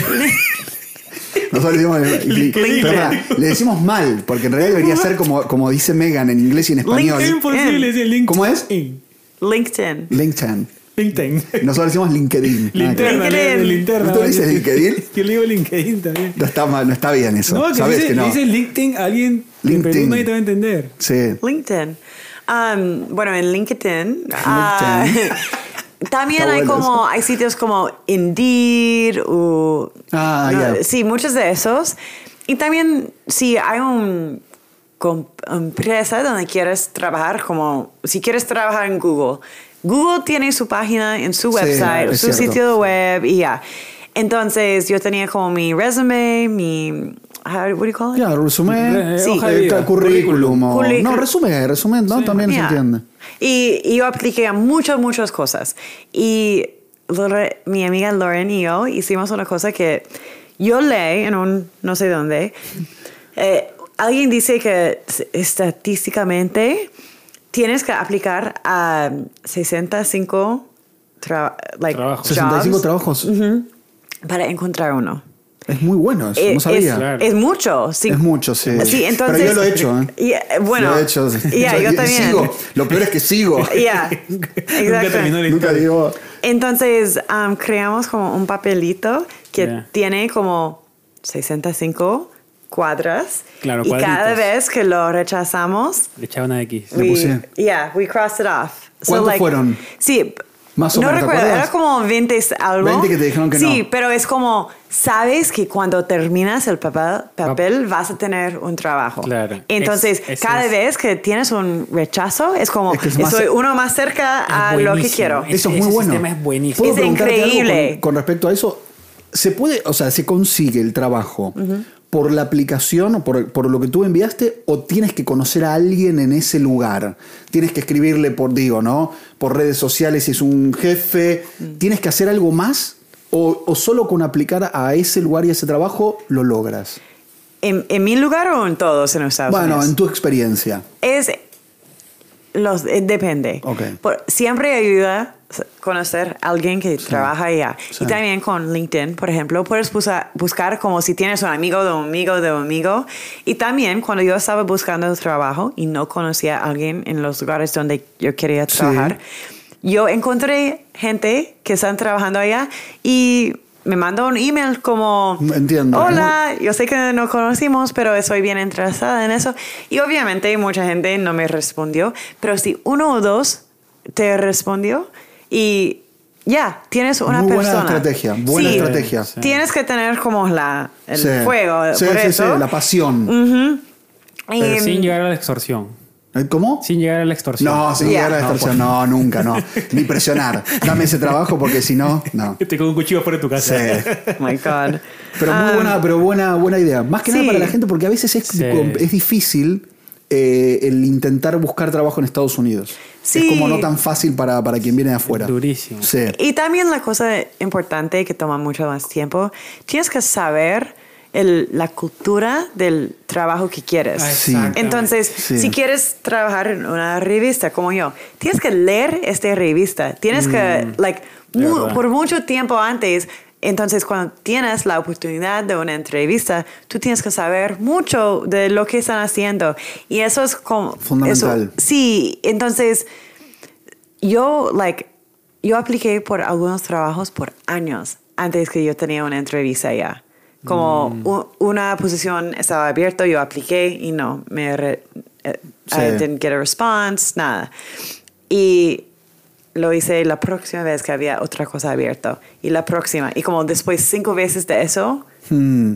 [SPEAKER 2] Nosotros le decimos,
[SPEAKER 1] LinkedIn.
[SPEAKER 2] pero pará, le decimos mal, porque en realidad debería ser como, como dice Megan en inglés y en español.
[SPEAKER 1] Es imposible, es el LinkedIn.
[SPEAKER 2] ¿Cómo es?
[SPEAKER 3] LinkedIn.
[SPEAKER 2] LinkedIn.
[SPEAKER 1] LinkedIn.
[SPEAKER 2] Nosotros decimos LinkedIn. Nada que ver.
[SPEAKER 1] Linterna,
[SPEAKER 3] LinkedIn.
[SPEAKER 1] le- linterna.
[SPEAKER 2] ¿Tú le dices LinkedIn?
[SPEAKER 1] Yo le digo LinkedIn también.
[SPEAKER 2] No está, mal, no está bien eso.
[SPEAKER 1] No, que
[SPEAKER 2] Sabes
[SPEAKER 1] dice,
[SPEAKER 2] que no.
[SPEAKER 1] dice LinkedIn a alguien en
[SPEAKER 2] LinkedIn.
[SPEAKER 1] Perú nadie te va a entender.
[SPEAKER 2] Sí.
[SPEAKER 3] LinkedIn. Um, bueno, en LinkedIn. ah,
[SPEAKER 2] LinkedIn.
[SPEAKER 3] también
[SPEAKER 2] Está
[SPEAKER 3] hay
[SPEAKER 2] bueno
[SPEAKER 3] como, hay sitios como Indeed o...
[SPEAKER 2] Ah, ya.
[SPEAKER 3] Sí, muchos de esos. Y también si hay un com- empresa donde quieres trabajar, como si quieres trabajar en Google. Google tiene su página en su
[SPEAKER 2] Sí,
[SPEAKER 3] website,
[SPEAKER 2] es
[SPEAKER 3] su
[SPEAKER 2] cierto.
[SPEAKER 3] sitio web y ya. Entonces yo tenía como mi resume, mi... How, what do you call it?
[SPEAKER 2] Ya, resumen.
[SPEAKER 1] Re-
[SPEAKER 3] Sí. hoja de
[SPEAKER 2] eh,
[SPEAKER 1] vida.
[SPEAKER 2] currículum. o-
[SPEAKER 3] Currículum.
[SPEAKER 2] No, resumen, resumen, no, también se
[SPEAKER 3] Yeah.
[SPEAKER 2] entiende.
[SPEAKER 3] Y, y yo apliqué a muchas, muchas cosas. Y Lore- mi amiga Lauren y yo hicimos una cosa que yo leí en un no sé dónde. Eh, alguien dice que s- estadísticamente tienes que aplicar a 65 tra- like,
[SPEAKER 1] Trabajos.
[SPEAKER 2] 65
[SPEAKER 3] jobs
[SPEAKER 2] trabajos.
[SPEAKER 3] para encontrar uno.
[SPEAKER 2] Es muy bueno eso,
[SPEAKER 3] Eh,
[SPEAKER 2] no sabía.
[SPEAKER 3] Es,
[SPEAKER 1] Claro.
[SPEAKER 3] es mucho. sí.
[SPEAKER 2] Es mucho, sí.
[SPEAKER 3] Sí, entonces,
[SPEAKER 2] Pero yo lo he hecho, ¿eh?
[SPEAKER 3] Y, eh, bueno,
[SPEAKER 2] lo he hecho.
[SPEAKER 3] yeah, yo
[SPEAKER 2] Y
[SPEAKER 3] también.
[SPEAKER 2] sigo. Lo peor es que sigo.
[SPEAKER 3] Yeah,
[SPEAKER 1] Nunca terminó
[SPEAKER 3] exacto.
[SPEAKER 1] la
[SPEAKER 2] Nunca
[SPEAKER 1] historia.
[SPEAKER 2] digo.
[SPEAKER 3] Entonces um, creamos como un papelito que
[SPEAKER 1] Ya.
[SPEAKER 3] tiene como 65 cuadras.
[SPEAKER 1] Claro,
[SPEAKER 3] y cada
[SPEAKER 1] cuadritos.
[SPEAKER 3] vez que lo rechazamos,
[SPEAKER 1] Le echaba una X.
[SPEAKER 2] Le
[SPEAKER 3] we,
[SPEAKER 2] puse.
[SPEAKER 3] yeah, we crossed it off.
[SPEAKER 2] ¿Cuántos fueron?
[SPEAKER 3] Sí.
[SPEAKER 2] Más o
[SPEAKER 3] no
[SPEAKER 2] menos, ¿te
[SPEAKER 3] recuerdo,
[SPEAKER 2] acuerdas?
[SPEAKER 3] era como 20 algo.
[SPEAKER 2] 20 que te dijeron que
[SPEAKER 3] Sí,
[SPEAKER 2] no.
[SPEAKER 3] pero es como, sabes que cuando terminas el papel, papel vas a tener un trabajo.
[SPEAKER 1] Claro.
[SPEAKER 3] Entonces,
[SPEAKER 1] Es- es-
[SPEAKER 3] cada
[SPEAKER 1] es-
[SPEAKER 3] vez que tienes un rechazo, es como,
[SPEAKER 2] Es que es más-
[SPEAKER 3] soy uno más cerca a lo que
[SPEAKER 1] buenísimo.
[SPEAKER 3] quiero.
[SPEAKER 1] Ese-
[SPEAKER 2] Eso es muy
[SPEAKER 1] ese
[SPEAKER 2] bueno.
[SPEAKER 1] sistema es buenísimo.
[SPEAKER 2] ¿Puedo
[SPEAKER 3] Es
[SPEAKER 2] preguntarte algo
[SPEAKER 3] increíble.
[SPEAKER 2] con, con respecto a eso, se puede, o sea, se consigue el trabajo por la aplicación o por, por lo que tú enviaste o tienes que conocer a alguien en ese lugar. Tienes que escribirle por, digo, ¿no? Por redes sociales si es un jefe.
[SPEAKER 3] Mm.
[SPEAKER 2] ¿Tienes que hacer algo más? O, o solo con aplicar a ese lugar y a ese trabajo lo logras?
[SPEAKER 3] ¿En, en mi lugar o en todos en los Estados
[SPEAKER 2] Bueno,
[SPEAKER 3] Unidos?
[SPEAKER 2] en tu experiencia.
[SPEAKER 3] Es. Los, eh, depende.
[SPEAKER 2] Ok.
[SPEAKER 3] Por- siempre ayuda s- conocer a alguien que trabaja allá.
[SPEAKER 2] Sí.
[SPEAKER 3] Y también con LinkedIn, por ejemplo, puedes busa- buscar como si tienes un amigo de un amigo de un amigo. Y también cuando yo estaba buscando trabajo y no conocía a alguien en los lugares donde yo quería
[SPEAKER 2] Sí.
[SPEAKER 3] trabajar, yo encontré gente que están trabajando allá y me mandó un email como
[SPEAKER 2] Entiendo.
[SPEAKER 3] Hola, yo sé que no conocimos, pero estoy bien interesada en eso. Y obviamente mucha gente no me respondió, pero si uno o dos te respondió y ya, tienes una
[SPEAKER 2] Muy buena
[SPEAKER 3] persona.
[SPEAKER 2] estrategia, buena
[SPEAKER 3] Sí,
[SPEAKER 2] estrategia.
[SPEAKER 1] Sí.
[SPEAKER 3] Tienes que tener como la, el
[SPEAKER 2] Sí.
[SPEAKER 3] fuego.
[SPEAKER 2] Sí,
[SPEAKER 3] por
[SPEAKER 2] sí,
[SPEAKER 3] eso.
[SPEAKER 2] sí, la pasión.
[SPEAKER 3] Y,
[SPEAKER 2] Em.
[SPEAKER 1] Pero sin llegar a la extorsión.
[SPEAKER 2] ¿Eh? ¿Cómo?
[SPEAKER 1] Sin llegar a la extorsión.
[SPEAKER 2] No, sin
[SPEAKER 3] Yeah.
[SPEAKER 2] llegar a la
[SPEAKER 1] No,
[SPEAKER 2] extorsión.
[SPEAKER 3] pues.
[SPEAKER 2] No, nunca, no. Ni presionar. Dame ese trabajo porque si no, no.
[SPEAKER 1] Te con un cuchillo fuera de tu
[SPEAKER 2] Sí.
[SPEAKER 1] casa.
[SPEAKER 3] oh my God.
[SPEAKER 2] Pero muy
[SPEAKER 3] Ah,
[SPEAKER 2] buena, pero buena, buena idea. Más que nada
[SPEAKER 3] Sí.
[SPEAKER 2] para la gente, porque a veces es,
[SPEAKER 1] Sí.
[SPEAKER 2] es difícil eh, el intentar buscar trabajo en Estados Unidos.
[SPEAKER 3] Sí.
[SPEAKER 2] Es como no tan fácil para, para quien viene de afuera.
[SPEAKER 1] Durísimo.
[SPEAKER 2] Sí.
[SPEAKER 3] Y también la cosa importante que toma mucho más tiempo, tienes que saber el- la cultura del trabajo que quieres.
[SPEAKER 1] Ah,
[SPEAKER 2] Sí.
[SPEAKER 1] exactamente.
[SPEAKER 3] Entonces,
[SPEAKER 2] Sí.
[SPEAKER 3] si quieres trabajar en una revista como yo, tienes que leer esta revista. Tienes que,
[SPEAKER 2] Mm.
[SPEAKER 3] like,
[SPEAKER 1] de
[SPEAKER 3] mu-
[SPEAKER 1] verdad.
[SPEAKER 3] por mucho tiempo antes. Entonces, cuando tienes la oportunidad de una entrevista, tú tienes que saber mucho de lo que están haciendo. Y eso es como... eso-
[SPEAKER 2] Fundamental.
[SPEAKER 3] sí, entonces yo, like, yo apliqué por algunos trabajos por años antes que yo tenía una entrevista ya. Como u- una posición estaba abierta, yo apliqué y no, me re- eh,
[SPEAKER 2] Sí.
[SPEAKER 3] I didn't get a response, nada. Y lo hice la próxima vez que había otra cosa abierta y la próxima. Y como después cinco veces de eso,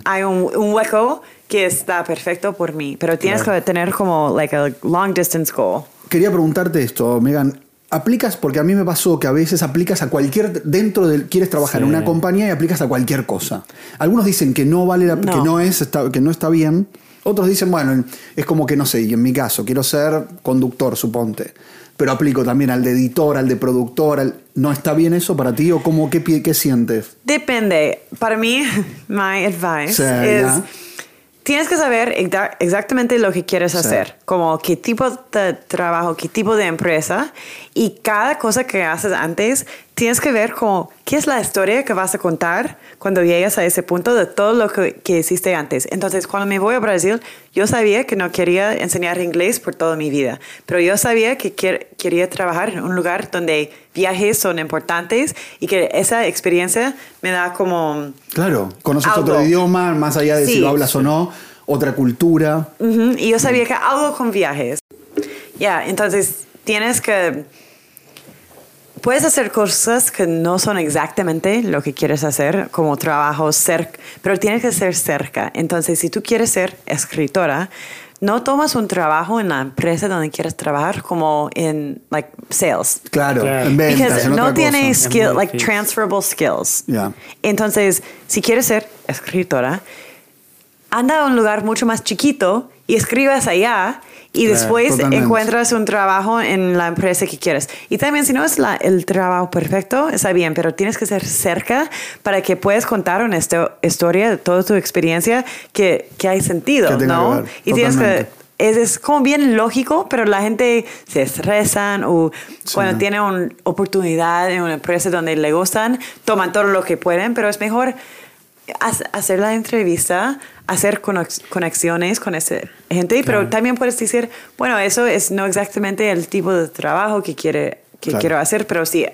[SPEAKER 3] hay un, un hueco que está perfecto por mí, pero tienes que tener como like a long distance goal.
[SPEAKER 2] Quería preguntarte esto, Megan. Aplicas, porque a mí me pasó que a veces aplicas a cualquier, dentro del, quieres trabajar
[SPEAKER 1] Sí.
[SPEAKER 2] en una compañía y aplicas a cualquier cosa. Algunos dicen que no vale la, que
[SPEAKER 3] No.
[SPEAKER 2] no es, está- que no está bien. Otros dicen, bueno, es como que no sé, y en mi caso, quiero ser conductor, suponte. Pero aplico también al de editor, al de productor, al- ¿no está bien eso para ti? ¿O cómo, qué, pi- qué sientes?
[SPEAKER 3] Depende. Para mí, my advice
[SPEAKER 2] Sí,
[SPEAKER 3] es
[SPEAKER 2] ya.
[SPEAKER 3] tienes que saber exa- exactamente lo que quieres
[SPEAKER 2] Sí.
[SPEAKER 3] hacer, como qué tipo de trabajo, qué tipo de empresa y cada cosa que haces antes tienes que ver como qué es la historia que vas a contar cuando llegas a ese punto de todo lo que, que hiciste antes. Entonces, cuando me voy a Brasil, yo sabía que no quería enseñar inglés por toda mi vida, pero yo sabía que quer- quería trabajar en un lugar donde viajes son importantes y que esa experiencia me da como
[SPEAKER 2] Claro, conoces
[SPEAKER 3] Algo.
[SPEAKER 2] otro idioma, más allá de si
[SPEAKER 3] Sí.
[SPEAKER 2] lo hablas o no, otra cultura.
[SPEAKER 3] Ujú, Y yo sabía que algo con viajes. Ya, entonces tienes que... Puedes hacer cosas que no son exactamente lo que quieres hacer, como trabajo cerca, pero tienes que ser cerca. Entonces, si tú quieres ser escritora, no tomas un trabajo en la empresa donde quieres trabajar, como en like sales.
[SPEAKER 2] Claro,
[SPEAKER 1] Claro.
[SPEAKER 2] en ventas,
[SPEAKER 3] Because
[SPEAKER 2] en otra
[SPEAKER 3] no
[SPEAKER 2] cosa.
[SPEAKER 3] tiene skill,
[SPEAKER 1] muy
[SPEAKER 3] like
[SPEAKER 1] difícil.
[SPEAKER 3] transferable skills.
[SPEAKER 2] Ya.
[SPEAKER 3] Entonces, si quieres ser escritora, anda a un lugar mucho más chiquito y escribas allá y
[SPEAKER 2] Claro,
[SPEAKER 3] después
[SPEAKER 2] totalmente.
[SPEAKER 3] encuentras un trabajo en la empresa que quieres. Y también si no es la- el trabajo perfecto, está bien, pero tienes que ser cerca para que puedas contar una histo- historia de toda tu experiencia que, que hay sentido,
[SPEAKER 2] Que tenga que
[SPEAKER 3] ¿no?
[SPEAKER 2] ver,
[SPEAKER 3] y tienes que...
[SPEAKER 2] totalmente.
[SPEAKER 3] Es, es como bien lógico, pero la gente se estresan o cuando tienen una oportunidad en una empresa donde le gustan, toman todo lo que pueden, pero es mejor haz- hacer la entrevista, hacer conex- conexiones con esa gente, pero también puedes decir, bueno, eso es no exactamente el tipo de trabajo que, quiere, que
[SPEAKER 2] Claro.
[SPEAKER 3] quiero hacer, pero si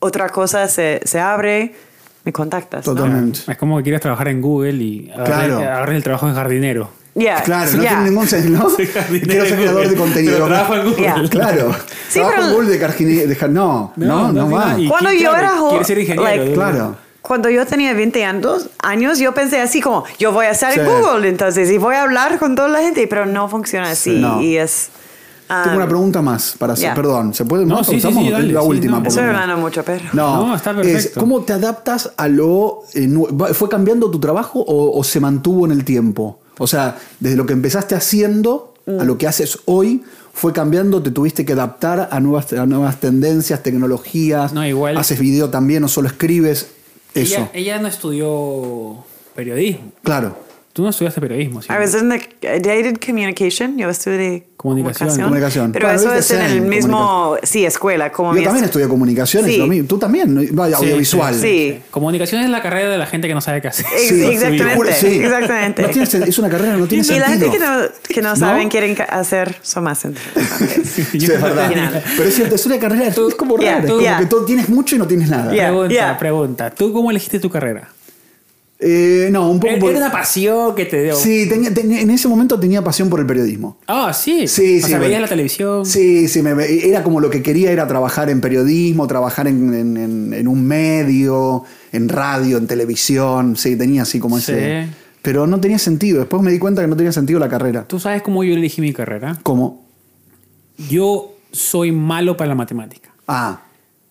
[SPEAKER 3] otra cosa se, se abre, me contactas. ¿no?
[SPEAKER 2] Totalmente.
[SPEAKER 1] Es como que quieres trabajar en Google y agarrar
[SPEAKER 2] Claro.
[SPEAKER 1] el trabajo de jardinero.
[SPEAKER 3] Yeah,
[SPEAKER 2] Claro, no
[SPEAKER 3] yeah.
[SPEAKER 2] tiene ningún sentido. ¿no?
[SPEAKER 1] Soy jardinero
[SPEAKER 2] Quiero ser
[SPEAKER 1] en
[SPEAKER 2] creador
[SPEAKER 1] Google,
[SPEAKER 2] de contenido.
[SPEAKER 1] pero trabajo en Google.
[SPEAKER 3] Yeah.
[SPEAKER 2] Claro.
[SPEAKER 3] Sí,
[SPEAKER 2] trabajo
[SPEAKER 3] pero-
[SPEAKER 2] en Google de jardine- de jar- No, no, no, va.
[SPEAKER 1] y
[SPEAKER 3] Cuando
[SPEAKER 1] quién-
[SPEAKER 3] yo
[SPEAKER 1] claro,
[SPEAKER 3] era jo-
[SPEAKER 1] Quieres ser ingeniero.
[SPEAKER 3] like-
[SPEAKER 1] ¿no?
[SPEAKER 2] Claro.
[SPEAKER 3] Cuando yo tenía 20 años, años, yo pensé así como, yo voy a estar en
[SPEAKER 2] Sí.
[SPEAKER 3] Google entonces y voy a hablar con toda la gente, pero no funciona así.
[SPEAKER 2] Sí. No.
[SPEAKER 3] Y es... ah,
[SPEAKER 2] Tengo una pregunta más para hacer.
[SPEAKER 3] ya.
[SPEAKER 2] Perdón, ¿se puede?
[SPEAKER 1] No,
[SPEAKER 2] más?
[SPEAKER 1] sí, sí,
[SPEAKER 2] Estamos-
[SPEAKER 1] sí, dale,
[SPEAKER 2] la
[SPEAKER 1] sí, no.
[SPEAKER 2] última. por lo
[SPEAKER 3] Estoy
[SPEAKER 2] menos.
[SPEAKER 3] hablando mucho, perro.
[SPEAKER 2] No,
[SPEAKER 1] No, está perfecto.
[SPEAKER 2] es, ¿Cómo te adaptas a lo... eh, nu- va- ¿Fue cambiando tu trabajo o, o se mantuvo en el tiempo? O sea, desde lo que empezaste haciendo a lo que haces hoy fue cambiando, te tuviste que adaptar a nuevas, a nuevas tendencias, tecnologías.
[SPEAKER 1] No, igual-
[SPEAKER 2] Haces video también, no solo escribes. Eso.
[SPEAKER 1] Ella, ella no estudió periodismo.
[SPEAKER 2] Claro.
[SPEAKER 1] Tú no estudiaste periodismo, ¿sí?
[SPEAKER 3] I was in the, I did communication, yo estudié
[SPEAKER 1] Comunicación.
[SPEAKER 3] comunicación.
[SPEAKER 2] Comunicación.
[SPEAKER 3] Pero
[SPEAKER 2] Bueno,
[SPEAKER 3] eso
[SPEAKER 2] viste,
[SPEAKER 3] es en el
[SPEAKER 2] same,
[SPEAKER 3] mismo, sí, escuela. Como
[SPEAKER 2] Yo
[SPEAKER 3] mi
[SPEAKER 2] también
[SPEAKER 3] es-
[SPEAKER 2] estudié comunicaciones,
[SPEAKER 3] Sí.
[SPEAKER 2] lo mismo. tú también, ¿no? Va, audiovisual.
[SPEAKER 3] sí, sí.
[SPEAKER 1] Comunicación es la carrera de la gente que no sabe qué hacer.
[SPEAKER 3] Ex-
[SPEAKER 2] Sí,
[SPEAKER 3] exactamente,
[SPEAKER 2] te juro, sí.
[SPEAKER 3] exactamente.
[SPEAKER 2] No tiene sen- es una carrera, no tiene
[SPEAKER 3] Y
[SPEAKER 2] sentido.
[SPEAKER 3] la gente que no, que no,
[SPEAKER 2] ¿No?
[SPEAKER 3] saben quieren ca- hacer son más interesantes.
[SPEAKER 2] Sí, es verdad.
[SPEAKER 3] Genial.
[SPEAKER 2] Pero es cierto, es una carrera, es como
[SPEAKER 3] Yeah,
[SPEAKER 2] rara. es como
[SPEAKER 3] yeah.
[SPEAKER 2] que todo, tienes mucho y no tienes nada.
[SPEAKER 3] Yeah.
[SPEAKER 1] Pregunta,
[SPEAKER 3] yeah.
[SPEAKER 1] pregunta. ¿Tú cómo elegiste tu carrera?
[SPEAKER 2] Eh, no, un poco
[SPEAKER 1] Era
[SPEAKER 2] por...
[SPEAKER 1] una pasión que te dio.
[SPEAKER 2] Sí, tenía- tenía- en ese momento tenía pasión por el periodismo.
[SPEAKER 1] Ah, sí. o
[SPEAKER 2] Sí, sí.
[SPEAKER 1] sea,
[SPEAKER 2] bueno.
[SPEAKER 1] veías la televisión.
[SPEAKER 2] Sí, sí, me- me- era como lo que quería era trabajar en periodismo, trabajar en, en- en- en un medio, en radio, en televisión. Sí, tenía así como
[SPEAKER 1] Sí.
[SPEAKER 2] ese. Pero no tenía sentido. Después me di cuenta que no tenía sentido la carrera.
[SPEAKER 1] ¿Tú sabes cómo yo elegí mi carrera?
[SPEAKER 2] ¿Cómo?
[SPEAKER 1] Yo soy malo para la matemática.
[SPEAKER 2] Ah,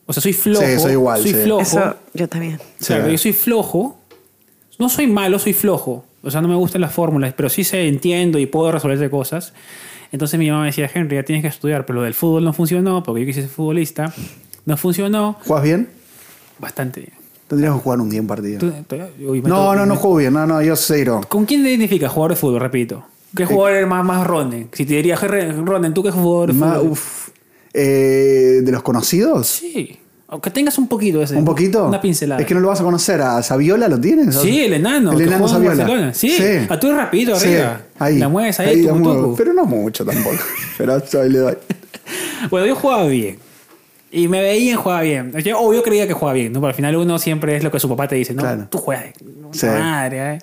[SPEAKER 1] O sea, soy flojo.
[SPEAKER 2] Sí, soy igual,
[SPEAKER 1] Soy
[SPEAKER 2] sí.
[SPEAKER 1] flojo.
[SPEAKER 3] Eso yo también.
[SPEAKER 1] Claro,
[SPEAKER 2] Sí.
[SPEAKER 1] yo soy flojo. No soy malo, soy flojo. O sea, no me gustan las fórmulas, pero sí sé, entiendo y puedo resolverse cosas. Entonces mi mamá me decía, Henry, ya tienes que estudiar, pero lo del fútbol no funcionó, porque yo quise ser futbolista. No funcionó
[SPEAKER 2] ¿juegas bien?
[SPEAKER 1] bastante bien.
[SPEAKER 2] Tendrías que jugar un día un partido.
[SPEAKER 1] Tú- tú- uy, me
[SPEAKER 2] No,
[SPEAKER 1] to-
[SPEAKER 2] no, no
[SPEAKER 1] me-
[SPEAKER 2] juego bien. No, no, yo cero.
[SPEAKER 1] ¿Con quién te identificas jugador de fútbol? Repito. ¿Qué jugador eres más, más Ronen? Si te diría, "Henry, Ronen, ¿tú qué jugador de
[SPEAKER 2] Ma-
[SPEAKER 1] fútbol?
[SPEAKER 2] uf. Eh, ¿De los conocidos?
[SPEAKER 1] Sí. Aunque tengas un poquito de ese.
[SPEAKER 2] ¿Un poquito?
[SPEAKER 1] Una pincelada.
[SPEAKER 2] Es que no lo vas a conocer. ¿A Saviola lo tienes?
[SPEAKER 1] Sí, el enano.
[SPEAKER 2] El
[SPEAKER 1] que
[SPEAKER 2] enano
[SPEAKER 1] juega en
[SPEAKER 2] Saviola.
[SPEAKER 1] Barcelona. Sí. A tú rapidito
[SPEAKER 2] Sí,
[SPEAKER 1] arriba.
[SPEAKER 2] Ahí.
[SPEAKER 1] La mueves ahí,
[SPEAKER 2] la
[SPEAKER 1] tucu,
[SPEAKER 2] muevo.
[SPEAKER 1] tucu.
[SPEAKER 2] Pero no mucho tampoco. Pero yo ahí le doy.
[SPEAKER 1] Bueno, yo jugaba bien. Y me veían jugaba bien. Yo, oh, yo creía que jugaba bien, ¿no? Pero al final uno siempre es lo que su papá te dice, ¿no?
[SPEAKER 2] Claro.
[SPEAKER 1] Tú juegas de
[SPEAKER 2] Sí.
[SPEAKER 1] madre. ¿eh?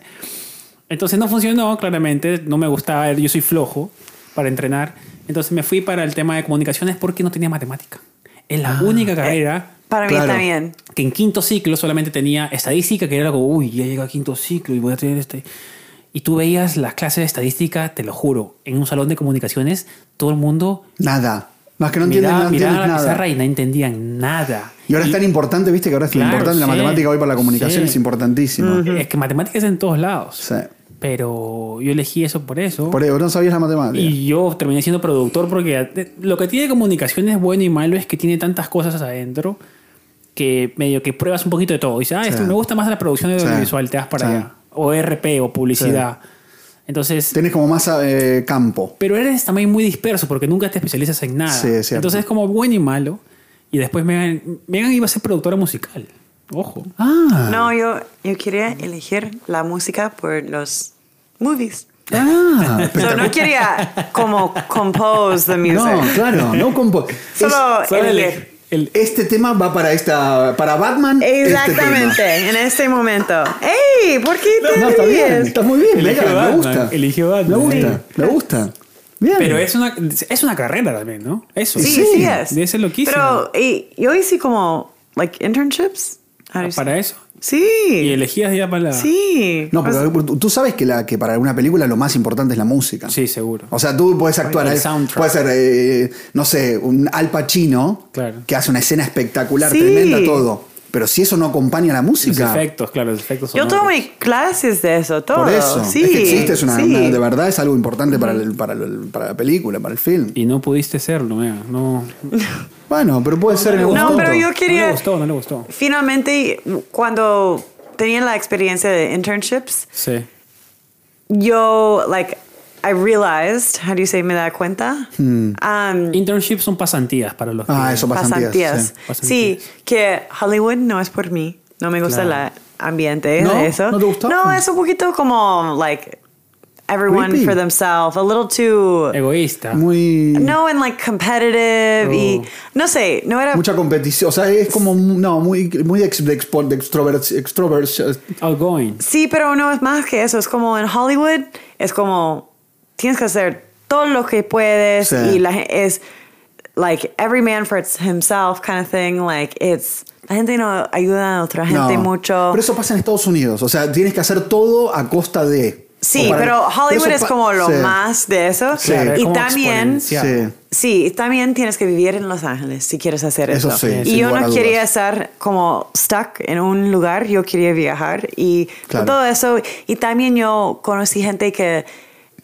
[SPEAKER 1] Entonces no funcionó, claramente. No me gustaba. Yo soy flojo para entrenar. Entonces me fui para el tema de comunicaciones porque no tenía matemática. Es la
[SPEAKER 2] Ah.
[SPEAKER 1] única carrera
[SPEAKER 3] Para mí
[SPEAKER 2] Claro.
[SPEAKER 3] también.
[SPEAKER 1] que en quinto ciclo solamente tenía estadística, que era como, uy, ya llega a quinto ciclo y voy a tener este. Y tú veías las clases de estadística, te lo juro, en un salón de comunicaciones, todo el mundo
[SPEAKER 2] Nada. Más que no entiendes,
[SPEAKER 1] miraba,
[SPEAKER 2] no
[SPEAKER 1] miraba
[SPEAKER 2] entiendes
[SPEAKER 1] la pizarra
[SPEAKER 2] nada.
[SPEAKER 1] y no entendían nada.
[SPEAKER 2] Y ahora es tan importante, viste, que ahora es lo
[SPEAKER 1] Claro,
[SPEAKER 2] importante. La
[SPEAKER 1] sí,
[SPEAKER 2] matemática hoy para la comunicación
[SPEAKER 1] sí.
[SPEAKER 2] es importantísima.
[SPEAKER 1] Es que matemáticas en todos lados.
[SPEAKER 2] Sí.
[SPEAKER 1] Pero yo elegí eso por eso.
[SPEAKER 2] Por eso no sabías la matemática.
[SPEAKER 1] y yo terminé siendo productor porque lo que tiene comunicaciones bueno y malo es que tiene tantas cosas adentro que medio que pruebas un poquito de todo. Dices, ah, esto
[SPEAKER 2] Sí.
[SPEAKER 1] me gusta más la producción
[SPEAKER 2] Sí.
[SPEAKER 1] audiovisual, te das para
[SPEAKER 2] Sí.
[SPEAKER 1] allá. O RP o publicidad. Entonces,
[SPEAKER 2] Tenés como más eh, campo.
[SPEAKER 1] pero eres también muy disperso porque nunca te especializas en nada.
[SPEAKER 2] Sí, es cierto.
[SPEAKER 1] Entonces es como bueno y malo. Y después Megan, Megan iba a ser productora musical. Ojo.
[SPEAKER 2] Ah.
[SPEAKER 3] No, yo, yo quería elegir la música por los movies.
[SPEAKER 2] Ah,
[SPEAKER 3] So, no quería como compose the music.
[SPEAKER 2] No, claro, no compo.
[SPEAKER 3] Solo
[SPEAKER 1] ¿Sabes?
[SPEAKER 3] elegir.
[SPEAKER 1] El-
[SPEAKER 2] Es- este tema va para esta. para Batman. este tema.
[SPEAKER 3] Exactamente, en este momento. ¡Ey! ¿Por qué te
[SPEAKER 2] No, está bien,
[SPEAKER 3] ríes?
[SPEAKER 2] está muy bien,
[SPEAKER 1] Eligió
[SPEAKER 2] Megan, me
[SPEAKER 1] Batman,
[SPEAKER 2] gusta.
[SPEAKER 1] eligió
[SPEAKER 2] Me
[SPEAKER 1] Batman.
[SPEAKER 2] gusta, me gusta. Bien.
[SPEAKER 1] Pero es una, es una carrera también, ¿no? Eso.
[SPEAKER 3] Sí,
[SPEAKER 2] Sí,
[SPEAKER 3] sí, es.
[SPEAKER 1] debe ser loquísimo.
[SPEAKER 3] Pero y, yo hice como, like, internships. How do you say?
[SPEAKER 1] Ah, Para eso. Y
[SPEAKER 3] Sí.
[SPEAKER 1] elegías ya para la...
[SPEAKER 3] Sí.
[SPEAKER 2] No, pero tú- tú sabes que, la, que para una película lo más importante es la música.
[SPEAKER 1] Sí, seguro.
[SPEAKER 2] O sea, tú puedes actuar.
[SPEAKER 1] El
[SPEAKER 2] eh,
[SPEAKER 1] soundtrack.
[SPEAKER 2] Puede ser, eh, no sé, un Al Pacino
[SPEAKER 1] Claro.
[SPEAKER 2] que hace una escena espectacular,
[SPEAKER 3] Sí.
[SPEAKER 2] tremenda, todo. Pero si eso no acompaña la
[SPEAKER 1] Los
[SPEAKER 2] música.
[SPEAKER 1] efectos, claro, los efectos
[SPEAKER 3] Yo
[SPEAKER 1] sonoros.
[SPEAKER 3] tomé clases de eso, todo.
[SPEAKER 2] Por eso.
[SPEAKER 3] Sí.
[SPEAKER 2] Es que existe, es una,
[SPEAKER 3] sí.
[SPEAKER 2] una- de verdad es algo importante para, el- para, el- para la película, para el film.
[SPEAKER 1] Y no pudiste serlo, mira. No,
[SPEAKER 2] Bueno, pero puede ser en algún
[SPEAKER 3] No,
[SPEAKER 2] momento.
[SPEAKER 3] pero yo
[SPEAKER 1] no
[SPEAKER 3] quería.
[SPEAKER 1] le gustó, no le gustó.
[SPEAKER 3] Finalmente, cuando tenía la experiencia de internships,
[SPEAKER 1] Sí.
[SPEAKER 3] yo, like, I realized, how do you say, me da cuenta.
[SPEAKER 2] Hmm.
[SPEAKER 3] Um,
[SPEAKER 1] Internships son pasantías para los que...
[SPEAKER 2] Ah, eso pasantías.
[SPEAKER 3] pasantías.
[SPEAKER 2] sí.
[SPEAKER 3] Sí, que Hollywood no es por mí. No me gusta
[SPEAKER 1] Claro.
[SPEAKER 3] el ambiente
[SPEAKER 2] ¿No?
[SPEAKER 3] de eso.
[SPEAKER 2] ¿No te gustó?
[SPEAKER 3] No, es un poquito como, like, everyone
[SPEAKER 2] Creepy.
[SPEAKER 3] for themselves. A little too.
[SPEAKER 1] Egoísta.
[SPEAKER 2] Muy.
[SPEAKER 3] No, and like competitive y. No sé, no era.
[SPEAKER 2] Oh. Mucha competición. O sea, es como. No, muy, muy de, ex- de expo- de extroverts- extroverts- eh,
[SPEAKER 1] Outgoing.
[SPEAKER 3] Sí, pero no es más que eso. Es como en Hollywood, es como tienes que hacer todo lo que puedes
[SPEAKER 2] Sí.
[SPEAKER 3] y la gen- es like every man for its- himself kind of thing. Like it's la gente no ayuda a otra gente
[SPEAKER 2] No.
[SPEAKER 3] mucho.
[SPEAKER 2] Pero eso pasa en Estados Unidos. O sea, tienes que hacer todo a costa de.
[SPEAKER 3] sí,
[SPEAKER 2] O para-
[SPEAKER 3] pero
[SPEAKER 2] pero
[SPEAKER 3] Hollywood
[SPEAKER 2] eso
[SPEAKER 3] es
[SPEAKER 2] pa-
[SPEAKER 3] como lo
[SPEAKER 2] sí.
[SPEAKER 3] más de eso.
[SPEAKER 2] Claro, es
[SPEAKER 3] y
[SPEAKER 1] como
[SPEAKER 3] también
[SPEAKER 1] exponencial.
[SPEAKER 2] Sí.
[SPEAKER 3] Sí, y también tienes que vivir en Los Ángeles si quieres hacer
[SPEAKER 2] Eso
[SPEAKER 3] eso.
[SPEAKER 2] sí, sin
[SPEAKER 3] y yo
[SPEAKER 2] lugar a
[SPEAKER 3] no
[SPEAKER 2] dudas.
[SPEAKER 3] quería estar como stuck en un lugar, yo quería viajar y
[SPEAKER 2] Claro.
[SPEAKER 3] con todo eso. Y también yo conocí gente que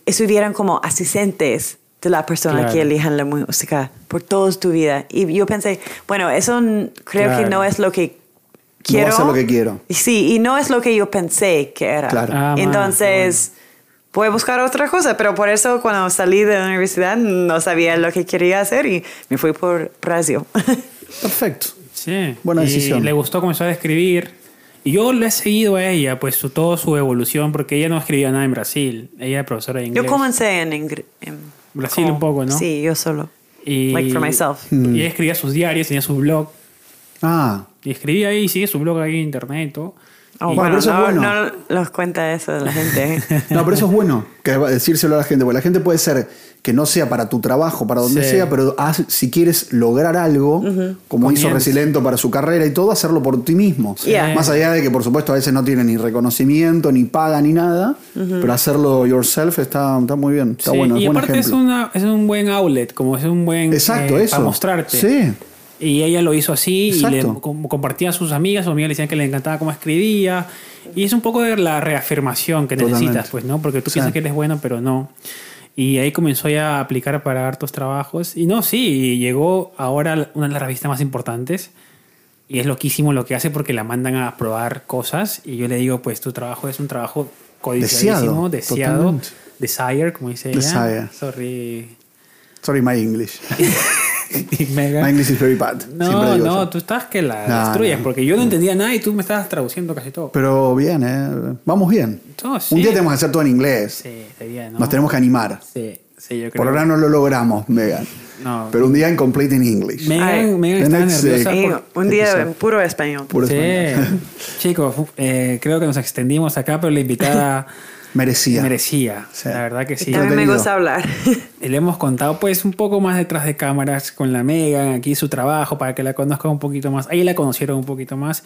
[SPEAKER 3] estuvieran como asistentes de la persona
[SPEAKER 1] Claro.
[SPEAKER 3] que elijan la música por toda tu vida. Y yo pensé, bueno, eso n- creo
[SPEAKER 1] Claro.
[SPEAKER 3] que no es lo que
[SPEAKER 2] No va a
[SPEAKER 3] quiero.
[SPEAKER 2] ser lo que quiero.
[SPEAKER 3] Y Sí, y no es lo que yo pensé que era.
[SPEAKER 2] Claro.
[SPEAKER 1] Ah, man,
[SPEAKER 3] Entonces, voy a buscar otra cosa, pero por eso cuando salí de la universidad no sabía lo que quería hacer y me fui por radio.
[SPEAKER 2] Perfecto.
[SPEAKER 1] Sí.
[SPEAKER 2] Buena
[SPEAKER 1] Y
[SPEAKER 2] decisión.
[SPEAKER 1] Le gustó comenzar a escribir. Y yo le he seguido a ella, pues su, toda su evolución, porque ella no escribía nada en Brasil. Ella era profesora de inglés.
[SPEAKER 3] yo comencé en, ingr- en-
[SPEAKER 1] Brasil un poco, ¿no?
[SPEAKER 3] Sí, yo solo.
[SPEAKER 1] y, Mm.
[SPEAKER 3] Like for myself.
[SPEAKER 2] Mm.
[SPEAKER 1] Y ella escribía sus diarios, tenía su blog.
[SPEAKER 2] Ah,
[SPEAKER 1] Y escribía ahí, sigue su blog ahí en internet y todo.
[SPEAKER 3] Oh,
[SPEAKER 1] Y-
[SPEAKER 2] Bueno,
[SPEAKER 3] bueno,
[SPEAKER 2] pero eso es
[SPEAKER 3] no,
[SPEAKER 2] bueno.
[SPEAKER 3] no los cuenta eso de la gente.
[SPEAKER 2] No, pero eso es bueno, que va- decírselo a la gente, porque la gente puede ser que no sea para tu trabajo, para donde
[SPEAKER 1] Sí.
[SPEAKER 2] sea, pero haz- si quieres lograr algo, como hizo
[SPEAKER 1] Comienza.
[SPEAKER 2] Resilento para su carrera y todo, hacerlo por ti mismo.
[SPEAKER 3] Yeah.
[SPEAKER 2] Más allá de que, por supuesto, a veces no tiene ni reconocimiento, ni paga, ni nada, pero hacerlo yourself está, está muy bien, está
[SPEAKER 1] Sí,
[SPEAKER 2] bueno, es
[SPEAKER 1] y
[SPEAKER 2] buen
[SPEAKER 1] aparte
[SPEAKER 2] ejemplo.
[SPEAKER 1] es, una, es un buen outlet, como es un buen...
[SPEAKER 2] Exacto,
[SPEAKER 1] eh,
[SPEAKER 2] eso.
[SPEAKER 1] Para mostrarte.
[SPEAKER 2] Sí.
[SPEAKER 1] Y ella lo hizo así y
[SPEAKER 2] Exacto.
[SPEAKER 1] le com- compartía a sus amigas, sus amigas le decían que le encantaba cómo escribía. Y es un poco de la reafirmación que
[SPEAKER 2] Totalmente.
[SPEAKER 1] necesitas, pues, ¿no? Porque tú
[SPEAKER 2] Sí.
[SPEAKER 1] piensas que eres bueno, pero no. Y ahí comenzó ya a aplicar para hartos trabajos. Y no, sí, y llegó ahora a una de las revistas más importantes. Y es loquísimo lo que hace porque la mandan a probar cosas. Y yo le digo, pues tu trabajo es un trabajo codiciadísimo,
[SPEAKER 2] Deseado,
[SPEAKER 1] deseado.
[SPEAKER 2] totalmente.
[SPEAKER 1] Desire, como dice
[SPEAKER 2] Desire.
[SPEAKER 1] ella. Sorry.
[SPEAKER 2] Sorry, my English.
[SPEAKER 1] Megan.
[SPEAKER 2] My English is very bad. Siempre
[SPEAKER 1] No,
[SPEAKER 2] digo
[SPEAKER 1] no,
[SPEAKER 2] eso.
[SPEAKER 1] tú estabas que la
[SPEAKER 2] No,
[SPEAKER 1] destruyes,
[SPEAKER 2] no.
[SPEAKER 1] porque yo no entendía nada y tú me estabas traduciendo casi todo.
[SPEAKER 2] Pero bien, ¿eh? Vamos bien.
[SPEAKER 1] No, sí.
[SPEAKER 2] Un día tenemos que hacer todo en inglés.
[SPEAKER 1] Sí, sería, ¿no?
[SPEAKER 2] Nos tenemos que animar.
[SPEAKER 1] Sí, sí, yo creo.
[SPEAKER 2] Por ahora no lo logramos, Megan.
[SPEAKER 1] No.
[SPEAKER 2] Pero un día en Complete in English.
[SPEAKER 3] Ay.
[SPEAKER 1] Megan, Megan
[SPEAKER 2] The
[SPEAKER 1] estaba
[SPEAKER 2] next, eh,
[SPEAKER 1] nerviosa.
[SPEAKER 3] Y
[SPEAKER 1] por-
[SPEAKER 3] un día
[SPEAKER 2] episodio.
[SPEAKER 3] en puro español.
[SPEAKER 2] Puro español.
[SPEAKER 1] Sí. Chicos, fu- eh, creo que nos extendimos acá, pero la invitada
[SPEAKER 2] Merecía.
[SPEAKER 1] merecía.
[SPEAKER 2] Sí.
[SPEAKER 1] La verdad que sí.
[SPEAKER 3] También me
[SPEAKER 2] Entretenido.
[SPEAKER 3] gusta hablar.
[SPEAKER 1] Y Le hemos contado pues un poco más detrás de cámaras con la Megan, aquí su trabajo, para que la conozcan un poquito más. Ahí la conocieron un poquito más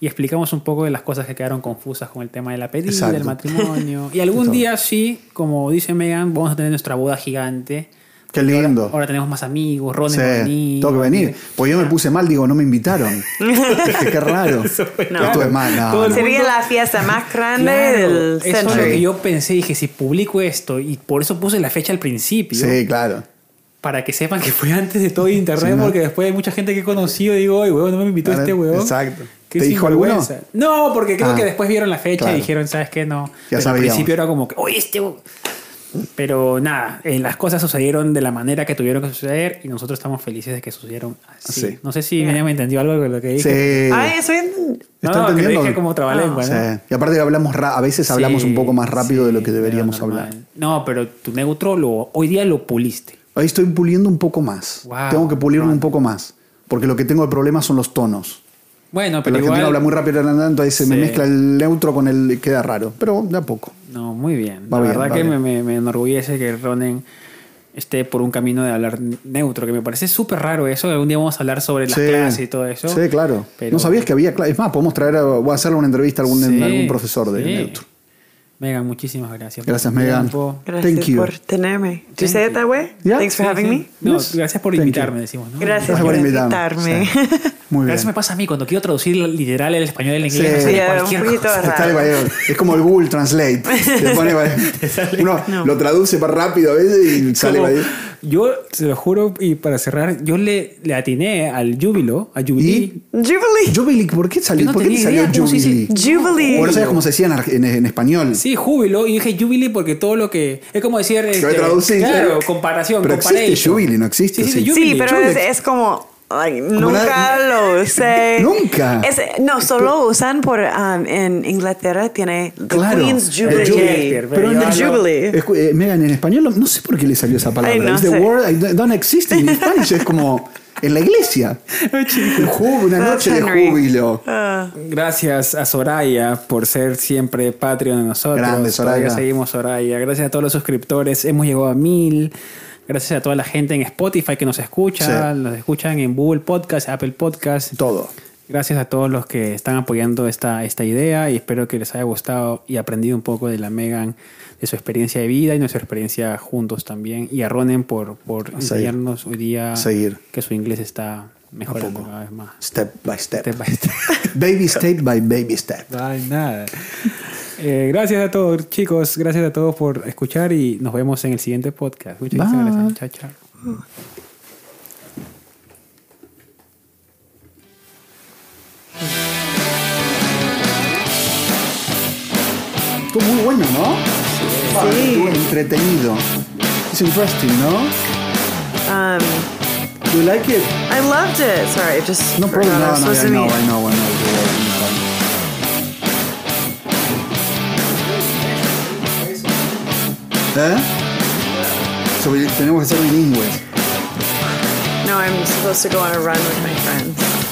[SPEAKER 1] y explicamos un poco de las cosas que quedaron confusas con el tema de la pedida,
[SPEAKER 2] Exacto.
[SPEAKER 1] del matrimonio. Y algún día sí, como dice Megan, vamos a tener nuestra boda gigante.
[SPEAKER 2] Qué lindo.
[SPEAKER 1] Ahora tenemos más amigos, Ron
[SPEAKER 2] Sí,
[SPEAKER 1] es va a venir.
[SPEAKER 2] tengo que venir. Pues yo me puse mal, digo, no me invitaron. Dije, qué raro.
[SPEAKER 3] No.
[SPEAKER 2] Estuve mal, no,
[SPEAKER 1] Todo el
[SPEAKER 2] no.
[SPEAKER 1] mundo-
[SPEAKER 3] Sería la fiesta más grande
[SPEAKER 1] Claro,
[SPEAKER 3] del
[SPEAKER 1] eso es lo que
[SPEAKER 3] century.
[SPEAKER 1] yo pensé, dije, si publico esto, y por eso puse la fecha al principio,
[SPEAKER 2] Sí, claro.
[SPEAKER 1] para que sepan que fue antes de todo internet,
[SPEAKER 2] Sí, ¿no?
[SPEAKER 1] porque después hay mucha gente que he conocido y digo, ay, huevón, no me invitó
[SPEAKER 2] Claro,
[SPEAKER 1] este huevón.
[SPEAKER 2] exacto.
[SPEAKER 1] Qué
[SPEAKER 2] ¿Te dijo alguno?
[SPEAKER 1] sinvergüenza. No, porque creo
[SPEAKER 2] Ah,
[SPEAKER 1] que después vieron la fecha
[SPEAKER 2] claro.
[SPEAKER 1] y dijeron, ¿sabes qué? No.
[SPEAKER 2] Ya
[SPEAKER 1] Pero
[SPEAKER 2] sabíamos.
[SPEAKER 1] al principio era como que, oye, este hue-". Pero nada, eh, las cosas sucedieron de la manera que tuvieron que suceder y nosotros estamos felices de que sucedieron así.
[SPEAKER 2] Sí.
[SPEAKER 1] No sé si Miriam entendió algo de lo que dije.
[SPEAKER 2] Sí.
[SPEAKER 1] Ah,
[SPEAKER 3] Ay, soy...
[SPEAKER 1] No,
[SPEAKER 2] ¿Está
[SPEAKER 1] no, que lo
[SPEAKER 2] entendiendo?
[SPEAKER 1] dije como trabalengua,
[SPEAKER 2] Sí.
[SPEAKER 1] ¿no?
[SPEAKER 2] Y aparte que hablamos ra- a veces hablamos
[SPEAKER 1] Sí,
[SPEAKER 2] un poco más rápido
[SPEAKER 1] sí,
[SPEAKER 2] de lo que deberíamos
[SPEAKER 1] normal.
[SPEAKER 2] hablar.
[SPEAKER 1] No, pero tu neutro lo, hoy día lo puliste.
[SPEAKER 2] Ahí estoy puliendo un poco más.
[SPEAKER 1] Wow.
[SPEAKER 2] tengo que pulirme un poco más. Porque lo que tengo de problema son los tonos.
[SPEAKER 1] Bueno,
[SPEAKER 2] El
[SPEAKER 1] pero
[SPEAKER 2] argentino
[SPEAKER 1] igual...
[SPEAKER 2] habla muy rápido, entonces se me
[SPEAKER 1] Sí.
[SPEAKER 2] mezcla el neutro con el... Queda raro, pero de a poco.
[SPEAKER 1] No, muy bien.
[SPEAKER 2] Va
[SPEAKER 1] la
[SPEAKER 2] bien,
[SPEAKER 1] verdad
[SPEAKER 2] va
[SPEAKER 1] que me,
[SPEAKER 2] bien.
[SPEAKER 1] me- me enorgullece que Ronen esté por un camino de hablar neutro, que me parece súper raro eso. Algún día vamos a hablar sobre las
[SPEAKER 2] Sí.
[SPEAKER 1] clases y todo eso.
[SPEAKER 2] Sí, claro.
[SPEAKER 1] Pero-
[SPEAKER 2] No sabías que había clases. Es más, podemos traer, a, voy a hacerle una entrevista a algún,
[SPEAKER 1] Sí,
[SPEAKER 2] algún profesor de
[SPEAKER 1] sí.
[SPEAKER 2] neutro.
[SPEAKER 1] Megan, muchísimas gracias.
[SPEAKER 2] Gracias,
[SPEAKER 1] por tu
[SPEAKER 2] Megan.
[SPEAKER 1] tiempo.
[SPEAKER 3] Gracias
[SPEAKER 2] Thank you.
[SPEAKER 3] por tenerme. Do you say
[SPEAKER 1] Thank
[SPEAKER 3] it that way?
[SPEAKER 2] Yeah.
[SPEAKER 3] Thanks for
[SPEAKER 1] Sí,
[SPEAKER 3] having
[SPEAKER 1] sí.
[SPEAKER 3] me.
[SPEAKER 1] No,
[SPEAKER 2] Yes.
[SPEAKER 1] gracias por
[SPEAKER 2] Thank you.
[SPEAKER 1] invitarme, decimos. ¿no?
[SPEAKER 3] Gracias
[SPEAKER 2] por
[SPEAKER 3] por
[SPEAKER 2] invitarme.
[SPEAKER 3] invitarme.
[SPEAKER 2] Muy bien.
[SPEAKER 1] Eso me pasa a mí cuando quiero traducir literal el español al inglés.
[SPEAKER 2] Sí.
[SPEAKER 1] me sale
[SPEAKER 2] Sí,
[SPEAKER 3] un
[SPEAKER 1] cualquier
[SPEAKER 3] poquito
[SPEAKER 1] cosa.
[SPEAKER 2] Te sale cualquier- es como el Google Translate. Te pone- uno lo traduce para rápido a veces y sale
[SPEAKER 1] Como-
[SPEAKER 2] cualquier-
[SPEAKER 1] yo se lo juro, y para cerrar, yo le, le atiné al júbilo, a Jubilee.
[SPEAKER 3] Jubilee.
[SPEAKER 2] Jubilee, ¿por qué salió?
[SPEAKER 1] Yo no
[SPEAKER 2] ¿Por qué te
[SPEAKER 1] tenía
[SPEAKER 2] salió
[SPEAKER 1] idea cómo se dice
[SPEAKER 2] Jubilee?
[SPEAKER 3] Jubilee.
[SPEAKER 2] Bueno, sabes cómo se decía en, ar- en- en español.
[SPEAKER 1] Sí, júbilo. Y dije Jubilee porque todo lo que. Es como decir.
[SPEAKER 2] lo
[SPEAKER 1] este,
[SPEAKER 2] traducís,
[SPEAKER 1] Claro,
[SPEAKER 2] claro.
[SPEAKER 1] comparación.
[SPEAKER 2] Pero existe
[SPEAKER 1] comparate.
[SPEAKER 2] Jubilee, no existe,
[SPEAKER 1] Sí, sí,
[SPEAKER 2] sí.
[SPEAKER 1] Jubilee.
[SPEAKER 3] Sí, pero
[SPEAKER 1] Jubilee.
[SPEAKER 3] es, es como. ay, nunca
[SPEAKER 2] nada-
[SPEAKER 3] lo sé.
[SPEAKER 2] Nunca.
[SPEAKER 3] Es, no, solo usan por. um, en Inglaterra tiene. The
[SPEAKER 2] Claro.
[SPEAKER 3] Queen's
[SPEAKER 2] The
[SPEAKER 3] Jubilee.
[SPEAKER 1] Jubilee. Pero
[SPEAKER 3] The
[SPEAKER 1] yo hablo-
[SPEAKER 3] Jubilee.
[SPEAKER 2] Escu- eh, Megan, en español no- no sé por qué le salió esa palabra.
[SPEAKER 3] Ay, no
[SPEAKER 2] It's the
[SPEAKER 3] sé.
[SPEAKER 2] word I don't- don't exist in Spanish. Es como en la iglesia. Un ju- Una
[SPEAKER 3] That's
[SPEAKER 2] noche de
[SPEAKER 3] Henry. Uh,
[SPEAKER 2] júbilo.
[SPEAKER 1] Gracias a Soraya por ser siempre Patreon de nosotros.
[SPEAKER 2] Grande, Soraya.
[SPEAKER 1] Todavía seguimos Soraya. Gracias a todos los suscriptores. Hemos llegado a mil. Gracias a toda la gente en Spotify que nos escucha.
[SPEAKER 2] Sí.
[SPEAKER 1] Nos escuchan en Google Podcast, Apple Podcast.
[SPEAKER 2] Todo.
[SPEAKER 1] Gracias a todos los que están apoyando esta, esta idea y espero que les haya gustado y aprendido un poco de la Megan, de su experiencia de vida y nuestra experiencia juntos también. Y a Ronen por, por
[SPEAKER 2] A seguir.
[SPEAKER 1] enseñarnos hoy día
[SPEAKER 2] Seguir.
[SPEAKER 1] que su inglés está mejorando
[SPEAKER 2] poco.
[SPEAKER 1] cada vez más.
[SPEAKER 2] Step by step.
[SPEAKER 1] Step by step.
[SPEAKER 2] Baby step by baby step.
[SPEAKER 1] No hay nada. Eh, gracias a todos, chicos. Gracias a todos por escuchar y nos vemos en el siguiente podcast. Muchas
[SPEAKER 2] Bye.
[SPEAKER 1] gracias. Chao, chao.
[SPEAKER 2] Estuvo muy bueno, ¿no? Ah, estuvo entretenido. It's interesting, ¿no?
[SPEAKER 3] Um,
[SPEAKER 2] You like it?
[SPEAKER 3] I loved it. Sorry, I just
[SPEAKER 2] No problem.
[SPEAKER 3] forgot I
[SPEAKER 2] No,
[SPEAKER 3] was
[SPEAKER 2] no,
[SPEAKER 3] supposed
[SPEAKER 2] I
[SPEAKER 3] to
[SPEAKER 2] know,
[SPEAKER 3] mute.
[SPEAKER 2] I know, I know. I know. ¿Eh? Sobre- tenemos que ser bilingües.
[SPEAKER 3] No, I'm supposed to go on a run with my friends.